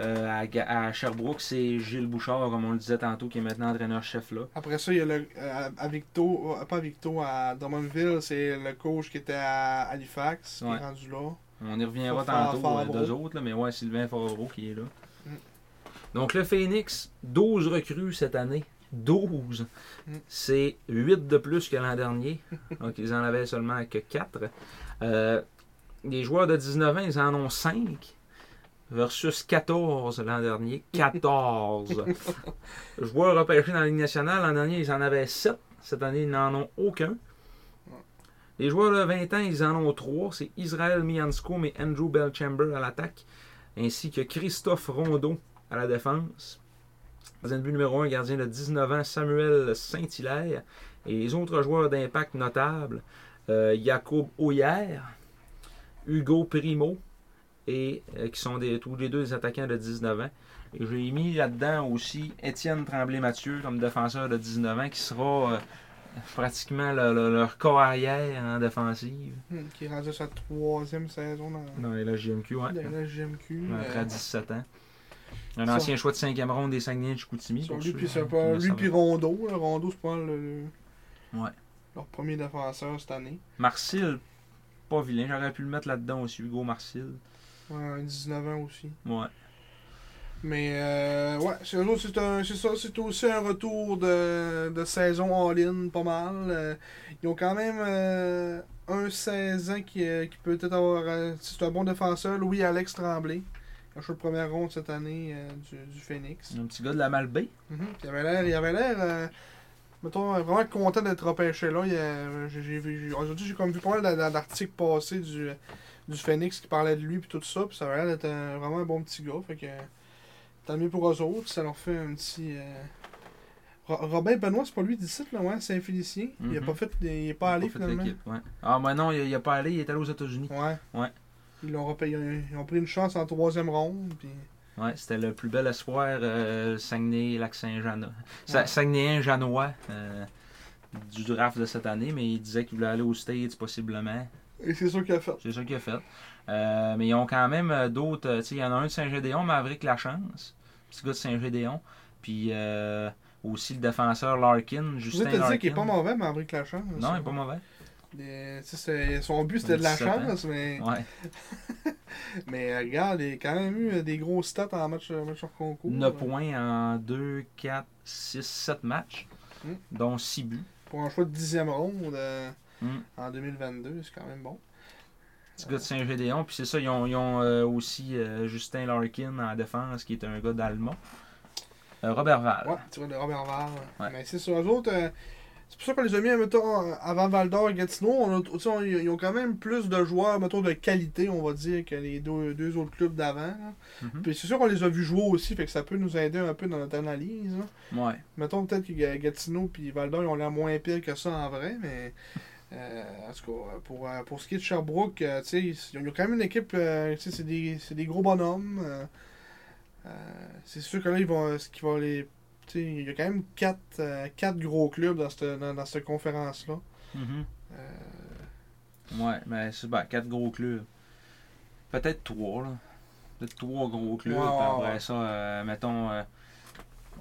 Euh, à, Ga- à Sherbrooke, c'est Gilles Bouchard, comme on le disait tantôt, qui est maintenant entraîneur-chef là.
Après ça, il y a le, euh, à Victo, euh, pas à Victo, à Drummondville, c'est le coach qui était à Halifax, qui
Ouais.
est rendu là.
On y reviendra
Fa- Fa-
tantôt, euh,
Favreau.
deux autres, là, mais ouais, Sylvain Favreau qui est là.
Mm.
Donc le Phoenix, 12 recrues cette année. 12!
Mm.
C'est 8 de plus que l'an dernier. Donc ils en avaient seulement que 4. les joueurs de 19 ans, ils en ont 5. Versus 14 l'an dernier. 14! joueurs repêchés dans la Ligue nationale, l'an dernier, ils en avaient 7. Cette année, ils n'en ont aucun. Les joueurs de 20 ans, ils en ont trois. C'est Israël Miansko mais Andrew Bellchamber à l'attaque, ainsi que Christophe Rondeau à la défense. Dans un but numéro 1, gardien de 19 ans, Samuel Saint-Hilaire. Et les autres joueurs d'impact notables, euh, Jacob Ouyer, Hugo Primo, et euh, qui sont des, tous les deux des attaquants de 19 ans. Et j'ai mis là-dedans aussi Étienne Tremblay-Mathieu comme défenseur de 19 ans, qui sera euh, pratiquement le- le- leur corps arrière en défensive.
Hmm, Qui est rendu à sa troisième saison dans,
Dans les loges JMQ, ouais.
dans la GMQ.
Ouais,
euh,
après 17 ans. Un
Ça-
ancien choix de 5 ronde des Saguenay de Chicoutimi.
sur
pour
lui,
ceux,
puis c'est
hein,
pas-
qui
lui
le
puis
savent.
Rondeau. là. Rondeau, c'est pas le,
Ouais.
leur premier défenseur cette année.
Marcille, pas vilain. J'aurais pu le mettre là-dedans aussi, Hugo Marcille.
Ouais, un 19 ans aussi.
Ouais.
Mais euh, ouais, c'est eux autres, c'est un- c'est ça, c'est aussi un retour de, de saison all-in, pas mal. Euh, ils ont quand même euh, un 16 ans qui, euh, qui peut peut-être avoir. euh, c'est un bon défenseur, Louis-Alex Tremblay. Il a joué le premier ronde cette année euh, du, du Phoenix.
Un petit gars de la Malbaie.
Mhm. Puis Il avait l'air, il avait l'air, euh, mettons, euh, vraiment content d'être repêché là. Il, euh, j'ai, j'ai vu, j'ai- aujourd'hui, j'ai comme vu pas mal d'a- d'a- d'articles passés du, du Phoenix qui parlait de lui puis tout ça. Puis ça avait l'air d'être un- vraiment un bon petit gars. Fait que tant mieux pour eux autres. Ça leur fait un petit. euh, Ro- Robin Benoît, c'est pas lui d'ici, là, ouais, Saint-Félicien. Il a
Mhm.
pas fait, il est pas allé
Pas fait
finalement.
l'équipe, ouais. Ah, mais non, il n'est pas allé. Il est allé aux États-Unis.
Ouais.
Ouais.
Ils l'ont repayé- ils ont pris une chance en troisième ronde. Puis...
Ouais, c'était le plus bel espoir euh, Saguenay-Lac-Saint-Jean. Sa-
Ouais.
Saguenayen-Janois euh, du draft de cette année, mais il disait qu'il voulait aller aux States possiblement.
Et c'est sûr qu'il a fait.
C'est ça qu'il a fait. Euh, mais ils ont quand même euh, d'autres. euh, tu sais, Il y en a un de Saint-Gédéon, Maverick Lachance. Petit gars de Saint-Gédéon. Puis euh, aussi le défenseur Larkin,
Je voulais
Justin
te dire
Larkin.
qu'il est pas mauvais, mais avec la chance.
Non, il est pas mauvais.
Des- tu sais, c'est- son but c'était de la
17 ans. Ah.
chance, mais,
Ouais.
mais euh, regarde, il a quand même eu euh, des gros stats en match, euh, match sur concours.
9 points en 2, 4, 6, 7 matchs,
Mm.
dont 6 buts.
Pour un choix de dixième ronde euh,
Mm.
en 2022, c'est quand même bon.
Petit gars de Saint-Gédéon. Puis c'est ça, ils ont, ils ont, euh, aussi euh, Justin Larkin en défense, qui est un gars d'Alma. Euh, Robert Val.
Ouais, tu vois, de Robert Vard.
Ouais.
Mais c'est sur eux autres, euh, C'est pour ça qu'on les a mis, mettons, euh, avant Val d'Or et Gatineau. On a, tu sais, on- ils ont quand même plus de joueurs, mettons, de qualité, on va dire, que les deux, deux autres clubs d'avant. là.
Mhm.
Puis c'est sûr qu'on les a vus jouer aussi, fait que ça peut nous aider un peu dans notre analyse. là.
Ouais.
Mettons peut-être que Ga- Gatineau puis Val d'Or, ils ont l'air moins pires que ça en vrai, mais. euh, en tout cas, pour, euh, pour ce qui est de Sherbrooke, euh, tu sais, ils ont- ils ont quand même une équipe, euh, tu sais, c'est des, c'est des gros bonhommes. euh, euh, c'est sûr que là, ils vont, ce qui va les. tu sais, Il y a quand même quatre, euh, quatre gros clubs dans cette, dans, dans cette conférence-là.
Mhm.
Euh,
Ouais, mais c'est bah, quatre gros clubs. Peut-être trois, là. Peut-être trois gros clubs,
Ouais, ouais,
puis après
ouais.
ça, euh, mettons euh,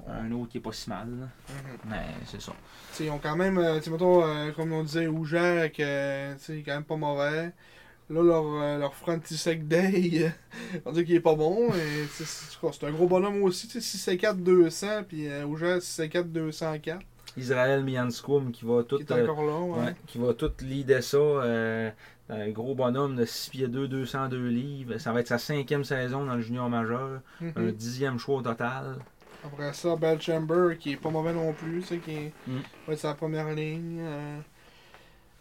un autre qui est pas si mal. là.
mhm.
Mais c'est ça.
Tu sais, ils ont quand même, euh, tu sais, mettons, euh, comme on disait, Oujac, euh, tu sais, il est quand même pas mauvais. Là, leur, euh, leur Frontisec Day, euh, on dit qu'il est pas bon. Et, tu sais, c'est- en tout cas, c'est un gros bonhomme aussi, tu sais, 6C4-200, puis euh, Oujac 6C4-204,
Israël Mianskoum qui va tout.
qui est
euh,
encore là, ouais.
Ouais, qui va tout leader ça. euh, un gros bonhomme de 6 pieds 2, 202 livres. Ça va être sa cinquième saison dans le junior majeur.
Mhm.
Un dixième choix au total.
Après ça, Bell Chamber, qui est pas mauvais non plus, tu sais, qui est-
Mm.
va être sa première ligne. euh,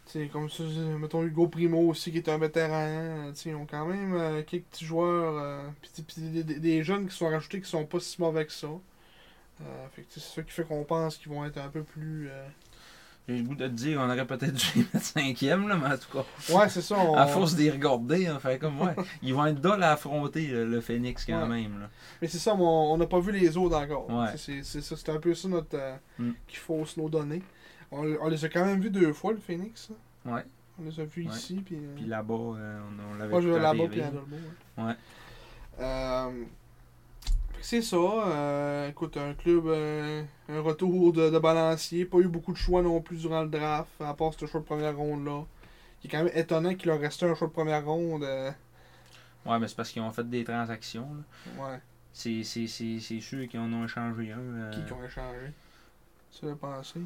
tu sais, comme ça, je- mettons Hugo Primo aussi, qui est un vétéran. euh, tu sais, ils ont quand même euh, quelques petits joueurs, euh, puis tu- puis des, des- des jeunes qui sont rajoutés qui sont pas si mauvais que ça. Euh, fait que, tu sais, c'est ça qui fait qu'on pense qu'ils vont être un peu plus. euh,
J'ai le goût de te dire, on aurait peut-être dû les mettre cinquième, là, mais en tout cas,
Ouais, c'est ça. On...
à force d'y regarder, hein, fait comme ouais, ils vont être dole à affronter le, le Phoenix quand
Ouais.
même. Là.
Mais c'est ça, mais on on n'a pas vu les autres encore.
Ouais.
C'est c'est ça, c'est un peu ça notre euh,
Mm.
qu'il faut se nos donner. On, on les a quand même vus deux fois, le Phoenix. hein.
Ouais.
On les a vus
Ouais.
ici, puis. euh,
Puis là-bas, euh, on, on l'avait
Moi, je
tout
vais
à
là-bas
TV,
puis à
là.
Dolbeau. Ouais.
Ouais.
Euh, fait que c'est ça. euh, écoute, un club, euh, un retour de, de balancier. Pas eu beaucoup de choix non plus durant le draft, à part ce choix de première ronde-là. Il est quand même étonnant qu'il leur restait un choix de première ronde. euh,
Ouais, mais c'est parce qu'ils ont fait des transactions. là.
ouais,
C'est c'est- c'est- c'est sûr qu'ils en ont échangé un. euh,
qui ont échangé. Tu l'as pensé.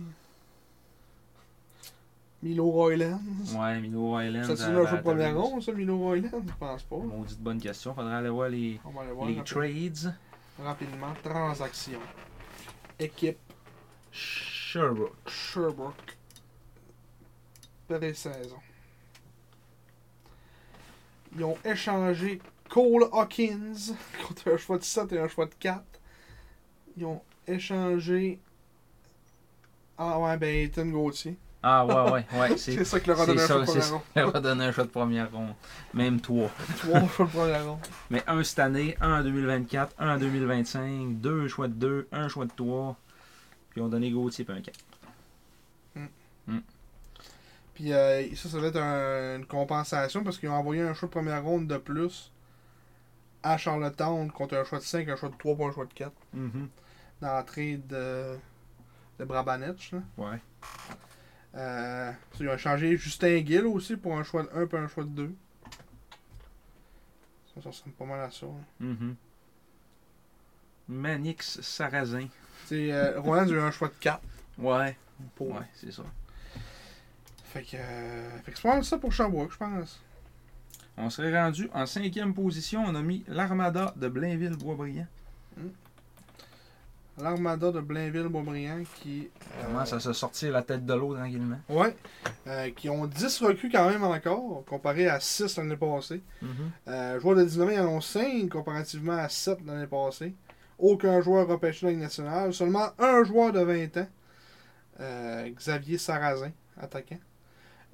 Milo Royland.
Ouais, Milo Island.
Ça, c'est un choix de première ronde, ça, Milo Royland Je pense pas.
Maudite bonne question. Faudrait aller voir les,
On va aller voir
les
rapi-
trades.
rapidement. Transaction. Équipe.
Sherbrooke.
Sherbrooke. Pré-saison. Ils ont échangé Cole Hawkins contre un choix de 7 et un choix de 4. Ils ont échangé. Ah ouais, ben Ethan Gauthier.
Ah ouais, ouais, ouais. C'est
C'est ça qui leur a
c'est
donné un choix
ça, c'est
de première
ça.
ronde.
Ça va donner un choix de première ronde. Même trois.
Trois choix de première ronde.
Mais un cette année, un en 2024, un en 2025, deux choix de deux, un choix de trois. Puis on donné Gauthier puis un 4.
Puis euh, ça, ça va être un- une compensation parce qu'ils ont envoyé un choix de première ronde de plus à Charlottetown contre un choix de 5, un choix de 3 pas un choix de 4. dans l'entrée de, de Brabanetch. Là.
Ouais.
Euh, ils ont changé Justin Gill aussi pour un choix de 1 et un choix de 2. Ça, ça ressemble pas mal à ça. hein.
Mhm. Manix Sarrazin.
Tu sais, Euh, Roland a eu un choix de 4.
Ouais.
Pour...
Ouais, c'est ça.
Fait que, euh, fait que c'est pas mal ça pour Sherbrooke, je pense.
On serait rendu en cinquième position. On a mis l'Armada de Blainville-Boisbriand.
L'armada de Blainville-Beaubriand qui. euh,
Commence à se sortir la tête de l'eau tranquillement.
Ouais. Euh, qui ont 10 recrues quand même encore, comparé à 6 l'année passée. Euh, joueurs de 19 ans, ils en ont 5 comparativement à 7 l'année passée. Aucun joueur repêché dans la Ligue nationale. Seulement un joueur de 20 ans, euh, Xavier Sarrazin, attaquant.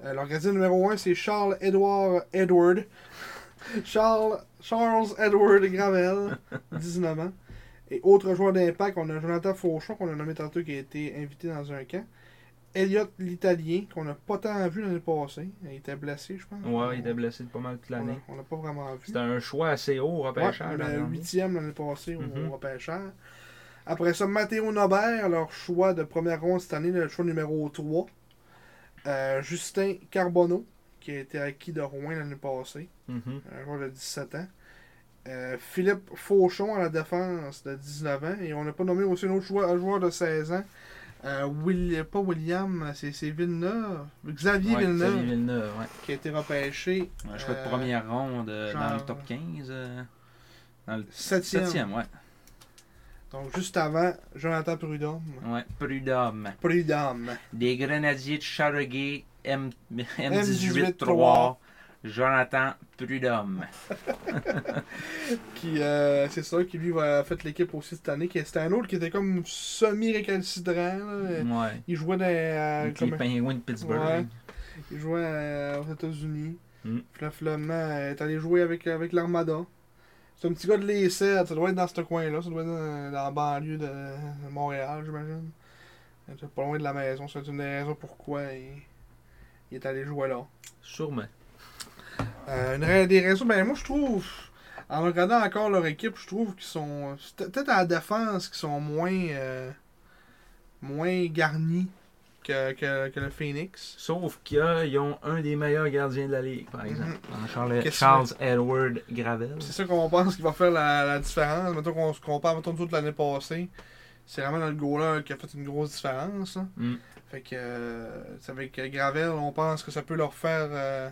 Euh, leur gardien numéro 1, c'est Charles-Edouard Edward. Charles, Charles Edward Gravel, 19 ans. Et autre joueur d'impact, on a Jonathan Fauchon, qu'on a nommé tantôt, qui a été invité dans un camp. Elliot l'Italien, qu'on n'a pas tant vu l'année passée. Il était blessé, je pense.
Ouais, il était blessé de pas mal toute l'année.
On l'a pas vraiment vu.
C'était un choix assez haut au repêchage.
Ouais,
la
le
dernière.
huitième l'année passée
Mhm.
au repêchage. Après ça, Mathéo Nobert, leur choix de première ronde cette année, le choix numéro 3. Euh, Justin Carbonneau, qui a été acquis de Rouen l'année passée,
Mhm.
un joueur de 17 ans. Euh, Philippe Fauchon à la défense de 19 ans. Et on n'a pas nommé aussi un autre joueur, un joueur de 16 ans. Euh, Will- pas William, c'est c'est Villeneuve. Xavier
Ouais,
Villeneuve,
Xavier Villeneuve, ouais.
qui a été repêché
Un choix
Euh,
de première ronde euh, dans
genre-
le top 15. euh, dans le
7
septième, ouais.
Donc, juste avant, Jonathan Prudhomme.
Ouais, Prud'homme.
Prudhomme.
Des grenadiers de Charoguay M...
M18
M18-3. Jonathan Prud'homme.
Qui, euh, c'est ça, qui lui va fait l'équipe aussi cette année. qui- C'était un autre qui était comme semi-récalcitrant. là.
Ouais.
Il jouait dans. euh,
Avec
comme-
les pingouins de Pittsburgh.
Ouais. Il jouait euh, aux États-Unis.
Mm.
Puis là, finalement, euh, est allé jouer avec, avec l'Armada. C'est un petit gars de l'essai, ça doit être dans ce coin-là, ça doit être dans, dans la banlieue de de Montréal, j'imagine. Euh, C'est pas loin de la maison, c'est une des raisons pourquoi il, il est allé jouer là.
Sûrement.
Euh, une ra- des raisons, ben moi je trouve, en regardant encore leur équipe, je trouve qu'ils sont, c'est peut-être à la défense, qu'ils sont moins, euh, moins garnis que, que, que le Phoenix.
Sauf qu'ils ont un des meilleurs gardiens de la ligue, par exemple. En Charles,
Mhm. Qu'est-ce
Charles Edward Gravel.
C'est ça qu'on pense qui va faire la, la différence. Mettons qu'on se compare, mettons, toute l'année passée. C'est vraiment notre goaler qui a fait une grosse différence. là.
Mm.
Fait que, euh, c'est avec Gravel, on pense que ça peut leur faire euh,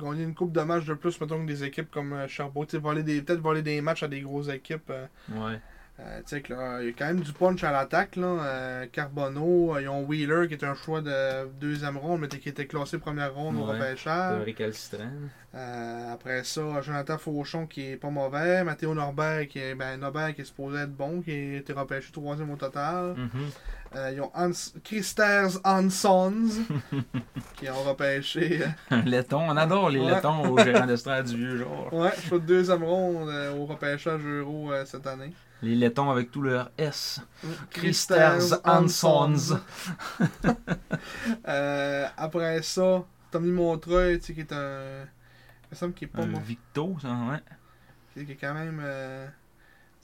gagner une coupe de matchs de plus, mettons, que des équipes comme euh, Charbot. Tu sais, voler des- Peut-être voler des matchs à des grosses équipes. euh,
Ouais.
euh, tu sais, que là, il y a quand même du punch à l'attaque. là. Euh, Carbonneau, euh, ils ont Wheeler qui est un choix de deuxième ronde, mais qui était classé première ronde au
Ouais.
repêchage.
De récalcitrant.
Euh, après ça, Jonathan Fauchon qui est pas mauvais, Mathéo Norbert qui est ben Norbert qui est supposé être bon, qui a été repêché troisième au total.
Mhm.
Euh, ils ont Hans- Christers Hansons qui ont repêché. euh,
Un laiton. On adore les
Ouais.
laitons au gérant d'estrade du vieux genre.
Ouais, choix de deuxième ronde euh, au repêchage euro euh, cette année.
Les laitons avec tout leur S.
Christers
Christers Hansons.
Euh, après ça, Tommy Montreuil, tu sais, qui est un. Il me semble qu'il est pas
Un
mauvais.
Victo, ça, ouais.
Tu sais, qui est quand même. euh,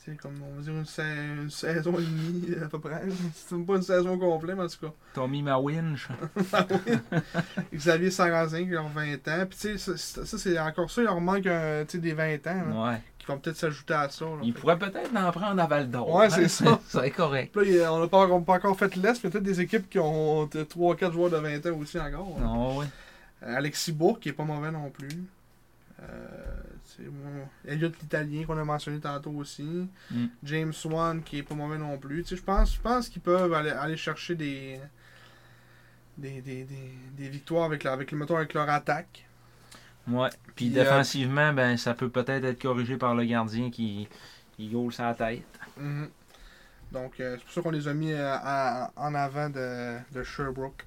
tu sais, comme on va dire une, sa- une saison et demie à peu près. C'est même pas une saison complète, mais en tout
Tommy Mawinch.
cas. Xavier Sarrazin qui a 20 ans. Puis tu sais, ça, ça, ça, c'est encore ça, il leur manque un, tu sais, des 20 ans là,
Ouais.
qui vont peut-être s'ajouter à ça. là.
Il pourrait peut-être en prendre à Val d'Or.
Ouais, c'est ça.
C'est correct.
Puis là, il y a- on n'a pas, on a pas encore fait l'Est, mais peut-être des équipes qui ont 3-4 joueurs de 20 ans aussi encore. là.
Non, Ah, ouais.
Euh, Alexis Bourg, qui est pas mauvais non plus. Euh, c'est bon. Elliot l'Italien, qu'on a mentionné tantôt aussi.
Mm.
James Swan, qui est pas mauvais non plus. Tu sais, je pense, je pense qu'ils peuvent aller, aller chercher des, des, des, des, des victoires avec, leur- avec, mettons, avec leur attaque.
Ouais. Puis
Puis,
défensivement, ben ça peut peut-être être corrigé par le gardien qui il goal sa tête.
Mhm. Donc, euh, c'est pour ça qu'on les a mis euh, à- en avant de, de Sherbrooke.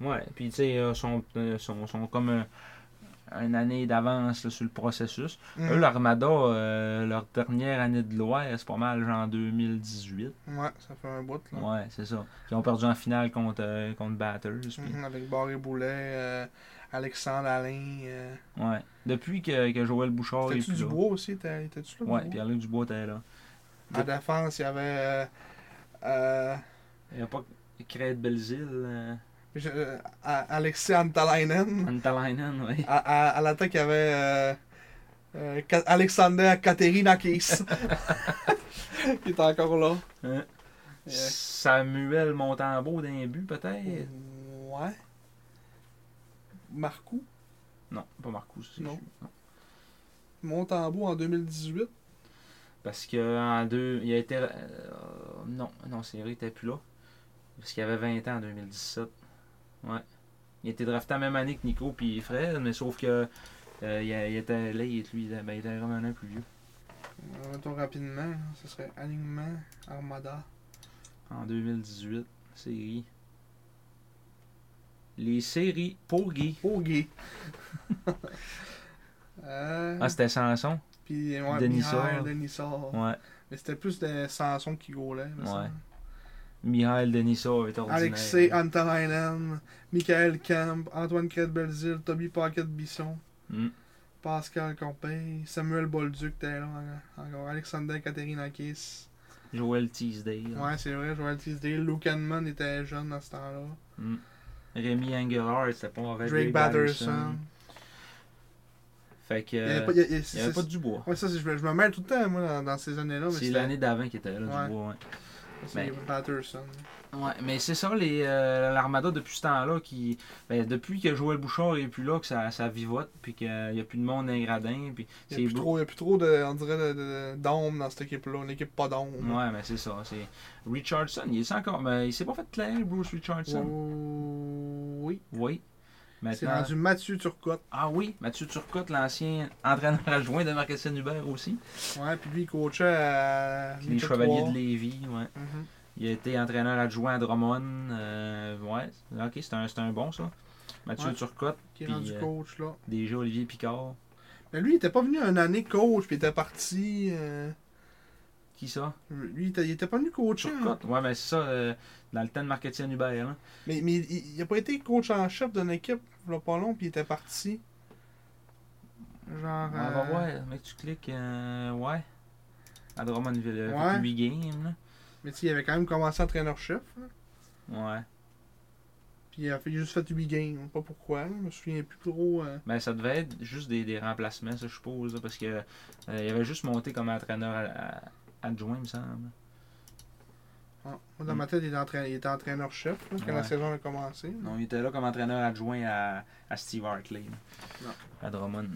Ouais. Puis tu sais, euh, sont, euh, sont, sont comme un, une année d'avance là, sur le processus.
Mhm.
Eux, l'Armada, euh, leur dernière année de loi, c'est pas mal genre 2018.
Ouais, ça fait un bout. Là.
Ouais, c'est ça. Ils ont perdu en finale contre, euh, contre Batters. puis-
Mhm, Avec Barry Boulet, euh, Alexandre Alain. euh,
Ouais. Depuis que, que Joël Bouchard est
T'as-tu
plus là.
Dubois aussi? T'as- T'as-tu là?
Ouais,
Dubois?
puis Alain Dubois était là.
En défense, il y avait. Euh, euh,
Il n'y a pas Craig Belzil, euh,
je- euh, A- Alexis Antalainen.
Antalainen, ouais.
À, à- à l'attaque, il y avait. Euh, euh, Ka- Alexander Katerinakis. qui est encore là.
Hein?
Euh,
Samuel Montembeau d'un but, peut-être
ouais. Marcou,
Non, pas Marcus. c'est
Non.
sûr,
Montambeau en 2018.
Parce que en deux, il a été. euh, non, non, c'est vrai, il n'était plus là. Parce qu'il avait 20 ans en 2017. Ouais. Il était drafté la même année que Nico puis Fred, mais sauf que. euh, il, a- il était là, il, est- lui, il a- ben, il était vraiment un an plus vieux.
Mettons rapidement, ce serait Alignement, Armada.
En 2018, série. Les séries pour Guy.
Oh, gay. euh,
Ah, c'était Sanson?
puis, ouais,
Denisard.
Mihail Denisard.
Ouais.
Mais c'était plus des Sanson qui gaulait. me
Ouais.
semble.
Mihail Denisov est ordinaire.
Alexei Antalainen, Michael Camp, Antoine Credbelzil, Toby Pocket Bisson,
Mm.
Pascal Compay, Samuel Bolduc, Taylor, encore Alexander Katerinakis.
Joel Teasdale.
Ouais, c'est vrai, Joël Teasdale. Luke Hanman était jeune à ce temps-là.
Mm. Rémi Engelhardt, c'était pas mauvais.
Drake
Ray
Batterson.
Fait que.
Il
euh,
n'y avait pas, il y a- il y a-
Il n'y avait
c'est-
pas de Dubois.
Ouais, ça, c'est- je me, je me mêle tout le temps, moi, dans, dans ces années-là. mais
C'est
c'était-
l'année d'avant qui était là,
Ouais.
Dubois, ouais.
C'est
Ben-
Patterson.
Ouais, mais c'est ça, les, euh, l'Armada depuis ce temps-là, qui, ben, depuis que Joël Bouchard est plus là, que ça, ça vivote, puis qu'il n'y a plus de monde dans les gradins, puis
Il
c'est
n'y a, plus
beau.
trop- il y a plus trop de, on dirait, de- de- d'hommes dans cette équipe-là. Une équipe pas d'hommes.
Ouais, mais c'est ça. C'est Richardson, il est encore. Mais il s'est pas fait clair, Bruce Richardson.
Oui.
Oui.
C'est
Maintenant.
rendu Mathieu Turcotte.
Ah oui, Mathieu Turcotte, l'ancien entraîneur adjoint de Marcel Hubert aussi.
Ouais, puis lui, il coachait à.
Les
Lucha
Chevaliers
trois.
de Lévis, ouais.
Mhm.
Il a été entraîneur adjoint à Drummond. euh, ouais, ok, c'est un, c'est un bon ça. Mathieu
Ouais.
Turcotte,
Qui est
Puis,
rendu
euh,
coach, là.
déjà Olivier Picard.
Mais lui, il était pas venu une année coach, puis il était parti. euh,
Qui ça
Lui, il était, il était pas venu coacher. hein.
Turcotte. Ouais, mais c'est ça, euh, dans le temps de Marcel Hubert. Hein.
Mais, mais il n'a pas été coach en chef d'une équipe, là, pas long, puis il était parti. Genre.
Ouais, On va
euh,
voir, mec, tu cliques. euh, ouais. À Drummondville, euh,
Ouais.
8 games. là.
Mais tu sais, il avait quand même commencé entraîneur-chef. là.
Ouais.
Puis il a fait- il a juste fait 8 games. Je sais pas pourquoi. hein. Je me souviens plus trop. euh,
Ben, ça devait être juste des, des remplacements, ça, je suppose, là, parce que euh, il avait juste monté comme entraîneur à- à- adjoint, il me semble.
ah, moi, dans ma tête, il était, entraîne- il était entraîneur-chef là, quand la
Mm. Ouais.
saison a commencé. là.
Non, il était là comme entraîneur adjoint à, à Steve Hartley, là,
Non.
à Drummond.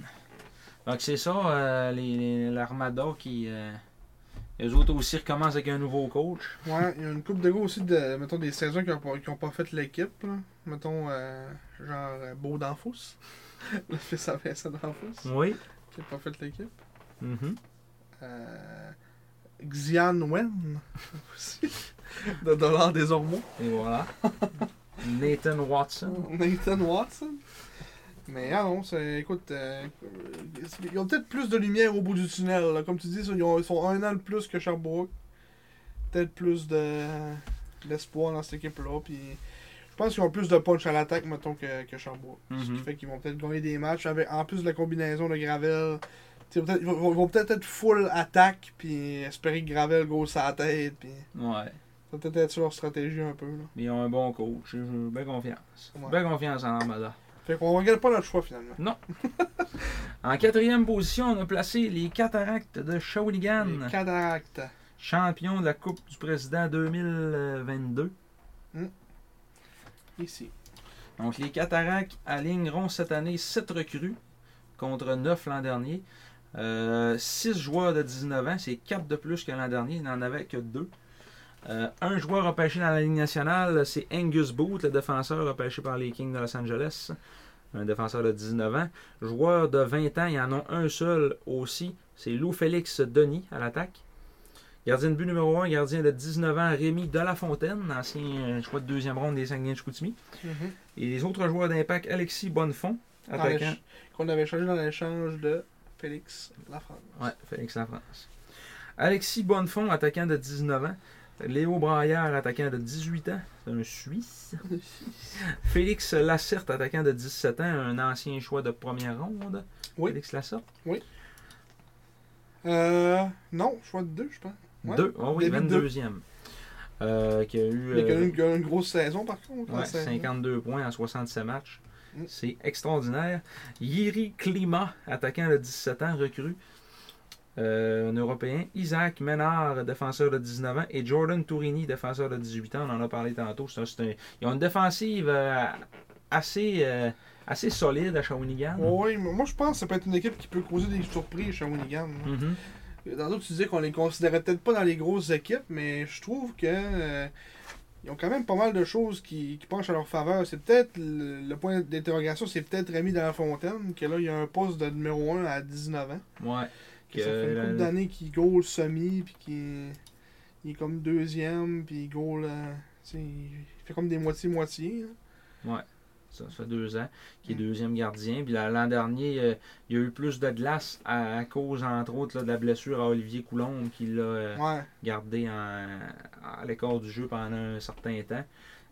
Donc, c'est ça, euh, les- les- l'Armada qui. euh, les autres aussi recommencent avec un nouveau coach.
Ouais, il y a une coupe de gars aussi, de, mettons, des saisons qui n'ont pas, qui ont pas fait l'équipe. là. Mettons, euh, genre, euh, Beau Danfous. le fils à Vincent Danfous,
Oui.
qui n'a pas fait l'équipe.
Mm-hmm.
Euh, Xian Wen, aussi, de Dollar des Ormeaux.
Et voilà. Nathan Watson.
Nathan Watson. Mais ah non, c'est, écoute, euh, ils ont peut-être plus de lumière au bout du tunnel. là. Comme tu dis, ils, ont- ils sont un an de plus que Sherbrooke. Peut-être plus de d'espoir dans cette équipe-là. Puis je pense qu'ils ont plus de punch à l'attaque, mettons, que, que Sherbrooke. Ce qui
Mhm.
fait qu'ils vont peut-être gagner des matchs avec, en plus de la combinaison de Gravel. Tu sais, peut-être- Ils vont, ils vont peut-être être full attaque, puis espérer que Gravel go sa tête. Puis
Ouais.
ça va peut-être être sur leur stratégie un peu. Là.
Mais ils ont un bon coach. J'ai j'ai bien confiance.
Ouais.
Bien confiance en Armada.
Fait qu'on regarde pas notre choix finalement.
En quatrième position, on a placé les Cataractes de Shawinigan,
Les cataractes.
champion de la Coupe du Président 2022.
Ici.
Donc les Cataractes aligneront cette année 7 recrues contre 9 l'an dernier. 6 joueurs de 19 ans, c'est 4 de plus que l'an dernier, il n'en avait que 2. un joueur repêché dans la Ligue nationale, c'est Angus Booth, le défenseur repêché par les Kings de Los Angeles. Un défenseur de 19 ans. Joueur de 20 ans, il y en a un seul aussi, c'est Lou Félix Denis à l'attaque. Gardien de but numéro 1, gardien de 19 ans, Rémi Delafontaine, ancien euh, choix de deuxième ronde des Saguenay de Chicoutimi.
Mhm.
Et les autres joueurs d'impact, Alexis Bonnefond,
Dans
attaquant.
l'éch- Qu'on avait changé dans l'échange de Félix Lafrance.
Ouais, Félix Lafrance. Alexis Bonnefond, attaquant de 19 ans. Léo Braillard, attaquant de 18 ans. C'est un Suisse. Félix Lacerte, attaquant de 17 ans, un ancien choix de première ronde.
Oui.
Félix Lacerte.
Euh. Non, choix de deux, je pense. Ouais.
Deux. Ah oui,
David
22e. Euh, qui a eu
Il a
euh,
connu une, une grosse saison par contre.
ouais,
la saison.
52 points en 67 matchs.
Mm.
C'est extraordinaire. Yiri Klima, attaquant de 17 ans, recrue. Euh, un Européen. Isaac Ménard, défenseur de 19 ans. Et Jordan Tourini, défenseur de 18 ans. On en a parlé tantôt. C'est un- c'est un- ils ont une défensive euh, assez, euh, assez solide à Shawinigan.
Ouais, mais moi je pense que ça peut être une équipe qui peut causer des surprises chez Winigan.
Mhm.
Tantôt tu disais qu'on les considérait peut-être pas dans les grosses équipes, mais je trouve que. euh, ils ont quand même pas mal de choses qui, qui penchent à leur faveur. C'est peut-être le, le point d'interrogation, c'est peut-être Rémi de la Fontaine, que là il y a un poste de numéro 1 à 19 ans.
Ouais.
Que ça fait
Que
une couple
la-
d'années qu'il goal semi, puis qu'il il est comme deuxième, puis il goal. euh, tu sais, il fait comme des moitiés-moitiés. hein.
Ça fait deux ans, qui est
Mm.
deuxième gardien. Puis là, l'an dernier, euh, il y a eu plus de glace à, à cause, entre autres, là, de la blessure à Olivier Coulombe qui l'a euh,
Ouais.
gardé en- à l'écart du jeu pendant un certain temps.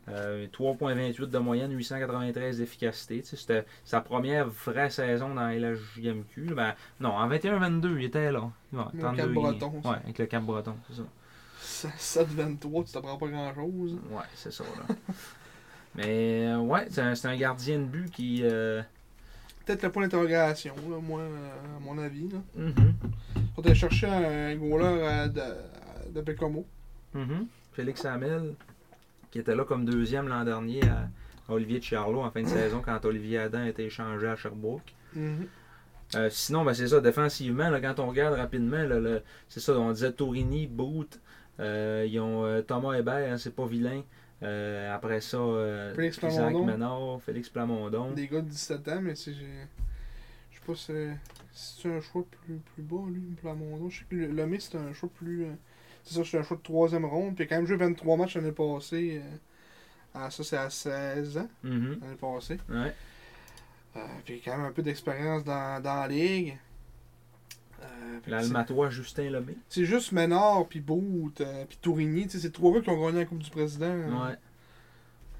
Euh, 3.28 de moyenne, 893 d'efficacité. Tu sais, C'était sa première vraie saison dans la LHJMQ. Ben, non, en 21-22, il était là. Ouais, 32
Le
games.
Cap-Breton, ça.
Ouais, avec le Cap Breton, c'est ça.
7-23, tu t'apprends pas grand-chose.
Ouais, c'est ça. Là. Mais euh, ouais, c'est un, c'est un gardien de but qui. euh,
Peut-être le point d'interrogation, là, moi, euh, à mon avis. Là.
mhm.
Quand t'as cherché un goaler euh, de, de Bécomo,
Mhm. Félix Hamel, qui était là comme deuxième l'an dernier à à Olivier de Charlot en fin de saison quand Olivier Adam a été échangé à Sherbrooke.
Mhm.
Euh, sinon, ben, c'est ça, défensivement, là, quand on regarde rapidement, là, le- c'est ça, on disait Torini, Boot, euh, ils ont euh, Thomas Hébert, hein, c'est pas vilain. Euh, après ça, euh,
Félix
Isaac
Plamondon.
Ménard, Félix Plamondon.
Des gars de 17 ans, mais c'est. j'ai- Je sais pas si c'est- si c'est un choix plus, plus bas, lui, Plamondon. Je sais que le- Lomé, c'est un choix plus. euh, C'est ça, c'est un choix de troisième ronde. Puis il a quand même joué 23 matchs l'année passée. euh, Ah, ça, c'est à 16 ans,
Mhm.
l'année passée.
Ouais.
Euh, puis il a quand même un peu d'expérience dans, dans la ligue. Euh, fait que c'est-
L'Almatois Justin Lemay.
c'est juste Ménard, puis Boot, euh, puis Tourigny. tu sais, C'est trois gars qui ont gagné la Coupe du Président. Ah, euh,
Ouais,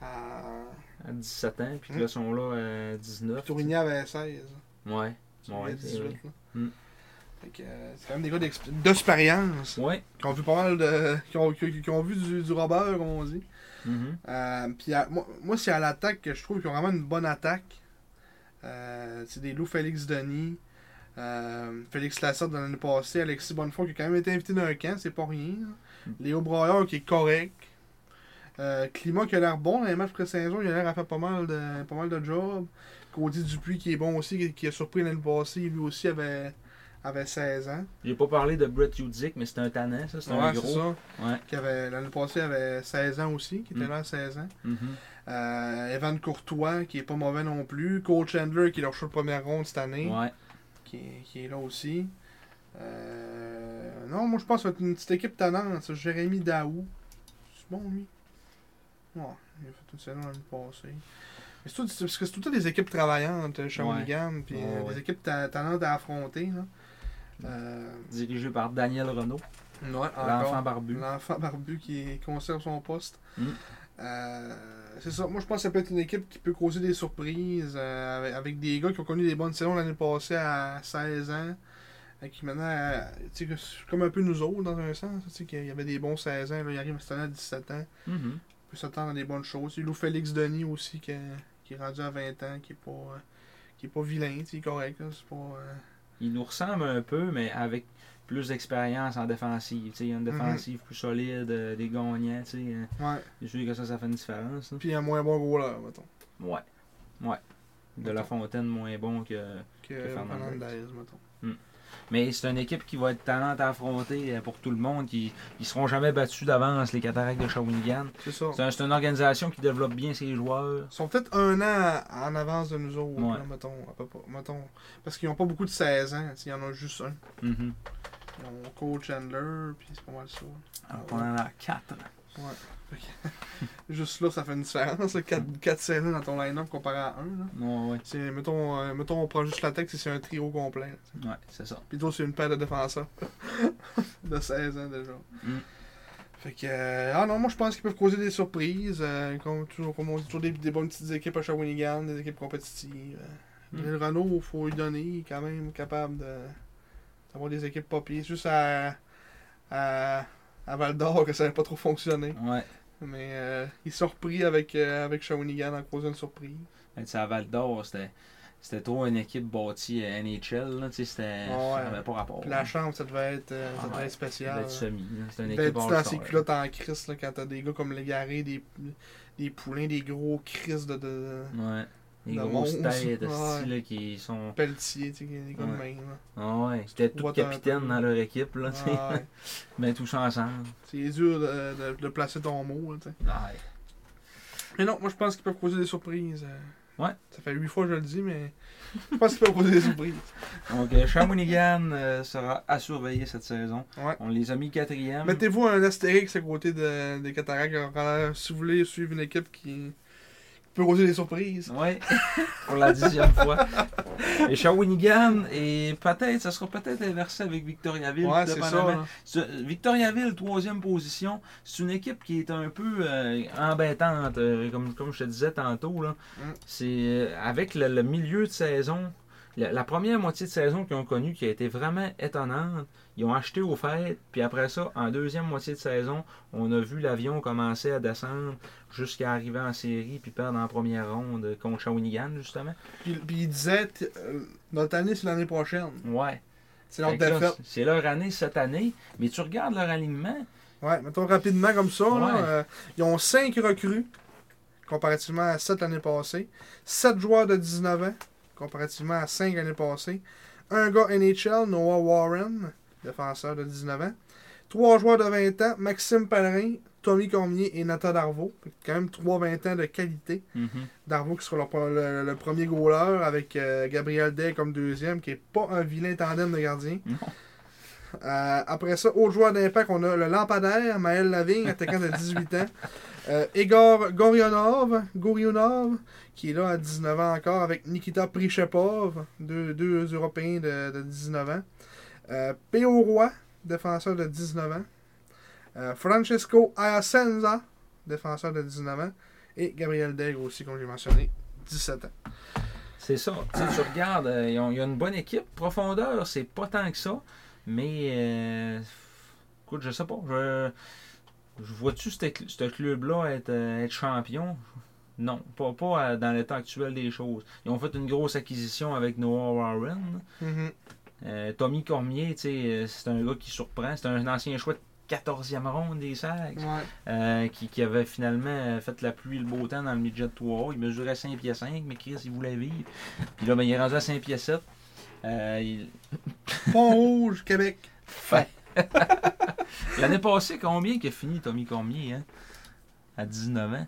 à-
à 17 ans, puis
Mhm.
là, sont là à 19.
Tourigny avait hein. 16.
Ouais.
Tourigny
Ouais,
avait
c'est
18. là.
Mm.
Fait que, euh, c'est quand même des gars d'exp- d'expérience.
Ouais.
Qui ont vu pas mal de. qui ont, qui- qui ont vu du, du Robert, comme on dit.
Mhm.
Euh, puis à- moi, moi, c'est à l'attaque que je trouve qu'ils ont vraiment une bonne attaque. Euh, c'est des loups Félix Denis, euh, Félix Lassard de l'année passée, Alexis Bonnefoy qui a quand même été invité d'un camp, c'est pas rien.
Mm.
là. Léo Broyeur qui est correct. Euh, Climat qui a l'air bon dans les matchs pré-saison, il a l'air à faire pas mal de, pas mal de jobs. Cody Dupuis qui est bon aussi, qui, qui a surpris l'année passée, lui aussi avait, avait 16 ans.
J'ai pas parlé de Brett Udick, mais c'est un tannant, ça, c'est un
Ouais, c'est
gros.
ça.
Ouais.
Qui avait, l'année passée avait 16 ans aussi, qui était
Mm.
là à 16 ans.
Mhm.
Euh, Evan Courtois, qui est pas mauvais non plus. Cole Chandler, qui est leur choix de première ronde cette année,
Ouais.
qui, est- qui est là aussi. Euh, non, moi je pense que ça va être une petite équipe tannante. ça. Jérémy Daou. C'est bon, lui. Ouais, il a fait une saison l'année passée. Mais c'est tout, c'est- parce que c'est tout le temps des équipes travaillantes, euh, Shawinigan, puis
Ouais,
euh,
ouais.
des équipes ta- talentes à affronter. Là. Euh,
Dirigé par Daniel Renault,
ouais, encore.
l'enfant barbu.
L'enfant barbu qui conserve son poste.
Mm.
Euh, c'est ça. Moi, je pense que ça peut être une équipe qui peut causer des surprises euh, avec, avec des gars qui ont connu des bonnes saisons l'année passée à 16 ans. euh, qui maintenant, euh, tu sais, que c'est comme un peu nous autres dans un sens. Tu sais, qu'il y avait des bons 16 ans. Là, ils arrivent cette année à 17 ans.
Mhm.
On peut s'attendre à des bonnes choses. Il y a Lou Félix Denis aussi qui, qui est rendu à 20 ans, qui est pas, euh, qui est pas vilain. tu sais, Il est correct. là, C'est pas. euh,
Il nous ressemble un peu, mais avec plus d'expérience en défensive. Tu sais, Il y a une défensive plus solide, euh, des gagnants. tu sais, euh,
ouais.
Je suis sûr que ça, ça fait une différence. là.
Puis un moins bon goaler, mettons.
Ouais. Ouais. De la fontaine moins bon que.
Que
Que Fernandez.
Fernandez, mettons.
Mais c'est une équipe qui va être talent à affronter euh, pour tout le monde. Qui, ils seront jamais battus d'avance, les cataractes de Shawinigan.
C'est ça.
C'est un- c'est une organisation qui développe bien ses joueurs.
Ils sont peut-être un an en avance de nous autres,
Ouais.
là, mettons, à peu près, mettons. Parce qu'ils n'ont pas beaucoup de 16 ans, tu sais, ils en ont juste un.
Mhm.
Ils ont Cole Chandler, puis c'est pas mal ça.
Alors qu'on en a Ah, quatre.
Juste là, ça fait une différence, 4, 4 saisons dans ton line-up comparé à un. Là.
Ouais, ouais.
C'est, mettons, euh, mettons, on prend juste la tête, c'est un trio complet. là.
Ouais, c'est ça.
Puis d'autres, c'est une paire de défenseurs de 16 ans déjà.
Mm.
Fait que, euh, ah non, moi je pense qu'ils peuvent causer des surprises. euh, comme, toujours, comme on dit, toujours des, des bonnes petites équipes à Shawinigan, des équipes compétitives. euh.
Mm.
Mais Le Renault, il faut lui donner, il est quand même capable de, d'avoir des équipes pas pires. C'est juste à, à, à Val d'Or que ça n'avait pas trop fonctionné.
Ouais.
Mais euh, il s'est repris avec, euh, avec Shawinigan en causant une surprise.
Mais tu sais, à Val d'Or, c'était. C'était trop une équipe bâtie euh, à NHL, là, tu sais, c'était.
Ouais.
Ça n'avait pas rapport. hein.
Puis la chambre, ça devait être, euh, ça
Ah
devait
ouais,
être spécial.
C'était du semi, là. C'était une
Ben,
équipe
tu dans
all-star,
ses
là.
culottes en crise là, quand t'as des gars comme Légaré, des, des poulains, des gros crises de, de
Ouais. Les
De
grosses
monstres.
têtes de
Ouais.
style là, qui sont.
pelletiers, tu sais, des gars de
Ouais.
même. là.
Ah ouais, c'était tout
What
capitaine
happened?
dans leur équipe, là, tu sais.
Ah ouais.
Ben, tous ensemble.
C'est dur de, de- de placer ton mot. là, tu sais.
Ouais.
mais non, moi je pense qu'ils peuvent causer des surprises. euh.
Ouais.
Ça fait huit fois que je le dis, mais je pense qu'ils peuvent causer des surprises.
Donc, euh, Shawinigan euh, sera à surveiller cette saison.
Ouais.
On les a mis quatrième.
Mettez-vous un astérix à côté de- des cataractes. alors, Si vous voulez suivre une équipe qui qui peut causer des surprises.
Ouais, pour la dixième fois. Et Shawinigan, et peut-être, ça sera peut-être inversé avec Victoriaville.
Ouais,
tout
c'est ça.
dépendamment.
là.
Ce- Victoriaville, troisième position, c'est une équipe qui est un peu euh, embêtante, euh, comme, comme je te disais tantôt. Là.
Mm.
C'est euh, avec le, le milieu de saison, la, la première moitié de saison qu'ils ont connue qui a été vraiment étonnante. Ils ont acheté aux fêtes, puis après ça, en deuxième moitié de saison, on a vu l'avion commencer à descendre jusqu'à arriver en série, puis perdre en première ronde contre Shawinigan, justement.
Puis, puis ils disaient, t- euh, notre année, c'est l'année prochaine.
Ouais.
C'est leur
Fait que là,
défaite.
C'est leur année cette année, mais tu regardes leur alignement,
Ouais, mettons rapidement comme ça. là,
Ouais.
euh, ils ont 5 recrues, comparativement à 7 l'année passée. 7 joueurs de 19 ans, comparativement à 5 l'année passée. Un gars NHL, Noah Warren, défenseur de 19 ans. 3 joueurs de 20 ans, Maxime Pellerin, Tommy Cormier et Nathan Darvaux. Fait que Quand même 3 20 ans de qualité.
Mhm.
Darvaux qui sera leur pre- le, le premier goaler avec euh, Gabriel Day comme deuxième, qui est pas un vilain tandem de gardien.
Non.
Euh, après ça, autre joueur d'impact, on a le lampadaire, Maël Lavigne, attaquant de 18 ans. Euh, Igor Gorionov, Gorionov, qui est là à 19 ans encore, avec Nikita Prichepov, deux, deux Européens de, de 19 ans. Euh, P.O. Roy, défenseur de 19 ans. Euh, Francesco Ayasenza, défenseur de 19 ans. Et Gabriel Degg aussi, comme j'ai mentionné, 17 ans.
C'est ça. Tu sais, tu regardes, euh, ils ont- il y a une bonne équipe. Profondeur, c'est pas tant que ça. Mais, euh, écoute, je sais pas. Je, je vois-tu ce cl- ce club-là être, euh, être champion? Non, pas, pas euh, dans l'état actuel des choses. Ils ont fait une grosse acquisition avec Noah Warren.
Mhm.
Euh, Tommy Cormier, tu sais, euh, c'est un gars qui surprend. C'est un ancien choix de 14e ronde des Sags.
Ouais.
Euh, qui, qui avait finalement euh, fait la pluie et le beau temps dans le midget 3 Il mesurait 5 pieds 5, mais Chris, il voulait vivre. Puis là, ben, il est rendu à 5 pieds 7. Euh, il-
Pont Rouge, Québec.
L'année passée, combien qu'il a fini Tommy Cormier, hein? À 19 ans.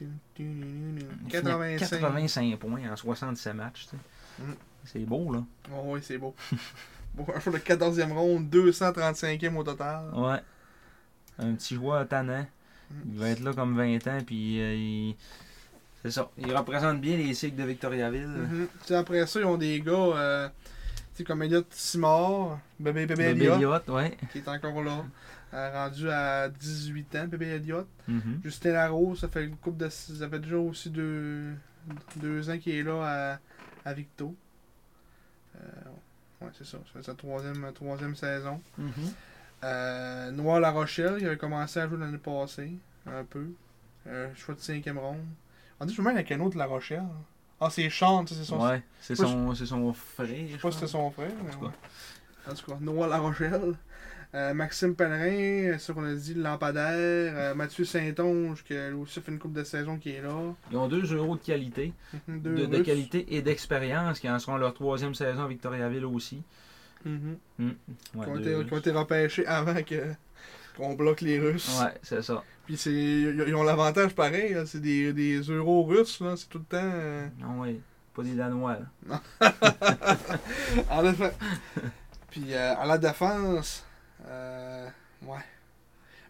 Il finit à
85.
85 points en 67 matchs, tu sais.
Mm.
C'est beau, là.
Oh, oui, c'est beau. Bon, un jour de 14e ronde, 235e au total.
Ouais. Un petit joueur tannant. Il va être là comme 20 ans, puis euh, il... C'est ça. Il représente bien les cycles de Victoriaville.
Mhm. Tu sais, Après ça, ils ont des gars euh, tu sais, comme Elliot Simard, Bébé Bébé
Bobby
Elliott,
Elliott, ouais.
qui est encore là, euh, rendu à 18 ans, Bébé Elliott.
Mhm.
Justin Larose, ça fait une couple de. Ça fait déjà aussi deux, deux ans qu'il est là à, à Victo. Euh, ouais, c'est ça. Ça fait sa troisième, troisième saison.
Mhm.
Euh, Noir La Rochelle, il avait commencé à jouer l'année passée, un peu. Euh, choix de cinquième ronde. On dit même avec un autre de La Rochelle. Ah, c'est Sean, ça, c'est son.
Ouais, c'est
Moi,
son, c'est son frère.
Je sais pas si c'était son frère. mais
En tout cas.
ouais. En tout cas, Noir La Rochelle. Euh, Maxime Pellerin, euh, ça qu'on a dit, le Lampadaire. Euh, Mathieu Saint-Onge, qui lui aussi fait une coupe de saison qui est là.
Ils ont deux euros de qualité,
Mhm, deux
de, de
Russes.
qualité et d'expérience, qui en seront leur troisième saison à Victoriaville aussi.
Mhm.
Ouais,
qui, ont
deux
été,
Russes.
qui ont été repêchés avant que qu'on bloque les Russes.
Ouais, c'est ça.
Puis c'est ils ils ont l'avantage pareil, là, c'est des, des euros russes, là, c'est tout le temps. euh,
Non, Ah ouais, pas des Danois. là.
En effet. Puis euh, à la défense, euh, ouais.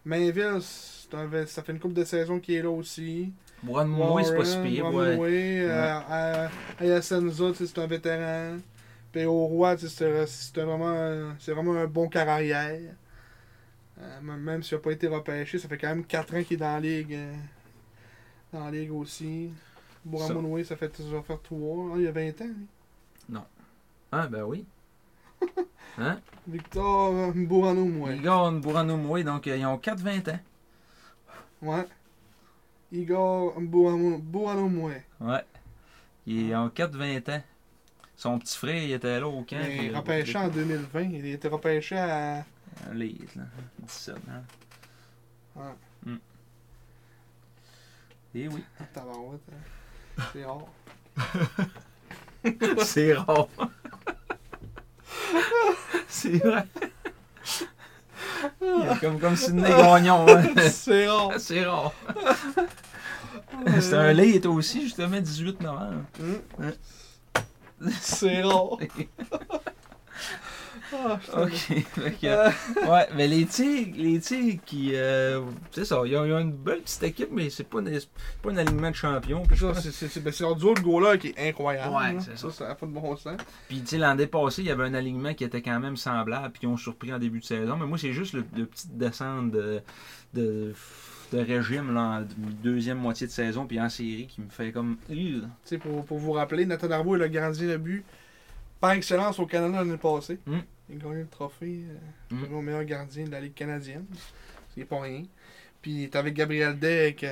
Mainville, c'est un vé- ça fait une coupe de saison qui est là aussi.
Brown Moué, c'est pas si
Warren,
pire.
Bromway,
ouais.
euh, euh, Ayasenza, tu sais, c'est un vétéran. P.O. Roy, tu sais, c'est c'est vraiment, un- c'est vraiment un bon carrière. Euh, même- même s'il n'a pas été repêché, ça fait quand même 4 ans qu'il est dans la ligue. euh, dans la ligue aussi. Bouramonoué, ça fait ça va faire 3 il y a 20 ans. lui.
Ah, ben oui. Hein?
Victor
Les
Bouramonoué.
gars ont Brown Moué, donc euh, ils ont 4-20 ans.
Ouais. Igor Bouranomoué.
Ouais. Ils ont 4-20 ans. Son petit frère, il était là au camp.
Il
puis,
est
euh,
repêché en 2020. Il a été repêché à.
à Leeds, là. 17 ans.
Ouais.
Mm. Et Eh oui.
Tabarouette, hein. C'est rare.
C'est rare. C'est vrai. Il y a Comme, comme Sidney Gagnon. hein.
C'est rare.
C'est rare. C'est un lait aussi, justement, 18 novembre.
C'est rare. Ah,
Ok.
je
Euh. fait que, ouais, mais les Tigres, les Tigres qui. euh, c'est ça, ils ont, ils ont une belle petite équipe, mais c'est pas, une- c'est pas un alignement de champion. Puis, je
Ça,
pense-
c'est- c'est c'est- ben, c'est leur duo de goalers qui est incroyable.
Ouais,
là.
c'est ça.
Ça, ça n'a pas de bon sens.
puis, tu sais, l'an passé, il y avait un alignement qui était quand même semblable, puis ils ont surpris en début de saison. Mais moi, c'est juste le, le petit descente de, de, de régime là, en deuxième moitié de saison, puis en série, qui me fait comme. Ugh.
Tu sais, pour, pour vous rappeler, Nathan Darbo est le gardien de but par excellence au Canada l'année passée.
Mm.
Il a gagné le trophée euh,
Mm.
au meilleur gardien de la Ligue canadienne. C'est pas rien. Puis il est avec euh, Gabriel Deck,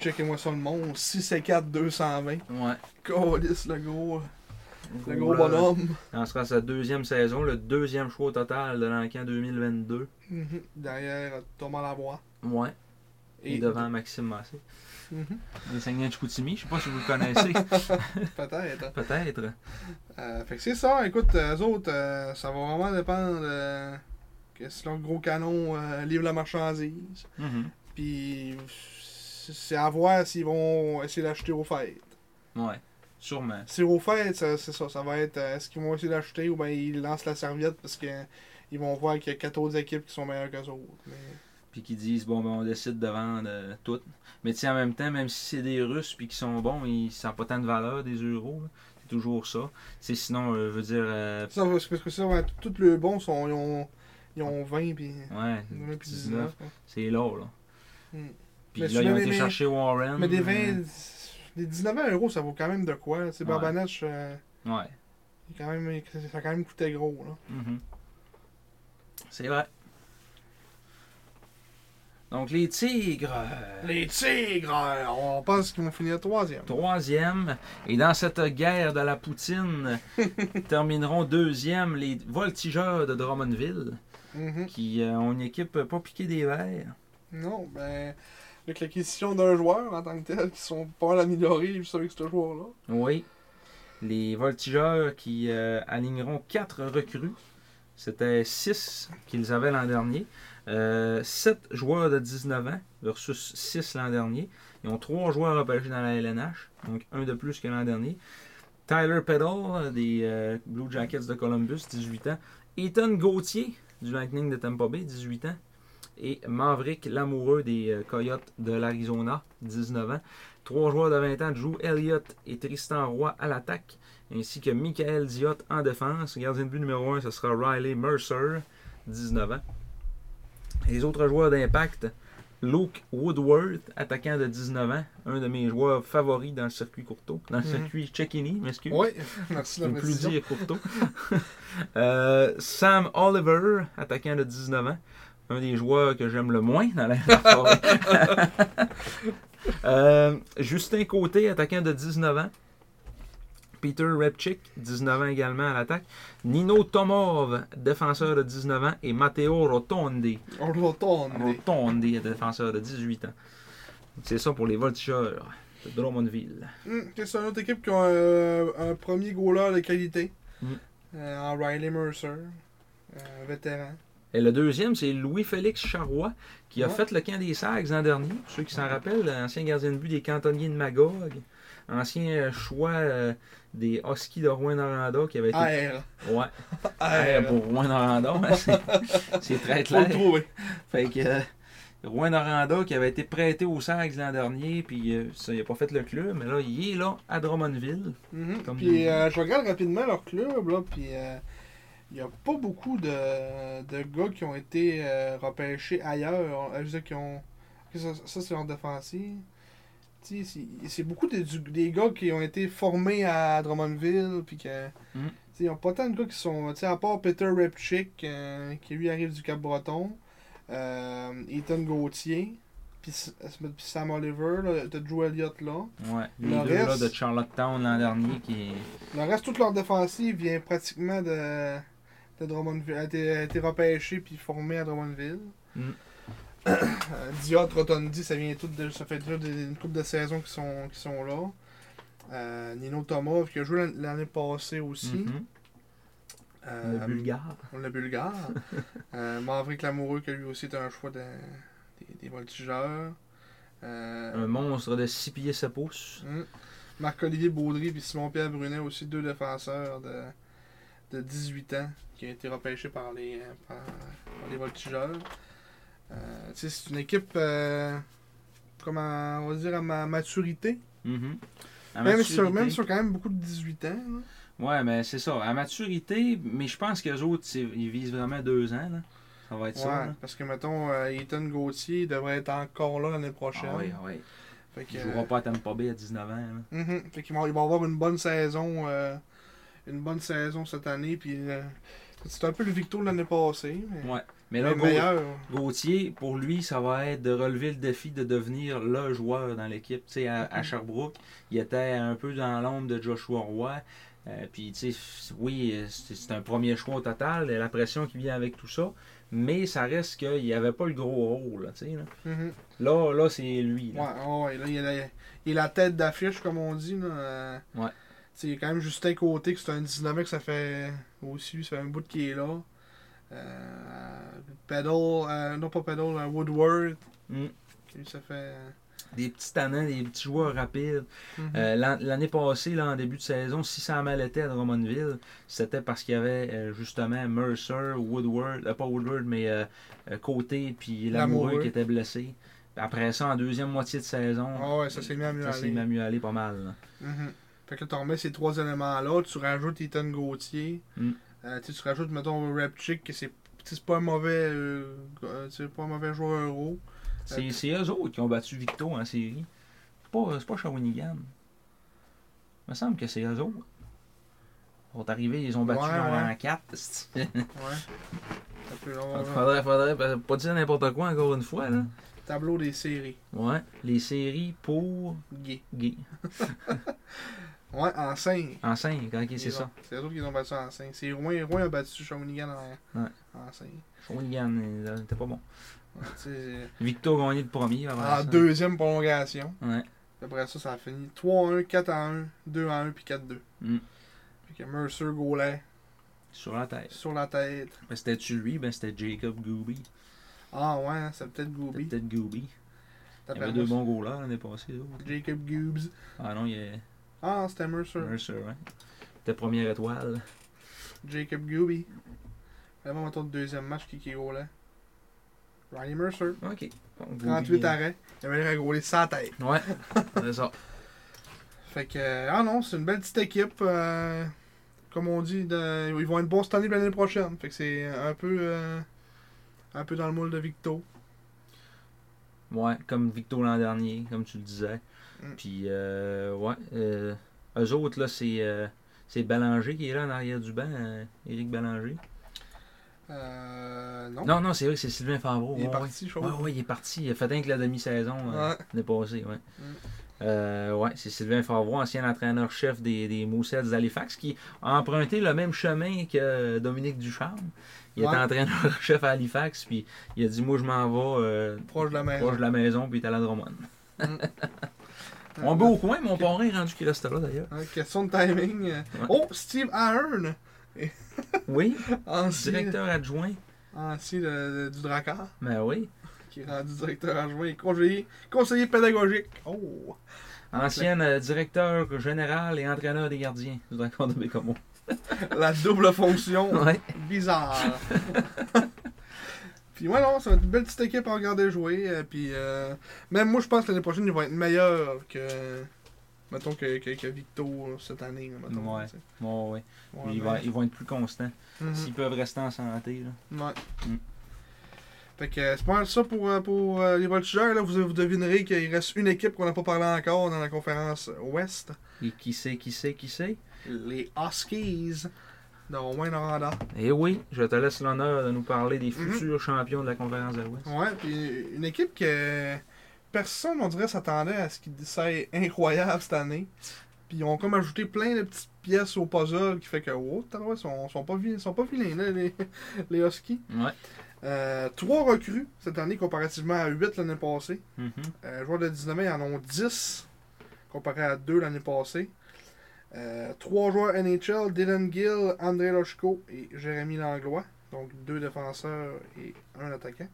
checkez-moi ça le monde, 6 et 4, 220.
Ouais.
Calice le gros.
Pour,
Le gros
euh,
bonhomme.
en sera sa deuxième saison, le deuxième choix au total de l'encan 2022.
Mhm. Derrière euh, Thomas Lavoie.
Ouais, et, devant Maxime Massé.
Mhm.
Les Saguenay de Chicoutimi, je sais pas si vous le connaissez,
Peut-être.
peut-être.
Euh, fait que c'est ça. Écoute, euh, eux autres, euh, ça va vraiment dépendre euh, que si leur gros canon euh, livre la marchandise.
Mhm.
Puis c'est à voir s'ils vont essayer d'acheter aux fêtes.
Ouais, sûrement.
Si aux fêtes, ça- c'est ça, ça va être euh, est-ce qu'ils vont essayer d'acheter ou bien ils lancent la serviette parce que ils vont voir qu'il y a quatre autres équipes qui sont meilleures qu'eux autres. Mais,
Puis qui disent, bon, ben, on décide de vendre euh, tout. Mais tu sais, en même temps, même si c'est des Russes puis qui sont bons, ils, ça n'a pas tant de valeur des euros. là. C'est toujours ça. Tu sais, sinon, euh, je veux dire, euh,
ça, parce que parce que ça, ouais, tout- tout le bon, sont, ils, ont, ils ont 20 puis
ouais,
20 puis
19,
19. ouais.
c'est lourd, là.
Mm.
Puis là,
Mais
ils
sinon,
ont
les-
été
les-
chercher Warren.
Mais des
euh,
20, des 19 euros, ça vaut quand même de quoi. C'est
Ouais.
Barbanach, euh,
Ouais.
il est quand même, euh, ça a quand même coûté gros. Là.
Mhm. C'est vrai. Donc les Tigres. euh,
Les Tigres, euh, on pense qu'ils vont finir troisième.
Troisième. Et dans cette guerre de la Poutine, termineront deuxième les Voltigeurs de Drummondville,
Mhm.
qui euh, ont une équipe pas piquée des verts.
Non, ben, avec l'acquisition d'un joueur en tant que tel, qui sont pas mal améliorés juste avec ce joueur-là.
Oui. Les Voltigeurs qui euh, aligneront quatre recrues. C'était six qu'ils avaient l'an dernier. Euh, sept joueurs de 19 ans versus six l'an dernier. Ils ont trois joueurs repêchés dans la LNH, donc un de plus que l'an dernier. Tyler Peddle des euh, Blue Jackets de Columbus, 18 ans. Ethan Gauthier du Lightning de Tampa Bay, 18 ans. Et Maverick Lamoureux des euh, Coyotes de l'Arizona, 19 ans. Trois joueurs de 20 ans jouent Elliott et Tristan Roy à l'attaque, ainsi que Michael Diot en défense. Gardien de but numéro 1, ce sera Riley Mercer, 19 ans. Et les autres joueurs d'impact, Luke Woodworth, attaquant de 19 ans, un de mes joueurs favoris dans le circuit courto, dans le
Mhm.
circuit Cecchini, m'excuse.
Oui, merci
Je
de la
peux plus
précision.
dire Courteau. Euh, Sam Oliver, attaquant de 19 ans. Un des joueurs que j'aime le moins dans la forêt. Euh, Justin Côté, attaquant de 19 ans. Peter Repchik, 19 ans également à l'attaque. Nino Tomov, défenseur de 19 ans. Et Matteo Rotondi,
On le retourne. les-
Rotondi, défenseur de 18 ans. C'est ça pour les voltigeurs de Drummondville.
Hum, que C'est une autre équipe qui a euh, un premier goaler de qualité.
Mm.
Euh, en Riley Mercer, euh, vétéran.
Et le deuxième, c'est Louis-Félix Charrois, qui a
Ouais.
fait le camp des Sags l'an dernier. Pour ceux qui s'en rappellent, ancien gardien de but des cantonniers de Magog, ancien euh, choix euh, des Huskies de Rouen-Noranda, qui avait été...
R.
Ouais,
R.
ouais, pour Rouen-Noranda, hein, c'est- c'est très
Faut le
clair.
trouver.
Fait que... euh, Rouen-Noranda, qui avait été prêté aux Sags l'an dernier, puis euh, ça, il n'a pas fait le club, mais là, il est là, à Drummondville.
Mhm.
Comme
Puis
des-
euh, je regarde rapidement leur club, là, puis euh, il n'y a pas beaucoup de, de gars qui ont été euh, repêchés ailleurs. Euh, Je veux dire, qui ont... que Ça, ça, c'est leur défensif. Tu sais, C'est c'est beaucoup de- du- des gars qui ont été formés à Drummondville, puis que...
Mhm.
tu sais, Ils n'ont pas tant de gars qui sont. tu sais, À part Peter Repchick, euh, qui lui arrive du Cap-Breton, euh, Ethan Gauthier, puis S- puis Sam Oliver, là, t'as Drew Elliott là.
Ouais, les
Le
deux là,
reste-
de Charlottetown l'an dernier, qui est...
Le reste, toute leur défensive vient pratiquement de, de Drummondville. A été, a été repêché puis formé à Drummondville.
Mm.
Euh, Diot, Rotondi, ça vient tout de. Ça fait déjà des- une couple de saisons qui sont, qui sont là. Euh, Nino Tomov, qui a joué l'an- l'année passée aussi.
Mhm.
Euh,
Le Bulgare.
Le Bulgare. euh, Maverick Lamoureux, qui lui aussi est un choix de- des, des voltigeurs. Euh,
Un monstre de 6 pieds 7 pouces.
Mm. Marc-Olivier Baudry puis Simon-Pierre Brunet, aussi deux défenseurs de, de 18 ans qui ont été repêchés par les, euh, par, par les Voltigeurs. Euh, tu sais, c'est une équipe, euh, comment on va dire, à ma maturité.
Mhm. À
Même
maturité.
sur, même sur quand même beaucoup de 18 ans. là.
Ouais, mais c'est ça. À maturité, mais je pense qu'eux autres, c'est- ils visent vraiment deux ans. là. Ça va être ça. hein.
Ouais,
là.
parce que, mettons, euh, Ethan Gauthier devrait être encore là l'année prochaine.
Ah oui, ah oui.
Fait que,
Ils joueront pas à Tampa Bay à 19 ans. là.
Mhm. Fait qu'il va, il va avoir une bonne saison euh, une bonne saison cette année. Puis euh, c'est un peu le Victo de l'année passée. Mais,
Ouais. Mais là,
mais
Gau-
meilleur.
Gauthier, pour lui, ça va être de relever le défi de devenir le
Mhm.
joueur dans l'équipe. Tu sais, à, à Sherbrooke, il était un peu dans l'ombre de Joshua Roy. Euh, puis, tu sais, oui, c'est c'est un premier choix au total, la pression qui vient avec tout ça, mais ça reste qu'il n'y avait pas le gros rôle, là, tu sais. Là,
Mhm.
là, là, c'est lui.
Ouais,
là.
ouais, ouais, là, il a, la- il a la tête d'affiche, comme on dit. Là. euh,
Ouais.
t'sais, Il y a quand même Justin Côté, que c'est un 19 que ça fait aussi, ça fait un bout qu'il est là. Euh, Pedal, euh, non pas Pedal, euh, Woodward.
Mm. Euh.
Lui, ça fait.
Des petits talents, des petits joueurs rapides.
Mhm.
Euh, l'an- L'année passée, là, en début de saison, si ça malétait à Drummondville, c'était parce qu'il y avait euh, justement Mercer, Woodward, euh, pas Woodward, mais euh, euh, Côté, puis l'amoureux
Lamoureux.
qui était blessé. Après ça, en deuxième moitié de saison,
Ah ouais, ça s'est mis à mieux
ça s'est
aller.
même mieux allé pas mal. là.
Mhm. Fait que là, tu remets ces trois éléments-là, tu rajoutes Ethan Gauthier,
Mm.
euh, t'sais, tu rajoutes, mettons, Rapchick, que c'est t'sais, c'est pas un mauvais euh, euh, t'sais, pas un mauvais joueur euro.
C'est c'est eux autres qui ont battu Victo en série. C'est pas, c'est pas Shawinigan. Il me semble que c'est eux autres. Ils sont arrivés, ils ont battu
Ouais,
en
ouais.
en 4.
Ouais. Un peu long, là.
faudrait, faudrait pas- pas dire n'importe quoi encore une fois. Là.
Tableau des séries.
Ouais, les séries pour
Gay.
gay.
Ouais, en 5.
En 5, ok, c'est ça.
C'est eux autres qui ont battu en 5. C'est Rouen, Rouen a battu Shawinigan en,
Ouais.
en 5.
Shawinigan, euh, c'était pas bon. Victo a gagné le premier avant
en
ça.
deuxième prolongation.
Ouais.
Après ça, ça a fini 3-1, 4-1, 2-1, puis 4-2.
Mm.
Fait que Mercer Gaulet
Sur la tête.
sur la tête.
Ben, c'était-tu lui? Ben, c'était Jacob Gooby.
Ah ouais, hein, c'est peut-être
C'était
Gooby.
peut-être Gooby. Il y
D'après
avait
moi,
deux bons goalers l'année passée. là.
c'est Jacob Goobs.
Ah non, il y a
Ah, c'était Mercer.
Mercer, ouais. C'était première étoile.
Jacob Gooby. Vraiment, mettons le deuxième match qui qui est Gaulet. Riley Mercer.
Ok. Bon, Gooby,
38
euh,
arrêts. Il avait roulé sa tête.
Ouais, c'est ça.
Fait que, euh, ah non, c'est une belle petite équipe. euh, comme on dit, de- ils vont être bons cette année et l'année prochaine. Fait que c'est un peu, euh, un peu dans le moule de Victo.
Ouais, comme Victo l'an dernier, comme tu le disais.
Mm.
Puis, euh, ouais. Euh, eux autres, là, c'est, euh, c'est Ballanger qui est là en arrière du banc, euh, Éric Ballanger.
Euh, non.
Non, non, c'est vrai que c'est Sylvain Favreau.
Il est
ouais,
parti, je
ouais.
crois.
Ouais, ouais, il est parti. Il a fait rien que la demi-saison euh,
Ouais.
l'année passée, ouais.
Mm.
Euh, ouais, c'est Sylvain Favreau, ancien entraîneur-chef des, des Moussets d'Halifax, qui a emprunté le même chemin que Dominique Ducharme. Il
Ouais.
était entraîneur-chef à Halifax, puis il a dit Moi, je m'en vais euh,
Proche de la maison.
proche de la maison, puis il est allé à Drummond.
Euh,
On beau au coin, mon parrain est rendu qui reste là d'ailleurs.
hein, question de timing. euh. Oh, Steve Ahern,
Oui,
ancien,
directeur adjoint.
ancien de- de- du Drakkar,
Ben oui.
qui est rendu directeur adjoint et conseiller, conseiller pédagogique. Oh,
Ancien euh, directeur général et entraîneur des gardiens du Dragon de Bécamo.
la double fonction.
Ouais.
bizarre. puis ouais, non, ça va être une belle petite équipe à regarder jouer. euh, puis euh, même moi, je pense que l'année prochaine, ils vont être meilleurs que. Mettons que, que, que Victo euh, cette année. là, Mettons,
Ouais.
tu sais.
Bon, ouais.
Ouais,
Puis ils,
mais-
vont, ils vont être plus constants.
Mhm.
S'ils peuvent rester en santé. Là.
Ouais.
Mm.
Fait que euh, c'est pas mal ça pour, euh, pour euh, les voltigeurs. Là, vous, vous devinerez qu'il reste une équipe qu'on n'a pas parlé encore dans la conférence Ouest.
Et qui sait, qui sait, qui sait
Les Huskies de Romain Noranda.
Eh oui, je te laisse l'honneur de nous parler des
Mhm.
futurs champions de la conférence de l'Ouest.
Ouais, puis une équipe que personne, on dirait, s'attendait à ce qu'ils c'est incroyable cette année. Puis ils ont comme ajouté plein de petites pièces au puzzle qui fait que, wow, t'as le droit, ils sont, sont pas vilains, sont pas vilains, là, les, les Huskies.
Ouais.
Euh, trois recrues cette année comparativement à 8 l'année passée.
Mhm.
Euh, joueurs de 19 ans, ils en ont 10 comparé à 2 l'année passée. Euh, trois joueurs NHL, Dylan Gill, André Lochko et Jérémy Langlois. Donc deux défenseurs et un attaquant.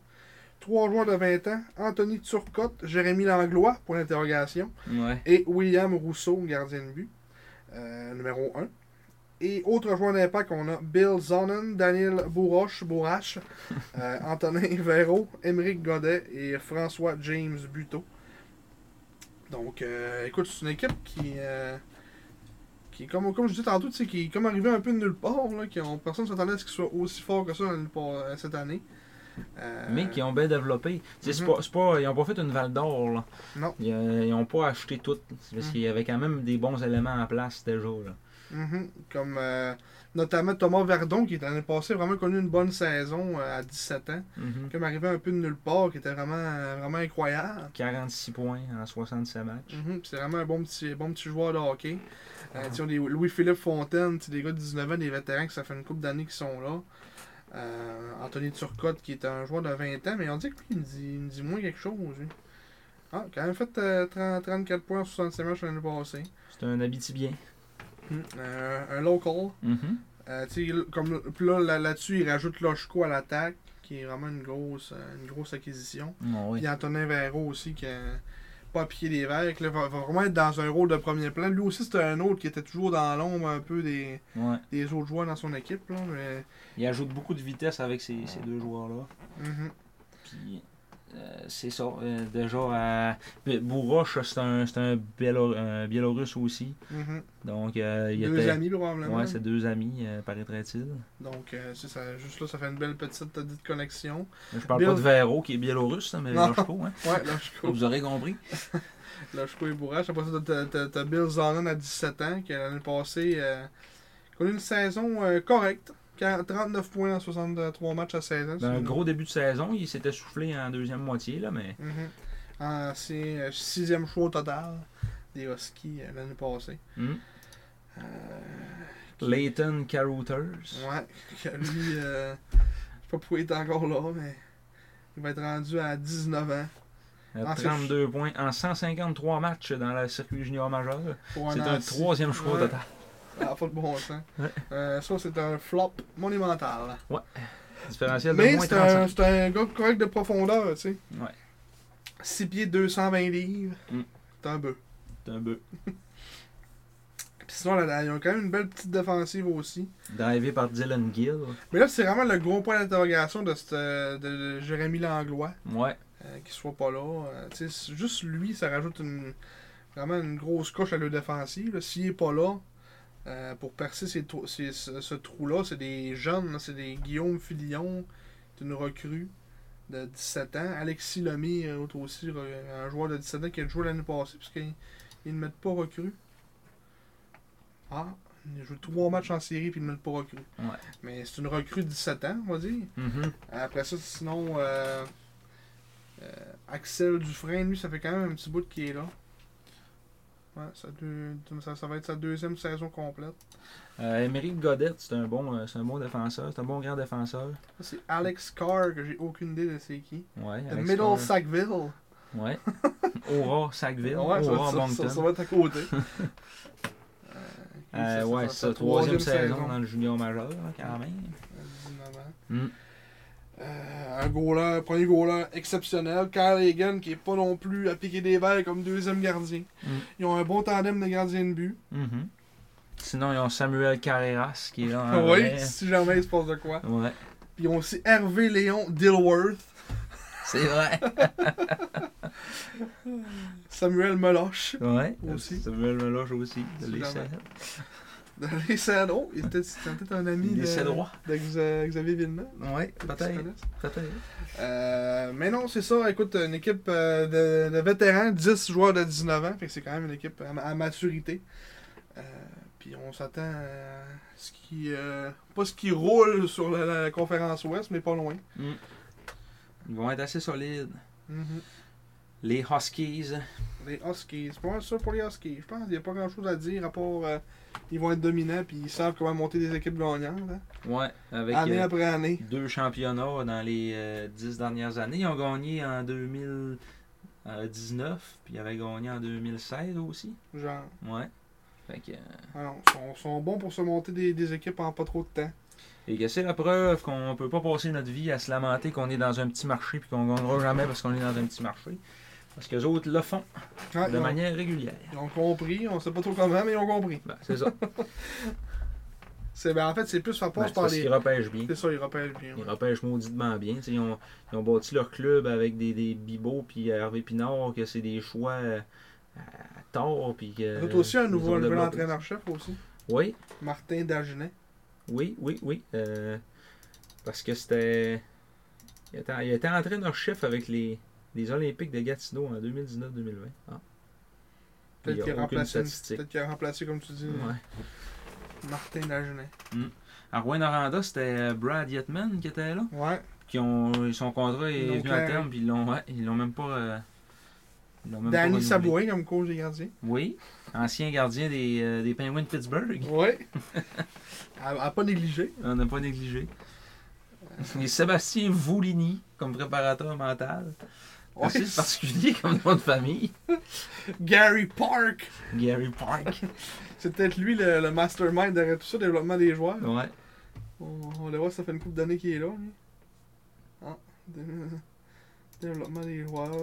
Trois joueurs de 20 ans, Anthony Turcotte, Jérémy Langlois, point d'interrogation,
Ouais.
et William Rousseau, gardien de but, euh, numéro 1. Et autres joueurs d'impact, on a Bill Zonen, Daniel Bourroche, Bourrache, euh, Antonin Véro, Émeric Godet et François James Buteau. Donc, euh, écoute, c'est une équipe qui, euh, qui est comme, comme je disais tantôt, tu sais, qui est comme arrivée un peu de nulle part. Là, qui ont, personne ne s'attendait à ce qu'ils soient aussi forts que ça l'année pas- cette année. Euh,
Mais qui ont bien développé. Tu sais, c'est
Mhm.
pas- c'est pas- ils n'ont pas fait une Val d'Or. là.
Non.
Ils n'ont pas acheté tout. C'est Parce
Mhm.
qu'il y avait quand même des bons éléments en place déjà. Là.
Mhm. Comme euh, notamment Thomas Verdon, qui l'année passée a vraiment connu une bonne saison euh, à 17 ans.
Mhm.
Comme arrivé un peu de nulle part, qui était vraiment, euh, vraiment incroyable.
46 points en 67 matchs.
Mhm, puis C'est vraiment un bon petit, bon petit joueur de hockey. Euh, tu sais, on a des Louis-Philippe Fontaine, tu sais, des gars de 19 ans, des vétérans, que ça fait une couple d'années qu'ils sont là. Euh, Anthony Turcotte, qui est un joueur de 20 ans, mais on dit que lui, il me dit, il me dit moins quelque chose. lui. Ah, quand même fait euh, 30 34 points en 65 matchs l'année passée.
C'est un habitibien.
Mhm. Euh, un local.
Mm-hmm.
Euh, tu sais, il- comme, puis là, là- là-dessus, il rajoute Lochko à l'attaque, qui est vraiment une grosse, euh, une grosse acquisition.
Bon, oui.
Puis Antonin Véro aussi, qui a pas à piquer les verres, qui là, va, va vraiment être dans un rôle de premier plan. Lui aussi, c'était un autre qui était toujours dans l'ombre un peu des,
Ouais.
des autres joueurs dans son équipe. Là, mais...
Il ajoute beaucoup de vitesse avec ces, ces deux joueurs-là.
Mhm.
Puis, euh, c'est ça. Euh, déjà, euh, B- Bourache, c'est un, c'est un Biélo- un Biélorusse aussi.
Mhm.
Donc, euh, il
Deux
était.
amis, probablement.
Ouais, c'est deux amis, euh, paraîtrait-il.
Donc, euh, c'est ça, juste là, ça fait une belle petite euh, dite connexion.
Je parle
Bill-
pas de Véro qui est biélorusse, là, mais
Non.
Lochko, hein.
Ouais, Lochko,
Vous aurez compris.
Lochko et Bourrache. Après ça, t'as- t'as t'as Bill Zonan à 17 ans, qui l'année passée euh, a connu une saison euh, correcte. 40 39 points en 63 matchs à 16
Dans
ans.
un
c'est-
Ben, gros début de saison, il s'était soufflé en deuxième moitié, là, mais
Mhm. Ah, c'est euh, sixième choix au total des Huskies euh, l'année passée.
Hmm.
Euh,
Leighton Carouters.
ouais, que lui, euh, je sais pas pourquoi il est encore là, mais il va être rendu à 19 ans.
Euh,
Ah, c'est-
32 points en 153 matchs dans le circuit junior majeur.
pour
C'est
an
un
six.
troisième choix au
Ouais.
total.
Ah, pas de bon sens.
Ouais.
Euh, ça, c'est un flop monumental.
Différentiel de
Mais
moins
c'est un,
35.
c'est un gars correct de profondeur, tu sais.
Ouais.
6 pieds 220 livres,
Hmm.
c'est un bœuf.
C'est un bœuf.
Puis sinon, là, ils ont quand même une belle petite défensive aussi.
Drivé par Dylan Gill.
Mais là, c'est vraiment le gros point d'interrogation de, cette- de Jérémy Langlois,
Ouais.
euh, qu'il soit pas là. Euh, tu sais, c'est- juste lui, ça rajoute une, vraiment une grosse couche à leur défensive. là. S'il est pas là, euh, pour percer ces trous- ces- ce, ce trou-là, c'est des jeunes, là, c'est des Guillaume Filion, c'est une recrue de 17 ans. Alexis Lemay, euh, autre aussi, re- un joueur de 17 ans qui a joué l'année passée, puisqu'ils ne le mettent pas recrue. Ah, il joue trois matchs en série puis ils ne le mettent pas recrue.
Ouais.
Mais c'est une recrue de 17 ans, on va dire.
Mhm.
Après ça, sinon, euh, euh, Axel Dufresne, lui, ça fait quand même un petit bout qu'il est là. Ouais, ça, deux- ça, ça va être sa deuxième saison complète.
Euh, Émeric Godet, c'est un, bon, euh, c'est un bon défenseur. C'est un bon grand défenseur.
Ça, C'est Alex Carr, que j'ai aucune idée de c'est qui.
Ouais.
The
Alex
Middle
Carr.
Sackville.
Ouais. Aura Sackville.
ouais, ça,
Aura
ça- ça-
Oh, Moncton.
ça va être à côté. Euh,
Euh, ouais, c'est
sa
sa troisième saison, hein. dans le junior majeur, là, quand même.
à 19 ans.
Mm.
Euh, un goaler, premier goaler exceptionnel. Kyle Hagan qui est pas non plus à piquer des verres comme deuxième gardien.
Mm.
Ils ont un bon tandem de gardiens de but.
Mhm. Sinon, ils ont Samuel Carreras qui est là. en
oui,
relais.
Ah si jamais il se passe de quoi.
Ouais.
Puis ils ont aussi Hervé Léon Dilworth,
C'est vrai.
Samuel Meloche.
Ouais. euh,
Aussi.
Samuel Meloche aussi. De
C'est
les
vrai.
Sept.
De les Cédrons. Il était c'était peut-être un ami
Des
de,
Cédrois.
de Xa- Xavier Villeneuve.
Ouais,
que tu
peut-être.
connaisses.
Peut-être.
Euh, mais non, c'est ça. Écoute, une équipe euh, de, de vétérans, 10 joueurs de 19 ans. Fait que c'est quand même une équipe à, à maturité. Euh, puis on s'attend à ce qui. euh, pas ce qui roule sur la, la conférence Ouest, mais pas loin.
Ils vont être assez solides. Les Huskies.
Les Huskies. C'est pas mal ça pour les Huskies. Je pense qu'il n'y a pas grand chose à dire à part. euh, ils vont être dominants puis ils savent comment monter des équipes gagnantes. hein.
Ouais, avec
année
euh,
après année.
deux championnats dans les euh, dix dernières années. Ils ont gagné en 2019, puis ils avaient gagné en 2016 aussi.
Genre,
Ouais. Fait que, euh,
alors, ils sont, sont bons pour se monter des, des équipes en pas trop de temps.
et que c'est la preuve qu'on peut pas passer notre vie à se lamenter qu'on est dans un petit marché puis qu'on gagnera jamais parce qu'on est dans un petit marché. Parce que les autres le font de
Ouais, Ah, ils, ont,
manière régulière.
ils ont compris, on sait pas trop comment, mais ils ont compris.
Ben, c'est ça.
C'est, ben, en fait, c'est plus ça
Ben,
passe
c'est
par
parce qu'ils
les.
repêchent bien.
C'est ça, ils repèrent bien.
Ils
ouais.
repêchent mauditement bien. T'sais, Ils ont, ils ont bâti leur club avec des, des Bibo puis Hervé Pinard, que c'est des choix euh, à tort. Puis que,
Nous autres aussi, un
Euh, ils
nouveau
ont
nouvel
développé.
entraîneur-chef aussi,
Oui,
Martin Dagenet.
oui, oui, oui. euh, parce que c'était. Il était, il était entraîneur-chef avec les, les Olympiques de Gatineau en 2019-2020. Ah. Puis il y a
Peut-être qu'il a
aucune
remplacé, une-
statistique.
peut-être qu'il a remplacé, comme tu dis,
Ouais.
Martin Dagenet.
À Rouen-Noranda, c'était euh, Brad Yetman qui était là.
Ouais.
Qui ont, son contrat est
Ils l'ont
venu à
clairé.
terme, puis ils l'ont ouais, ils l'ont même pas. euh, ils l'ont même pas
Danny
renouvelé.
Saboué comme coach des gardiens.
Oui, ancien gardien des, euh, des Penguins de Pittsburgh.
Ouais. à, à pas négliger.
On n'a pas négligé. Et Sébastien Voulini comme préparateur mental.
Ouais.
Assez particulier comme nom de famille.
Gary Park.
Gary Park.
C'est peut-être lui le, le mastermind derrière tout ça, développement des joueurs.
Ouais.
On, on le voit, ça fait une coupe d'années qu'il est là. lui. Ah, dé- développement des joueurs.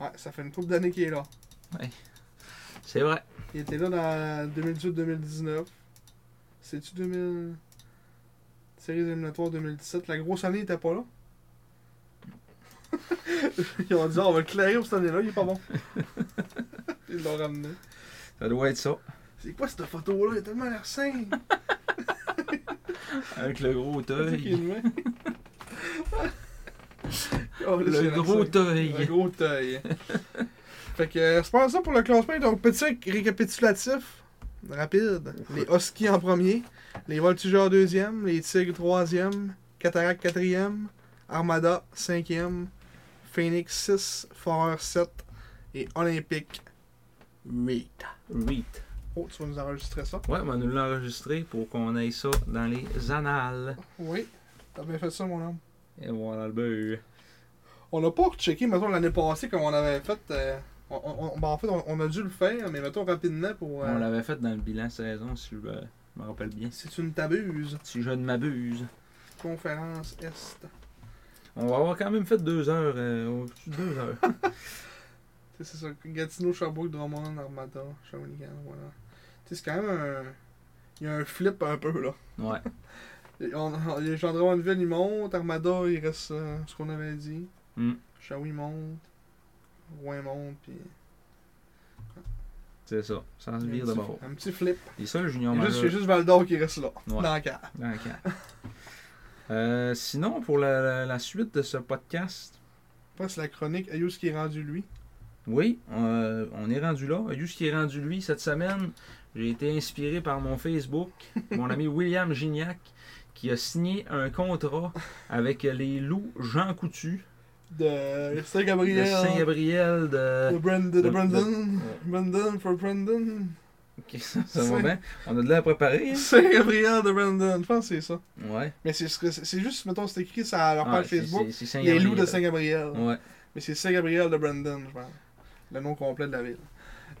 Ouais, ça fait une coupe d'années qu'il est là.
C'est vrai.
Il était là dans 2018-2019. C'est-tu 2000. Séries éliminatoires 2017. La grosse année, il était pas là. Ils ont dit, Ah, on va le clairer pour cette année-là, il est pas bon. Ils l'ont ramené.
Ça doit être ça.
C'est quoi cette photo-là? Il a tellement l'air sain!
Avec le gros teuil.
Tranquillement. Oh, là, c'est
Le
l'air
gros
sain.
teuil.
Un gros teuil. fait que euh, c'est pas mal ça pour le classement. Donc, petit récapitulatif rapide. Les Huskies en premier, les Voltigeurs deuxième, les Tigres troisième, Cataract quatrième, Armada cinquième, Phoenix 6, Foreur 7 et Olympique 8.
Reet.
Oh, tu vas nous enregistrer ça?
Ouais, on va nous l'enregistrer pour qu'on aille ça dans les annales.
Oui. T'as bien fait ça, mon homme.
Et voilà le beurre.
On n'a pas rechecké, mettons, l'année passée, comme on avait fait. euh, on, on- on- ben, en fait, on, on a dû le faire, mais mettons rapidement pour. euh,
On l'avait fait dans le bilan saison, si je me- me rappelle bien.
Si tu ne t'abuses,
Si je ne m'abuse.
conférence Est.
On va avoir quand même fait deux heures. euh, au-dessus de deux heures.
Tu sais, C'est ça, Gatineau, Sherbrooke, Drummond, Armada, Shawinigan, voilà. Tu sais, c'est quand même un. Il y a un flip un peu, là.
Ouais.
Et on- on- Les gens de Drummondville, ils montent, Armada, il reste euh, ce qu'on avait dit.
Mm.
Shawi monte, Rouen monte, puis.
C'est ça. Ça se
il y
vire
a un
de
petit-
bord.
Un petit flip.
Et ça,
Il
Junior
y a juste, il y a
Major.
juste Val d'Or qui reste là,
Ouais.
dans le cadre.
dans le camp. Euh, sinon, pour la, la- la suite de ce podcast,
Après, c'est la chronique Ayous qui est rendu lui.
oui, on, euh, on est rendu là. Juste qui est rendu lui cette semaine, j'ai été inspiré par mon Facebook, mon ami William Gignac, qui a signé un contrat avec les loups Jean Coutu
de
de
Saint-Gabriel, de,
Saint-Gabriel de.
Brand-
de-
de Brandon,
de-
Brandon for Brandon,
Ok, ça, ça va bien. On a de l'air préparé. hein?
Saint-Gabriel de Brandon, je pense que c'est ça.
Ouais.
Mais c'est ce que- c'est juste, mettons, c'est écrit sur leur
Ah,
page
c'est-
Facebook,
c'est- c'est
les
Saint-Gabriel.
loups de Saint-Gabriel.
Ouais.
Mais c'est Saint-Gabriel de Brandon, je pense. Le nom complet de la ville.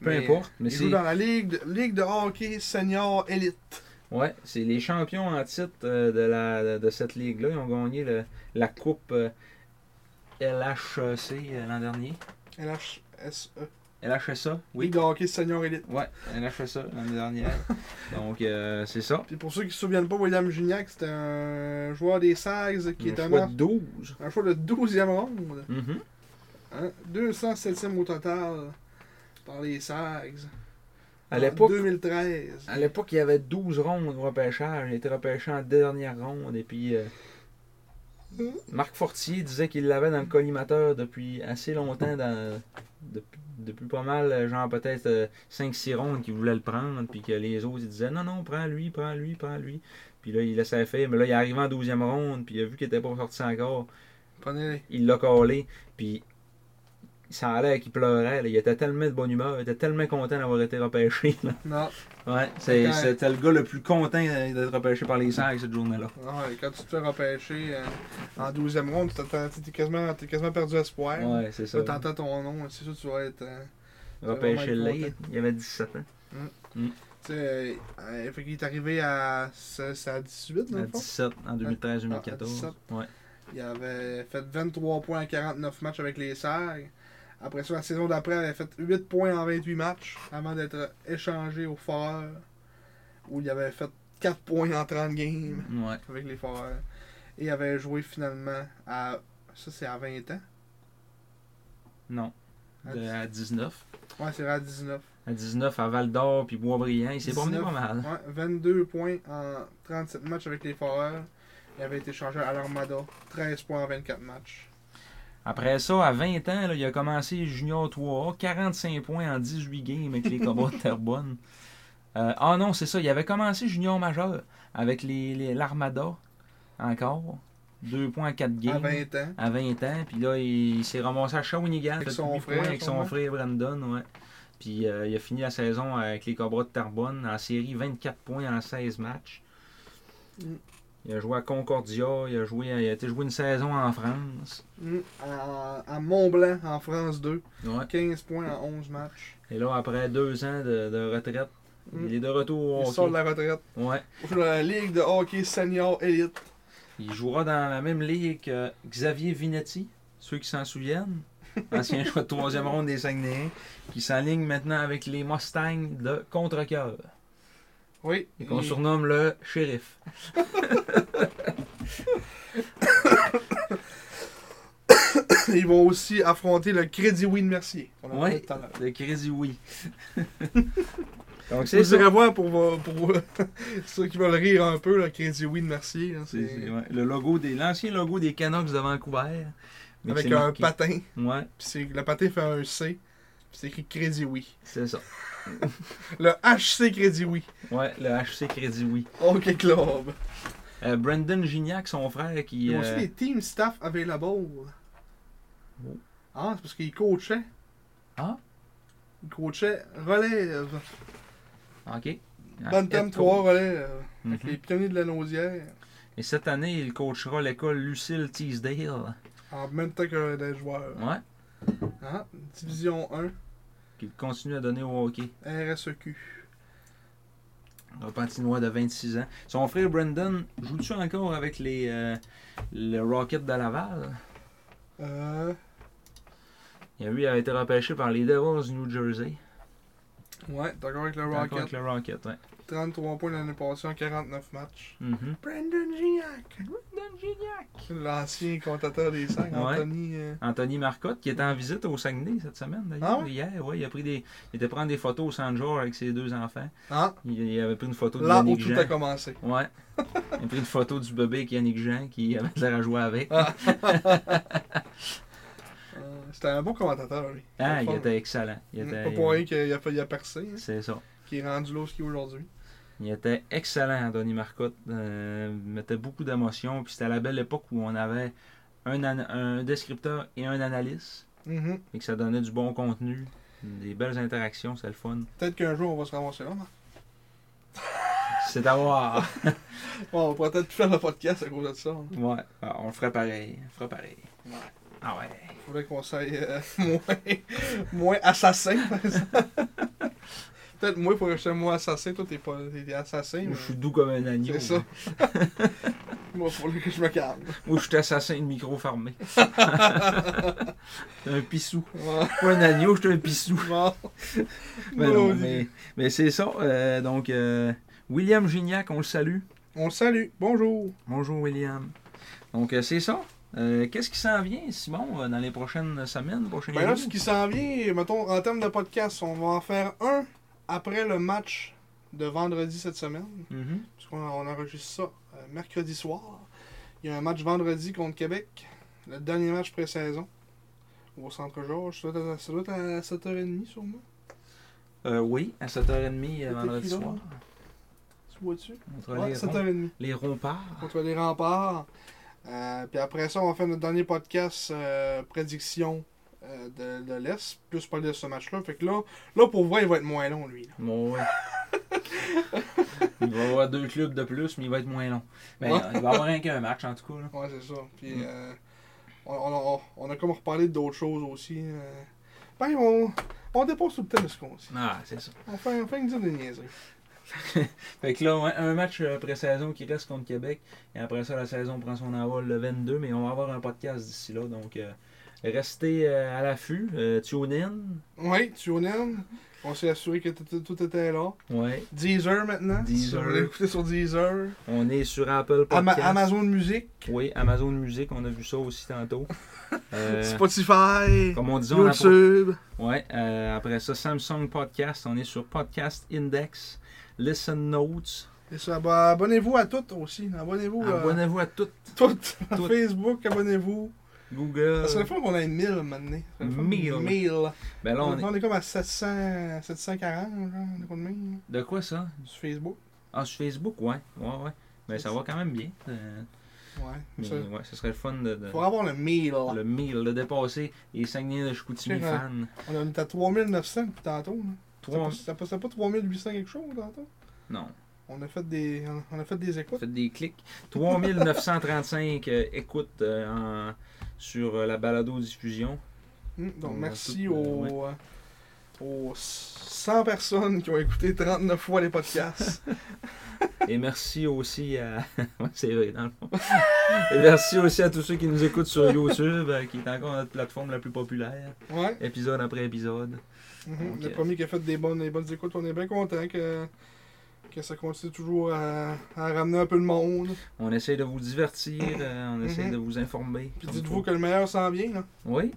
Peu importe. Mais
Ils
c'est.
jouent dans la ligue de, ligue de hockey senior élite.
Ouais, c'est les champions en titre euh, de, la, de, de cette ligue-là. Ils ont gagné le- la coupe euh, LHC euh, l'an dernier.
LHSE.
LHSA,
E. Ligue
oui.
de hockey senior élite.
Ouais, LHSA l'année dernière. Donc, euh, c'est ça.
Puis pour ceux qui se souviennent pas, William Gignac, c'était un joueur des Sags qui
Un
était
choix
mort.
de 12.
Un choix de 12e ronde.
Mhm.
Hein? 207e au total par les Sags.
À
En
l'époque, Hein,
2013.
à l'époque, il y avait 12 rondes au repêchage. Il a été repêché en dernière ronde. Et puis, euh, Marc Fortier disait qu'il l'avait dans le collimateur depuis assez longtemps. dans- depuis, depuis pas mal, euh, genre peut-être 5-6 rondes qu'il voulait le prendre. Puis que les autres, ils disaient non, non, prends-lui, prends-lui, prends-lui. Puis là, il laissait faire. Mais là, il est arrivé en 12e ronde. Puis il a vu qu'il était pas sorti encore.
Prenez-les.
Il l'a collé. Puis. Ça allait qu'il pleurait, là. il était tellement de bonne humeur, il était tellement content d'avoir été repêché. là.
Non.
Ouais, c'est-
Ouais.
c'était le gars le plus content d'être repêché par les Sags cette journée-là.
Ah ouais, quand tu te fais repêcher euh, en 12e ronde, tu t'attends- t'es quasiment, t'es quasiment perdu espoir.
Ouais, c'est ça.
Là, t'entends ton nom, c'est sûr que tu vas être. euh,
Repêché
vraiment
late, il avait hein? 17 ans.
tu sais, euh, euh, fait qu'il est arrivé à, c'est- c'est à 18, dans
À
le fond.
17, en 2013-2014. Ouais.
Il avait fait 23 points en 49 matchs avec les Sags. Après ça, la saison d'après, il avait fait 8 points en 28 matchs avant d'être échangé aux Foreurs, où il avait fait 4 points en 30 games
Ouais.
avec les Foreurs. Et il avait joué finalement à. Ça, c'est à 20 ans.
Non.
À
De- à 19.
Ouais, c'est vrai, à 19.
À 19, à Val d'Or puis Boisbriand, il s'est promené
19,
pas mal.
Ouais, 22 points en 37 matchs avec les Foreurs. Il avait été changé à l'Armada. 13 points en 24 matchs.
Après ça, à 20 ans, là, il a commencé Junior 3A, 45 points en 18 games avec les Cowboys de Terrebonne. Euh, ah non, c'est ça. Il avait commencé junior majeur avec les, les- l'Armada encore. 2.4
à
games
20 ans.
à 20 ans. Puis là, il s'est ramassé à Shawinigan.
Avec
fait
son
huit
frère,
points Avec son
sûrement.
frère Brandon, ouais. Puis euh, il a fini la saison avec les Cobras de Tarbonne en série 24 points en 16 matchs.
Mm.
Il a joué à Concordia, il a, joué, à- il a été joué une saison en France.
Mm. À, à Mont-Blanc, en France 2.
Ouais.
15 points en 11 matchs.
Et là, après deux ans de, de retraite,
Mm.
il est de retour au
Il
hockey.
sort de la retraite.
Ouais.
Pour la Ligue de hockey senior élite.
Il jouera dans la même ligue que Xavier Vinetti, ceux qui s'en souviennent. Ancien choix de troisième ronde des Saguenayens, qui s'enligne maintenant avec les Mustangs de Contrecoeur,
Oui.
et qu'on
Il-
surnomme le shérif.
Ils vont aussi affronter le Crédit Win Mercier. qu'on a
Ouais.
parlé tout à l'heure.
Le Crazy Oui. Donc
Vous
c'est ça.
irez voir pour, vo- pour ceux qui veulent rire un peu, le Crédit Win Mercier. là,
C'est-
c'est-
c'est- ouais, le logo des l'ancien logo des Canucks de Vancouver. mais
Avec
c'est
un
marqué-
patin.
Ouais,
Puis c'est- le patin fait un C. Puis c'est écrit Crédit Oui.
c'est ça.
Le HC Crédit Oui.
Ouais, le HC Crédit Oui.
OK Club.
Euh, Brandon Gignac, son frère, qui.
Ils
euh,
ont aussi des team staff available.
Oh.
Ah, c'est parce qu'ils coachaient.
Ah.
Ils coachaient relève.
euh, Ok.
Bantam
Head
3
coach.
relève. Avec
Ah, Mhm.
les pionniers de la Nausière.
Et cette année, il coachera l'école Lucille Teasdale.
En même temps que des joueurs.
Ouais.
Ah, Division 1,
Qu'il continue à donner au hockey.
RSEQ.
Un patinois de 26 ans. Son frère Brendan joue-tu encore avec les euh, le Rocket de Laval?
Euh,
Il a, lui, il a été repêché par les Devils du New Jersey.
ouais, d'accord avec le
Encore Avec
Rocket.
le Rocket, ouais.
33 points l'année passée en 49 matchs.
Mhm.
Brandon Gignac. L'ancien comptateur des sacs,
Ouais.
Anthony. euh,
Anthony Marcotte, qui était en visite au Saguenay cette semaine, d'ailleurs.
Ah ouais?
Hier, ouais, il a pris des. Il était prendre des photos au Saint-Georges avec ses deux enfants.
Ah,
Il, il avait pris une photo de
là où
Yannick
tout a
Jean.
commencé.
Ouais. Il a pris une photo du bébé avec Yannick Jean qui avait l'air à jouer avec.
Euh, C'était un bon commentateur, lui.
Ah, il
Fort.
était excellent. Il
Mm,
était,
Pas pour rien qu'il a failli à percer, hein,
C'est ça.
qui est rendu là où il est aujourd'hui.
Il était excellent, Anthony Marcotte. Euh, il mettait beaucoup d'émotion. Puis c'était à la belle époque où on avait un, an- un descripteur et un analyste.
Mhm.
Et que ça donnait du bon contenu, des belles interactions, c'était le fun.
Peut-être qu'un jour, on va se ramasser là. hein. non?
C'est d'avoir.
Bon, on pourrait peut-être plus faire le podcast à cause de ça. hein.
Ouais, ah, on le ferait pareil. On le ferait pareil.
Ouais.
Ah ouais.
Faudrait qu'on s'aille euh, moins, moins assassin, par exemple. Peut-être moi, il faudrait que je sois moins assassin. Toi, t'es pas t'es assassin. mais
Je suis doux comme un agneau.
C'est ça. Moi, il faudrait que je me calme.
Ou je suis assassin de micro farmé. un pissou.
Ouais.
Pas un agneau, je suis un pissou.
Bon.
Mais Ben non,
Maudit.
mais, mais c'est ça. euh, donc, euh, William Gignac, on le salue.
On le salue. Bonjour.
Bonjour, William. Donc, euh, c'est ça. Euh, Qu'est-ce qui s'en vient, Simon, euh, dans les prochaines semaines, prochains
Ben là, ce
jours?
qui s'en vient, mettons, en termes de podcast, on va en faire un après le match de vendredi cette semaine.
Mhm.
Parce qu'on on enregistre ça euh, mercredi soir. Il y a un match vendredi contre Québec. Le dernier match pré-saison. Au Centre Georges. Ça doit être à- ça doit être à 7h30 sûrement.
Euh, oui, à 7h30 euh,
T'es
vendredi
qui là?
soir.
Tu vois-tu?
Entre
Ouais,
les, ronds-
7h30.
les remparts.
Contre les remparts. Euh, puis après ça, on va faire notre dernier podcast euh, prédiction euh, de, de l'Est. Plus parler de ce match-là. Fait que là, là, pour vrai, il va être moins long, lui. là.
Bon, ouais. il va y avoir deux clubs de plus, mais il va être moins long. Mais
Ouais.
euh, il va y avoir rien qu'un match, en tout cas. là.
Ouais, c'est ça. Puis,
Mm.
euh, on, on- on- on a comme reparlé d'autres choses aussi. euh. Ben, on, on dépose tout le temps de ce qu'on dit.
Ah, c'est ça.
On fait, on fait une dizaine de niaiseries.
Fait que là, ouais, un match euh, pré-saison qui reste contre Québec. Et après ça, la saison prend son envol le 22. Mais on va avoir un podcast d'ici là. Donc, euh, restez euh, à l'affût. Euh, tune in.
Oui, tu en aimes. On s'est assuré que tout, tout était là.
Ouais.
Deezer maintenant. Si
Deezer.
vous voulez écouter sur Deezer.
On est sur Apple
Ama-
Podcast.
Amazon Music.
Oui, Amazon Music. On a vu ça aussi tantôt. Euh,
Spotify.
comme on disait, on a-
YouTube.
Ouais, euh, après ça, Samsung Podcast, on est sur Podcast Index, Listen Notes.
Et ça, bah, abonnez-vous à toutes aussi. Abonnez-vous. euh,
Abonnez-vous à toutes.
toutes.
Toutes.
Facebook, abonnez-vous.
Google.
Ça serait le fun qu'on ait 1000 maintenant. Ça serait le fun.
1000.
1000.
Ben là, on
On
est...
est comme à 700, 740, genre, on est combien, là,
De quoi ça?
hein, sur Facebook.
Ah, sur Facebook, ouais. Ouais, ouais. Mais ça va quand même bien. Euh,
Ouais,
mais
ça.
ouais, ce serait le fun de... de-
Pour avoir le 1000,
Le 1000, de dépasser les Saguenay de Chicoutimi
C'est vrai.
fans.
on en est à 3900 depuis tantôt. là.
Trois...
Ça passait pas 3800 quelque chose tantôt.
Non,
On a fait des, on- on a fait des écoutes.
faites des clics. 3935 euh, écoutes euh, en- sur euh, la balado-diffusion.
Hum, donc,
On a
merci
tout, euh,
aux, euh, aux 100 personnes qui ont écouté 39 fois les podcasts.
Et merci aussi à. Ouais, c'est vrai, dans le fond. Et merci aussi à tous ceux qui nous écoutent sur YouTube, euh, qui est encore notre plateforme la plus populaire,
ouais.
épisode après épisode.
Mhm.
Ok.
Le premier qui a fait des bonnes, des bonnes écoutes, on est bien content que, que ça continue toujours à, à ramener un peu le monde.
On essaie de vous divertir, euh, on essaie
Mhm.
de vous informer.
Puis
comme
dites-vous
quoi.
que le meilleur s'en vient. Là.
Oui,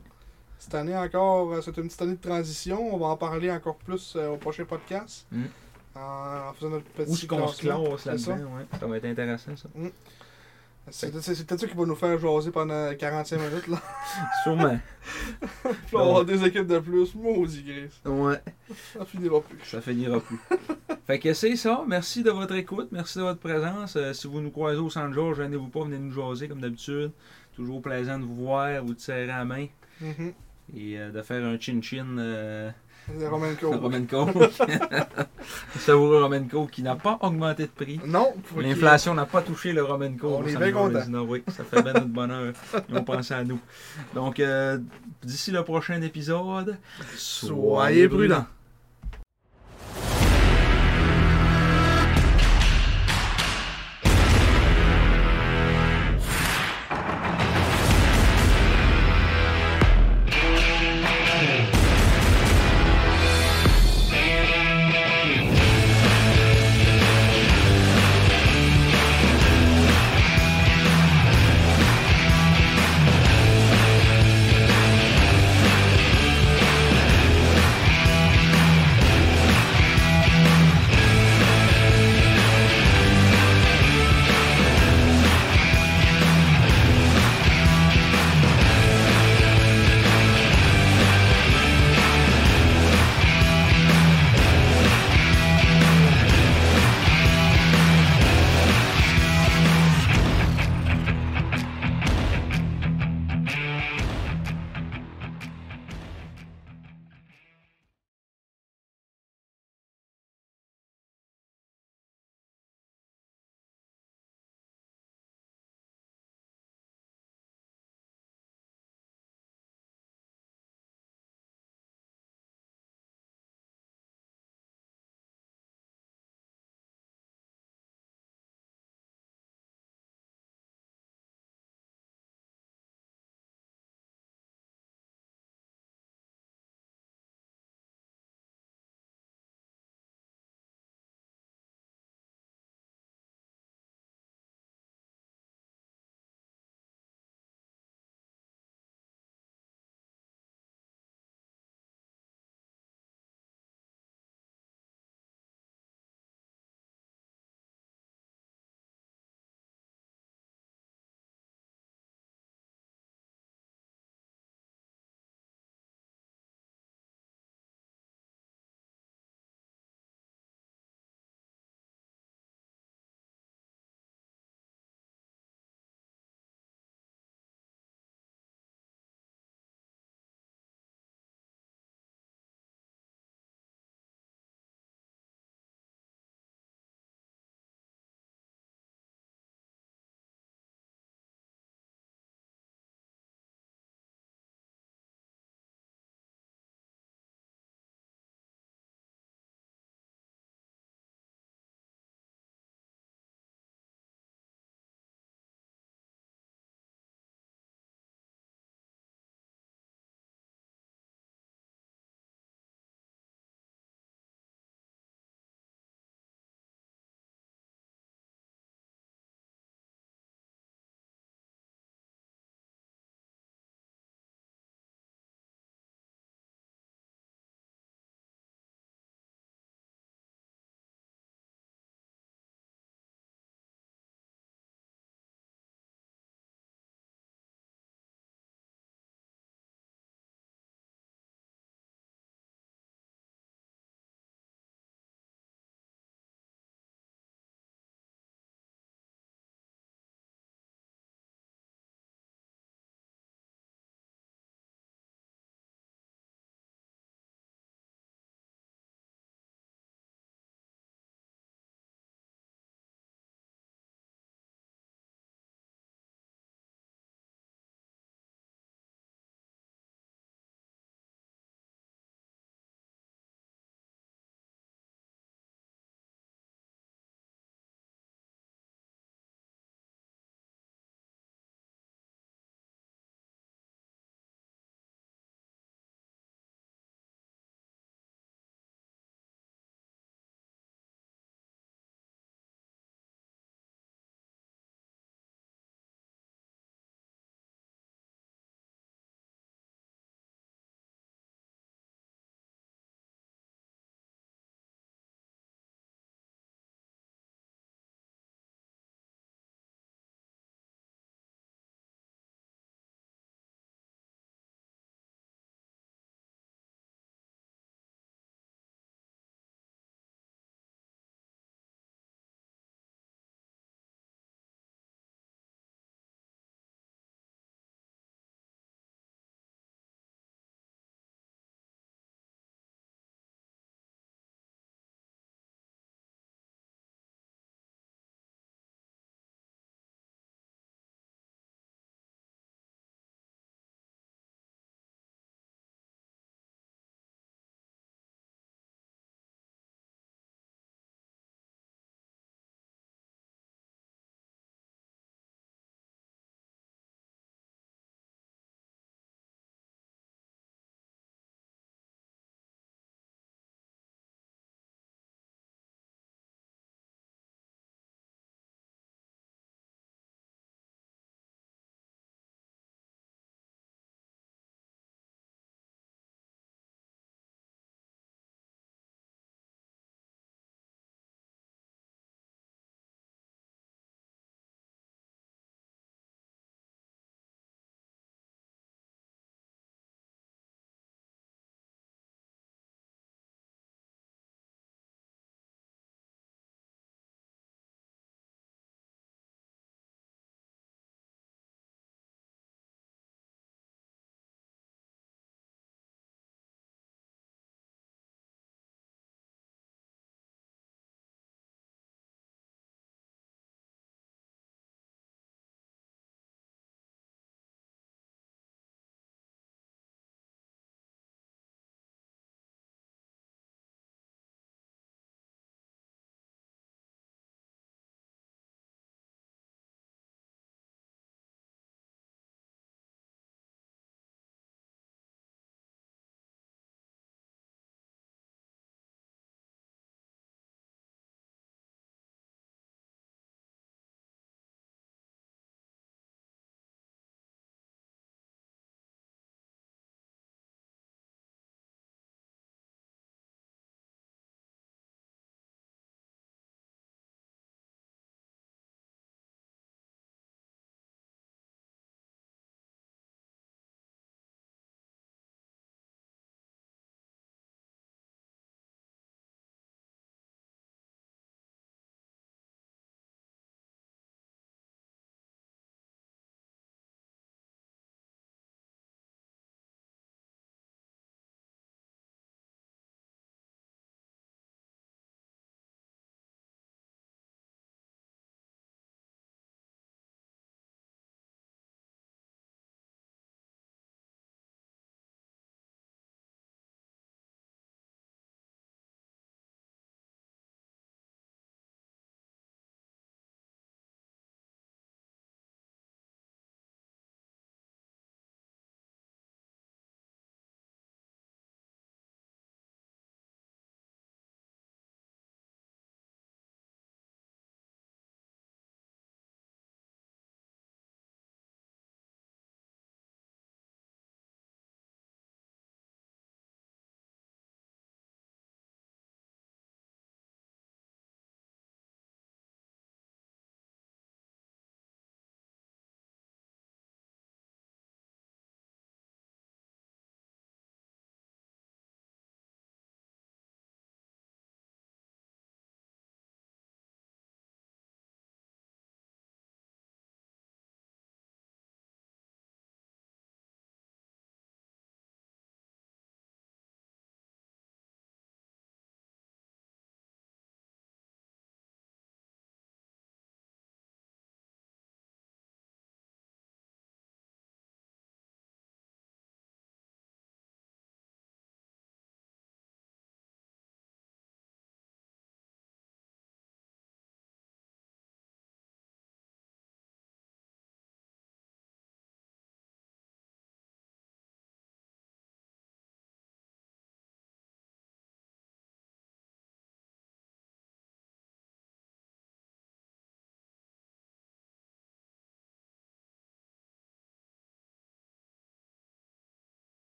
Cette année encore, euh, c'est une petite année de transition. On va en parler encore plus euh, au prochain podcast.
Mm.
En, en faisant notre
où est-ce
petit
qu'on se
classement.
classe
c'est ça.
là-dedans, ouais. ça va être intéressant ça.
C'est c'est- c'est peut-être ça qui va nous faire jaser pendant 45 minutes. Là.
Sûrement.
Puis on va avoir des équipes de plus. Maudit gris.
ouais,
Ça finira plus.
ça finira plus. fait que c'est ça, merci de votre écoute, merci de votre présence. Euh, si vous nous croisez au San Georges, gênez-vous pas, venez nous jaser comme d'habitude. Toujours plaisant de vous voir, vous de serrer la main.
Mhm.
et euh, de faire un chin-chin euh,
C'est Roman
à
Cole.
Roman Coke. Savoureux Roman Coke qui n'a pas augmenté de prix.
Non, faut qu'il-
L'inflation n'a pas touché le Roman Coke.
On
au
est
San
bien
George
content.
Casino. Oui, ça fait bien notre bonheur. Ils ont pensé à nous. Donc, euh, d'ici le prochain épisode,
Soyez prudents.